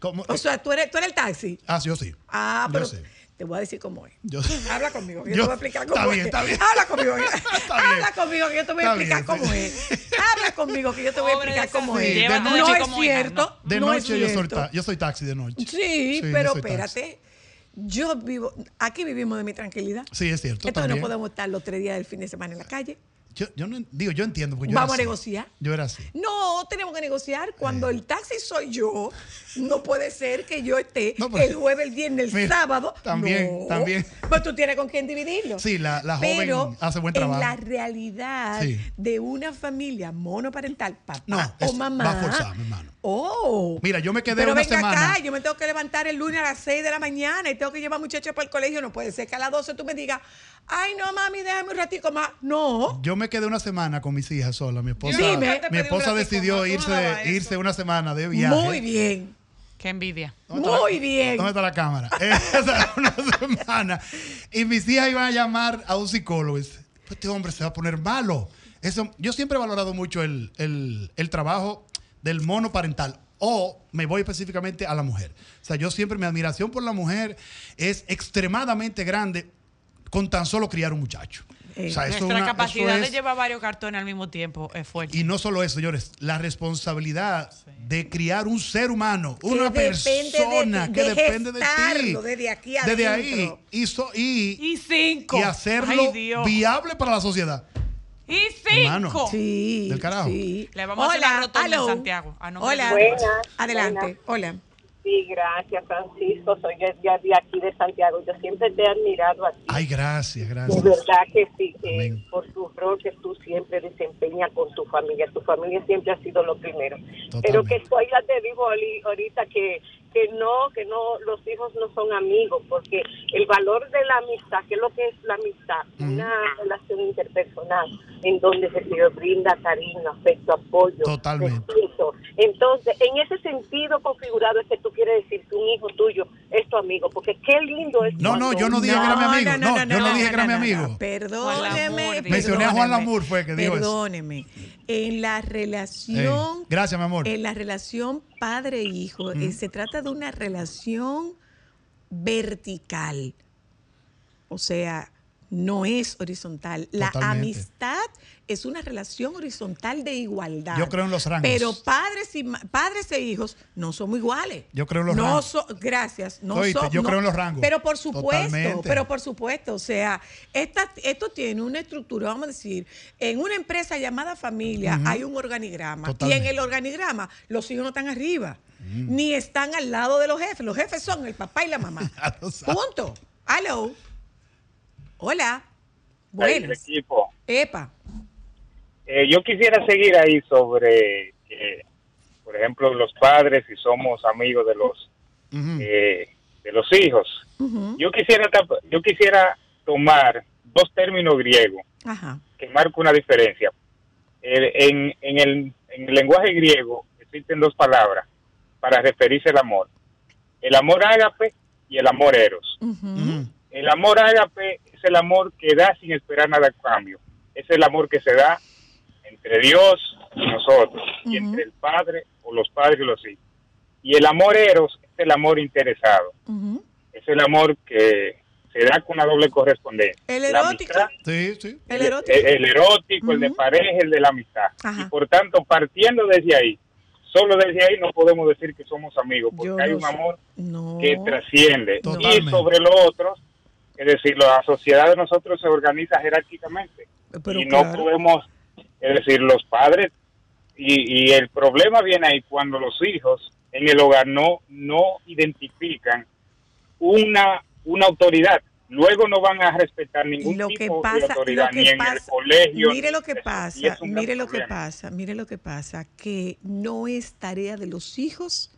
Speaker 8: Como- eh,
Speaker 2: O sea, tú eres, tú eres el taxi.
Speaker 8: ah, sí, yo sí.
Speaker 2: Ah,
Speaker 8: Yo
Speaker 2: pero
Speaker 8: sé.
Speaker 2: te voy a decir cómo es.
Speaker 8: Yo-
Speaker 2: Habla conmigo, que yo,
Speaker 8: Yo-
Speaker 2: te voy a explicar cómo
Speaker 8: está bien,
Speaker 2: es.
Speaker 8: está bien.
Speaker 2: Habla conmigo,
Speaker 8: <laughs>
Speaker 2: que-
Speaker 8: Está bien.
Speaker 2: habla conmigo, que yo te voy a
Speaker 8: Está
Speaker 2: explicar
Speaker 8: bien,
Speaker 2: cómo
Speaker 8: sí.
Speaker 2: es. Habla conmigo, que yo te voy a
Speaker 4: Pobre
Speaker 2: explicar
Speaker 4: de esa
Speaker 2: cómo
Speaker 8: sí,
Speaker 2: es.
Speaker 8: de
Speaker 2: no,
Speaker 4: noche
Speaker 2: es
Speaker 4: como hija,
Speaker 2: cierto.
Speaker 8: De
Speaker 2: no es
Speaker 8: noche yo soy,
Speaker 2: cierto.
Speaker 8: ta- yo soy taxi de noche.
Speaker 2: Sí,
Speaker 8: yo
Speaker 2: pero
Speaker 8: soy taxi.
Speaker 2: espérate. Yo vivo, aquí vivimos de mi tranquilidad.
Speaker 8: Sí, es cierto.
Speaker 2: Entonces no
Speaker 8: también.
Speaker 2: podemos estar los tres días del fin de semana en la calle.
Speaker 8: Yo, yo no, digo, yo entiendo. porque yo
Speaker 2: Vamos a
Speaker 8: era así.
Speaker 2: negociar.
Speaker 8: Yo era así.
Speaker 2: No, tenemos que negociar. Cuando
Speaker 8: Eh.
Speaker 2: el taxi soy yo, no puede ser que yo esté
Speaker 8: No, pero-
Speaker 2: el jueves, el viernes, el
Speaker 8: Mira,
Speaker 2: sábado.
Speaker 8: también,
Speaker 2: No.
Speaker 8: también.
Speaker 2: Pero tú tienes con quién dividirlo.
Speaker 8: Sí, la- la joven
Speaker 2: Pero
Speaker 8: hace buen trabajo.
Speaker 2: En la realidad
Speaker 8: Sí.
Speaker 2: de una familia monoparental, papá
Speaker 8: No,
Speaker 2: o
Speaker 8: es-
Speaker 2: mamá.
Speaker 8: va forzada, mi hermano.
Speaker 2: Oh.
Speaker 8: Mira, yo me quedé
Speaker 2: Pero
Speaker 8: una
Speaker 2: venga
Speaker 8: semana.
Speaker 2: acá, yo me tengo que levantar el lunes a las 6 de la mañana y tengo que llevar muchachos para el colegio. No puede ser que a las 12 tú me digas, ay, no, mami, déjame un ratico más. No.
Speaker 8: Yo me quedé una semana con mis hijas sola. Mi esposa,
Speaker 2: Dime. Yo
Speaker 3: te pedí
Speaker 8: mi
Speaker 3: un
Speaker 8: esposa
Speaker 3: ratico
Speaker 8: decidió
Speaker 3: más, tú no dabas
Speaker 8: irse,
Speaker 3: eso.
Speaker 8: irse una semana de viaje.
Speaker 2: Muy bien.
Speaker 4: Qué envidia.
Speaker 8: ¿Dónde está
Speaker 2: Muy
Speaker 8: la-
Speaker 2: bien.
Speaker 8: ¿Dónde está la cámara? <laughs> Esa una semana. Y mis hijas iban a llamar a un psicólogo. Y dice, "Pues Este hombre se va a poner malo. Eso, yo siempre he valorado mucho el, el- el trabajo del mono parental. O me voy específicamente a la mujer. O sea, yo siempre, mi admiración por la mujer es extremadamente grande con tan solo criar un muchacho.
Speaker 2: eh,
Speaker 8: O sea, eso es
Speaker 4: Nuestra
Speaker 8: una- eso
Speaker 4: capacidad de
Speaker 8: es-
Speaker 4: llevar varios cartones al mismo tiempo es fuerte.
Speaker 8: Y no solo eso, señores, la responsabilidad de criar un ser humano, una
Speaker 2: depende de ti,
Speaker 8: persona que
Speaker 2: de
Speaker 8: depende de ti.
Speaker 2: gestarlo desde aquí
Speaker 8: Desde ahí.
Speaker 2: adentro.
Speaker 8: Y, so- y,
Speaker 4: Y cinco.
Speaker 8: y hacerlo
Speaker 4: Ay, Dios.
Speaker 8: viable para la sociedad.
Speaker 4: Y
Speaker 8: Hermano.
Speaker 4: cinco.
Speaker 2: Sí.
Speaker 8: Del carajo.
Speaker 2: sí.
Speaker 4: Le vamos a hacer la rotonda en
Speaker 2: hello.
Speaker 4: Santiago, a nombre
Speaker 2: Hola.
Speaker 4: de Dios.
Speaker 9: Buenas,
Speaker 2: Adelante.
Speaker 9: buenas.
Speaker 2: Hola.
Speaker 9: Sí, gracias, Francisco. Soy de, de- de aquí de Santiago. Yo siempre te he admirado a ti.
Speaker 8: Ay, gracias,
Speaker 9: de
Speaker 8: gracias.
Speaker 9: verdad que sí, que
Speaker 8: Amén.
Speaker 9: por tu rol que tú siempre desempeñas con tu familia. Tu familia siempre ha sido lo primero. Pero que
Speaker 8: Totalmente.
Speaker 9: soy la te digo Ali, ahorita que, que no, que no, los hijos no son amigos, porque el valor de la amistad, que es lo que es la amistad, una relación interpersonal en donde se te brinda cariño, afecto, apoyo,
Speaker 8: Totalmente.
Speaker 9: respeto. Entonces, en ese sentido configurado es que tú quieres decir que un hijo tuyo es tu amigo, porque qué lindo es.
Speaker 8: No, no,
Speaker 9: cuando
Speaker 8: yo no dije que era mi amigo. No, yo no, dije que era mi amigo.
Speaker 2: Perdóneme.
Speaker 4: Juan Lamour,
Speaker 8: Mencioné a Juan
Speaker 2: perdóneme,
Speaker 8: Lamour, fue que dijo eso.
Speaker 2: Perdóneme. En la relación.
Speaker 8: Ey, gracias, mi amor. Mm.
Speaker 2: En la relación padre-hijo, eh, se trata de una relación vertical. O sea, no es horizontal. La
Speaker 8: Totalmente.
Speaker 2: amistad es una relación horizontal de igualdad.
Speaker 8: Yo creo en los rangos. <laughs>
Speaker 2: Pero padres y ma- padres e hijos no somos iguales.
Speaker 8: Yo creo en los
Speaker 2: no
Speaker 8: rangos.
Speaker 2: so- gracias. No
Speaker 8: Oíste,
Speaker 2: so-
Speaker 8: yo
Speaker 2: no-
Speaker 8: creo en los rangos.
Speaker 2: Pero por supuesto,
Speaker 8: Totalmente.
Speaker 2: pero por supuesto. O sea, esta, esto tiene una estructura, vamos a decir, en una empresa llamada familia hay un organigrama. Y
Speaker 8: Totalmente. Mm.
Speaker 2: en el organigrama los hijos no están arriba, ni están al lado de los jefes. Los jefes son el papá y la mamá.
Speaker 8: <laughs> Ya lo sabes.
Speaker 2: Punto. Hello. Hola. Buenas.
Speaker 10: equipo.
Speaker 2: Epa.
Speaker 10: Eh, yo quisiera seguir ahí sobre, eh, por ejemplo, los padres, si somos amigos de los
Speaker 8: Ujú.
Speaker 10: eh, de los hijos. Yo quisiera tap- yo quisiera tomar dos términos griegos
Speaker 2: Ajá.
Speaker 10: que marcan una diferencia. El- en, en el, en el lenguaje griego existen dos palabras para referirse al amor. El amor ágape y el amor eros.
Speaker 8: Ujú.
Speaker 10: El amor ágape es el amor que da sin esperar nada a cambio. Es el amor que se da entre Dios y nosotros, y entre el padre o los padres y los hijos. Y el amor eros es el amor interesado.
Speaker 2: Ujú.
Speaker 10: Es el amor que se da con una doble correspondencia.
Speaker 2: El
Speaker 10: La
Speaker 2: erótico.
Speaker 10: amistad,
Speaker 8: Sí, sí.
Speaker 2: El erótico.
Speaker 10: el, el erótico, el de
Speaker 2: Ujú.
Speaker 10: pareja, el de la amistad.
Speaker 2: Ajá.
Speaker 10: Y por tanto, partiendo desde ahí, solo desde ahí no podemos decir que somos amigos, porque
Speaker 2: Yo
Speaker 10: hay
Speaker 2: no
Speaker 10: un
Speaker 2: sé.
Speaker 10: amor
Speaker 2: No.
Speaker 10: que trasciende.
Speaker 8: Totalmente.
Speaker 10: Y sobre los otros, es decir, la sociedad de nosotros se organiza jerárquicamente.
Speaker 2: Pero
Speaker 10: y no
Speaker 2: claro.
Speaker 10: podemos, es decir, los padres. Y, y el problema viene ahí cuando los hijos en el hogar no, no identifican una, una autoridad. Luego no van a respetar ningún
Speaker 2: lo que
Speaker 10: tipo de
Speaker 2: pasa,
Speaker 10: autoridad,
Speaker 2: lo que
Speaker 10: ni en el
Speaker 2: pasa,
Speaker 10: colegio.
Speaker 2: mire
Speaker 10: ni-
Speaker 2: lo que
Speaker 10: y
Speaker 2: pasa,
Speaker 10: es un gran
Speaker 2: mire lo que
Speaker 10: problema.
Speaker 2: pasa, mire lo que pasa, que no es tarea de los hijos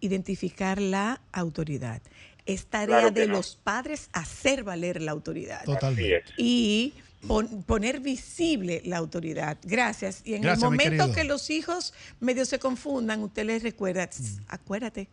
Speaker 2: identificar la autoridad, es tarea
Speaker 10: Claro que
Speaker 2: de
Speaker 10: no.
Speaker 2: los padres hacer valer la autoridad
Speaker 10: Así
Speaker 8: Totalmente.
Speaker 10: es.
Speaker 2: y pon- poner visible la autoridad. Gracias. Y en
Speaker 8: Gracias,
Speaker 2: el
Speaker 8: mi
Speaker 2: momento
Speaker 8: querido.
Speaker 2: que los hijos medio se confundan, usted les recuerda,
Speaker 8: Mm.
Speaker 2: "Tss, acuérdate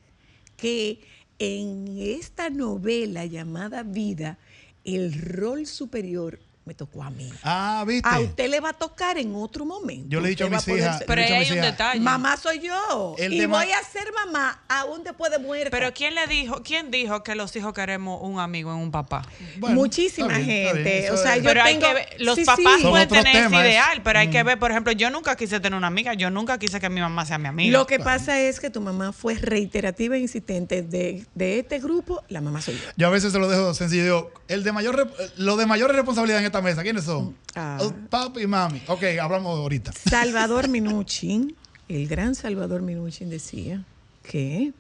Speaker 2: que en esta novela llamada Vida, el rol superior me tocó a mí.
Speaker 8: Ah, ¿viste?
Speaker 2: A usted le va a tocar en otro momento.
Speaker 8: Yo le he dicho a
Speaker 2: Usted va
Speaker 8: mis
Speaker 2: poder
Speaker 8: hijas.
Speaker 2: ser-
Speaker 4: Pero ahí
Speaker 8: Mucho me
Speaker 4: hay un
Speaker 8: decía,
Speaker 4: detalle.
Speaker 2: Mamá soy yo.
Speaker 8: El
Speaker 2: y
Speaker 8: de ma-
Speaker 2: voy a ser mamá aún después de muerta.
Speaker 4: Pero ¿quién le dijo, quién dijo que los hijos queremos un amigo en un papá?
Speaker 8: Bueno,
Speaker 2: Muchísima
Speaker 8: está bien, está
Speaker 2: gente.
Speaker 8: bien, eso
Speaker 2: o sea,
Speaker 8: es-
Speaker 2: yo
Speaker 4: Pero hay
Speaker 2: tengo-
Speaker 4: que ver, los
Speaker 2: Sí,
Speaker 4: papás
Speaker 2: sí.
Speaker 8: Son
Speaker 4: pueden
Speaker 8: otros
Speaker 4: tener ese
Speaker 8: temas. Mm.
Speaker 4: ideal, pero hay que ver, por ejemplo, yo nunca quise tener una amiga, yo nunca quise que mi mamá sea mi amiga.
Speaker 2: Lo que pasa es que tu mamá fue reiterativa e insistente de, de este grupo, la mamá soy yo.
Speaker 8: Yo a veces se lo dejo sencillo. Digo, el de mayor, rep- lo de mayor responsabilidad en esta mesa, ¿quiénes son?
Speaker 2: Ah.
Speaker 8: Oh, Papi y mami. Ok, hablamos ahorita.
Speaker 2: Salvador Minuchin, el gran Salvador Minuchin decía que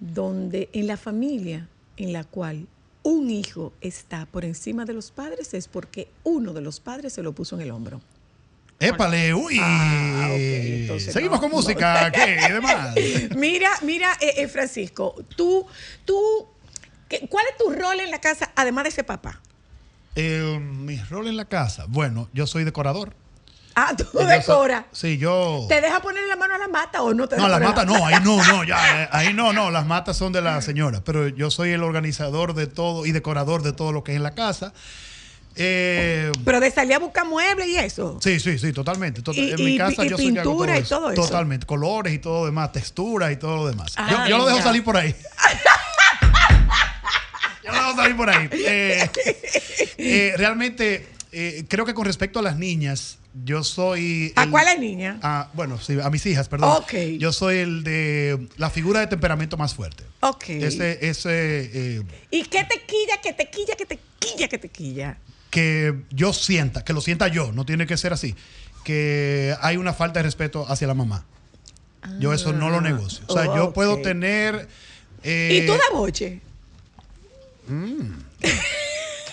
Speaker 2: donde en la familia en la cual un hijo está por encima de los padres es porque uno de los padres se lo puso en el hombro.
Speaker 8: Épale, uy.
Speaker 2: Ah, ok, entonces
Speaker 8: Seguimos
Speaker 2: no,
Speaker 8: con
Speaker 2: no.
Speaker 8: música, ¿qué? Y demás. <laughs>
Speaker 2: Mira, mira, eh, eh, Francisco, tú, tú, ¿qué- ¿cuál es tu rol en la casa además de ese papá?
Speaker 8: Eh, mi rol en la casa. Bueno, yo soy decorador. Eh,
Speaker 2: Ah, tú
Speaker 8: Yo soy-
Speaker 2: decora.
Speaker 8: Sí, yo.
Speaker 2: ¿Te deja poner la mano a la mata o no te
Speaker 8: No,
Speaker 2: deja
Speaker 8: las
Speaker 2: poner
Speaker 8: matas no, ahí no, no, ya, eh, ahí no, no, las matas son de la señora, pero yo soy el organizador de todo y decorador de todo lo que es en la casa. Eh,
Speaker 2: Pero de salir a buscar muebles y eso.
Speaker 8: sí, sí, sí, totalmente. Tot-
Speaker 2: Y-
Speaker 8: en mi
Speaker 2: y-
Speaker 8: casa
Speaker 2: y
Speaker 8: yo soy que hago
Speaker 2: pintura y todo eso.
Speaker 8: Totalmente, colores y todo lo demás, texturas y todo lo demás.
Speaker 2: Ah,
Speaker 8: yo, yo lo dejo
Speaker 2: venga.
Speaker 8: salir por ahí. <laughs> yo lo dejo también por ahí. Eh, eh, realmente, eh, creo que con respecto a las niñas, yo soy.
Speaker 2: ¿A
Speaker 8: el-
Speaker 2: cuál es niña?
Speaker 8: Ah, bueno, sí, a mis hijas, perdón.
Speaker 2: Ok.
Speaker 8: Yo soy el de la figura de temperamento más fuerte.
Speaker 2: Ok.
Speaker 8: Ese, ese eh,
Speaker 2: ¿Y qué te quilla, que te quilla, que te quilla, que te quilla?
Speaker 8: que yo sienta, que lo sienta yo, no tiene que ser así, que hay una falta de respeto hacia la mamá. Yo eso no lo negocio. O sea, yo
Speaker 2: Ah. Oh, ok.
Speaker 8: puedo tener... eh,
Speaker 2: ¿Y tú da boche?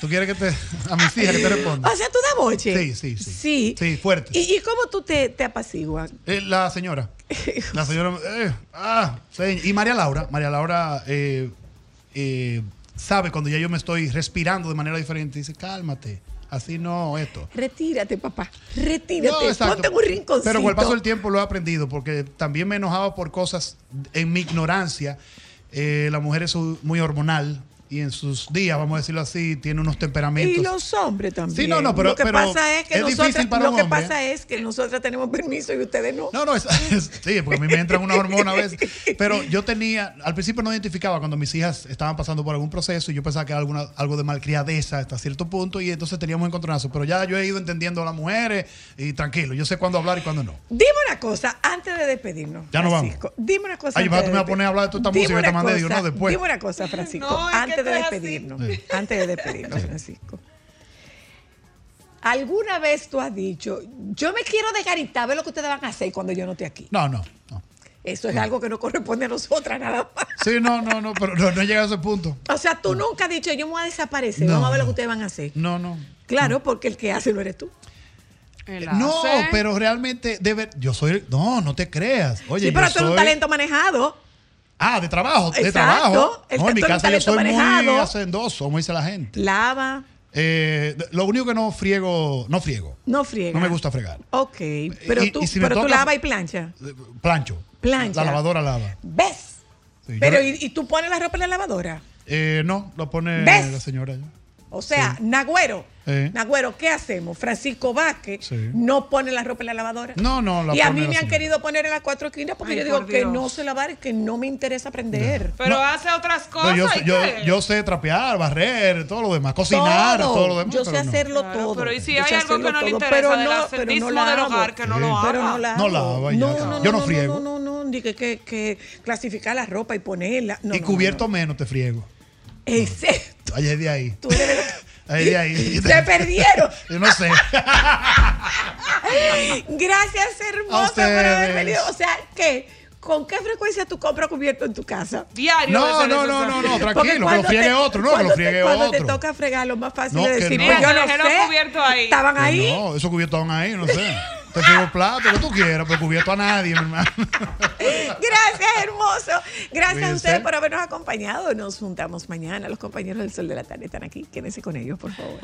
Speaker 8: ¿Tú quieres que te... A mis hijas que te responda?
Speaker 2: O sea, tú da boche.
Speaker 8: Sí, sí, sí.
Speaker 2: Sí.
Speaker 8: Sí, fuerte.
Speaker 2: ¿Y, y cómo tú te, te apaciguas? <laughs>
Speaker 8: Eh, la señora. La señora. eh, ah, señor. y María Laura. María Laura eh, eh, sabe cuando ya yo me estoy respirando de manera diferente. Dice, cálmate. Así no, esto.
Speaker 2: Retírate, papá.
Speaker 8: No,
Speaker 2: Retírate.
Speaker 8: exacto.
Speaker 2: Ponte en un rinconcito.
Speaker 8: Pero con el paso del tiempo lo he aprendido porque también me enojaba por cosas en mi ignorancia. Eh, la mujer es un- muy hormonal y en sus días, vamos a decirlo así, tiene unos temperamentos.
Speaker 2: Y los hombres también.
Speaker 8: Sí, no, no, pero-
Speaker 2: lo que
Speaker 8: pero
Speaker 2: pasa es que
Speaker 8: es difícil
Speaker 2: nosotras,
Speaker 8: para
Speaker 2: lo
Speaker 8: un
Speaker 2: que
Speaker 8: hombre, ¿eh?
Speaker 2: pasa es que nosotras tenemos permiso y ustedes no.
Speaker 8: No, no, es, es- sí, porque a mí me entran unas hormonas a veces. Pero yo tenía, al principio no identificaba cuando mis hijas estaban pasando por algún proceso y yo pensaba que era alguna, algo de malcriadeza hasta cierto punto y entonces teníamos encontronazos. Pero ya yo he ido entendiendo a las mujeres y tranquilo, yo sé cuándo hablar y cuándo no.
Speaker 2: Dime una cosa antes de despedirnos.
Speaker 8: Ya nos vamos.
Speaker 2: Francisco. Dime una cosa.
Speaker 8: Ay,
Speaker 2: antes
Speaker 8: va, tú
Speaker 2: de
Speaker 8: me vas a poner a hablar de toda esta
Speaker 2: Dime
Speaker 8: música que
Speaker 2: una
Speaker 8: te mandé, digo,
Speaker 2: cosa,
Speaker 8: no, después.
Speaker 2: Dime una cosa, Francisco.
Speaker 3: No, es
Speaker 2: antes de
Speaker 3: que tú eres así.
Speaker 2: despedirnos.
Speaker 8: Sí.
Speaker 2: Antes de despedirnos, Francisco. ¿Alguna vez tú has dicho, yo me quiero desgaritar, ve lo que ustedes van a hacer cuando yo no esté aquí?
Speaker 8: No, no, no.
Speaker 2: Eso es algo que no corresponde a nosotras nada más.
Speaker 8: Sí, no, no, no, pero no, no he llegado a ese punto.
Speaker 2: O sea, tú nunca has dicho, yo me voy a desaparecer,
Speaker 8: No,
Speaker 2: vamos a ver lo que
Speaker 8: no.
Speaker 2: ustedes van a hacer.
Speaker 8: No, no. Eh,
Speaker 2: Claro, porque el que hace lo eres tú.
Speaker 8: No, pero realmente, debe, yo soy, no, no te creas. Oye,
Speaker 2: sí, pero
Speaker 8: yo
Speaker 2: tú eres un
Speaker 8: soy-
Speaker 2: talento manejado.
Speaker 8: Ah, de trabajo, de
Speaker 2: Exacto.
Speaker 8: trabajo.
Speaker 2: El
Speaker 8: No, en mi
Speaker 2: sector del
Speaker 8: casa yo soy
Speaker 2: talento
Speaker 8: muy
Speaker 2: manejado.
Speaker 8: hacendoso, como dice la gente.
Speaker 2: Lava,
Speaker 8: Eh, lo único que no friego, no friego.
Speaker 2: no friega.
Speaker 8: No me gusta fregar.
Speaker 2: Ok, pero
Speaker 8: Y-
Speaker 2: tú,
Speaker 8: y si me
Speaker 2: pero tú
Speaker 8: toca-
Speaker 2: lava y plancha.
Speaker 8: Eh, Plancho.
Speaker 2: Plancha.
Speaker 8: La lavadora lava.
Speaker 2: ¿Ves?
Speaker 8: Sí, yo
Speaker 2: Pero,
Speaker 8: le-
Speaker 2: ¿y, y tú pones la ropa en la lavadora?
Speaker 8: eh, no, lo pone
Speaker 2: ¿Ves?
Speaker 8: la señora. ya.
Speaker 2: O sea, Nagüero,
Speaker 8: Sí.
Speaker 2: Nagüero, ¿qué hacemos? Francisco Vázquez
Speaker 8: Sí.
Speaker 2: no pone la ropa en la lavadora.
Speaker 8: No, no, la
Speaker 2: Y a
Speaker 8: pone
Speaker 2: mí
Speaker 8: la
Speaker 2: me han
Speaker 8: señora.
Speaker 2: querido poner en las cuatro esquinas porque
Speaker 3: Ay,
Speaker 2: yo digo
Speaker 3: por
Speaker 2: que
Speaker 3: Dios.
Speaker 2: no se lavar, que no me interesa aprender.
Speaker 3: Pero
Speaker 8: No.
Speaker 3: hace otras cosas. pues.
Speaker 8: No, yo,
Speaker 3: ¿y
Speaker 8: yo,
Speaker 3: qué?
Speaker 8: yo sé trapear, barrer, todo lo demás, cocinar, todo, lo demás.
Speaker 2: Yo sé
Speaker 8: pero no.
Speaker 2: hacerlo
Speaker 3: Claro,
Speaker 2: todo.
Speaker 3: Pero y si
Speaker 2: Yo
Speaker 3: hay
Speaker 2: sé
Speaker 3: algo que
Speaker 2: hacerlo
Speaker 3: no le
Speaker 2: todo,
Speaker 3: interesa
Speaker 2: pero
Speaker 3: del
Speaker 2: no-
Speaker 3: ascetismo
Speaker 2: pero no la
Speaker 3: del
Speaker 2: hago.
Speaker 3: hogar, Ah. que no
Speaker 8: Sí.
Speaker 3: lo haga.
Speaker 2: Pero no la
Speaker 8: No
Speaker 2: hago.
Speaker 8: lava, ya,
Speaker 2: no,
Speaker 8: ya.
Speaker 2: no,
Speaker 8: Yo no
Speaker 2: no,
Speaker 8: friego.
Speaker 2: No, no, no, ni que, que, que clasificar la ropa y ponerla. No,
Speaker 8: y
Speaker 2: no,
Speaker 8: cubierto
Speaker 2: no.
Speaker 8: menos te friego.
Speaker 2: Excepto.
Speaker 8: Ayer de ahí.
Speaker 2: Tú eres de-
Speaker 8: Ayer de ahí. <laughs>
Speaker 2: Se perdieron.
Speaker 8: Yo no
Speaker 2: <laughs>
Speaker 8: sé.
Speaker 2: Gracias,
Speaker 8: A
Speaker 2: hermosa, por
Speaker 8: ustedes.
Speaker 2: haber venido. O sea, ¿qué? ¿Con qué frecuencia tú compras cubierto en tu casa?
Speaker 3: Diario.
Speaker 8: No,
Speaker 3: ese
Speaker 8: no, no,
Speaker 3: desafío.
Speaker 8: no, no,
Speaker 2: Porque
Speaker 8: tranquilo, que lo
Speaker 2: cuando
Speaker 8: friegue
Speaker 2: te-
Speaker 8: otro, no, que
Speaker 2: cuando
Speaker 8: lo
Speaker 2: te-
Speaker 8: friegue
Speaker 2: Cuando te
Speaker 8: otro.
Speaker 2: toca fregar, lo más fácil
Speaker 8: No,
Speaker 2: es
Speaker 8: que
Speaker 2: decir,
Speaker 8: no.
Speaker 2: pues yo no
Speaker 3: Dejaron
Speaker 2: sé.
Speaker 3: cubierto ahí.
Speaker 2: Estaban
Speaker 8: Que
Speaker 2: ahí.
Speaker 8: No, esos cubiertos van ahí, no sé. Te friego plato, lo que tú quieras, pero cubierto a nadie, mi hermano.
Speaker 2: <laughs> Gracias, hermoso. Gracias a
Speaker 8: Cuídense.
Speaker 2: ustedes por habernos acompañado. Nos juntamos mañana. Los compañeros del Sol de la Tarde están aquí. Quédense con ellos, por favor.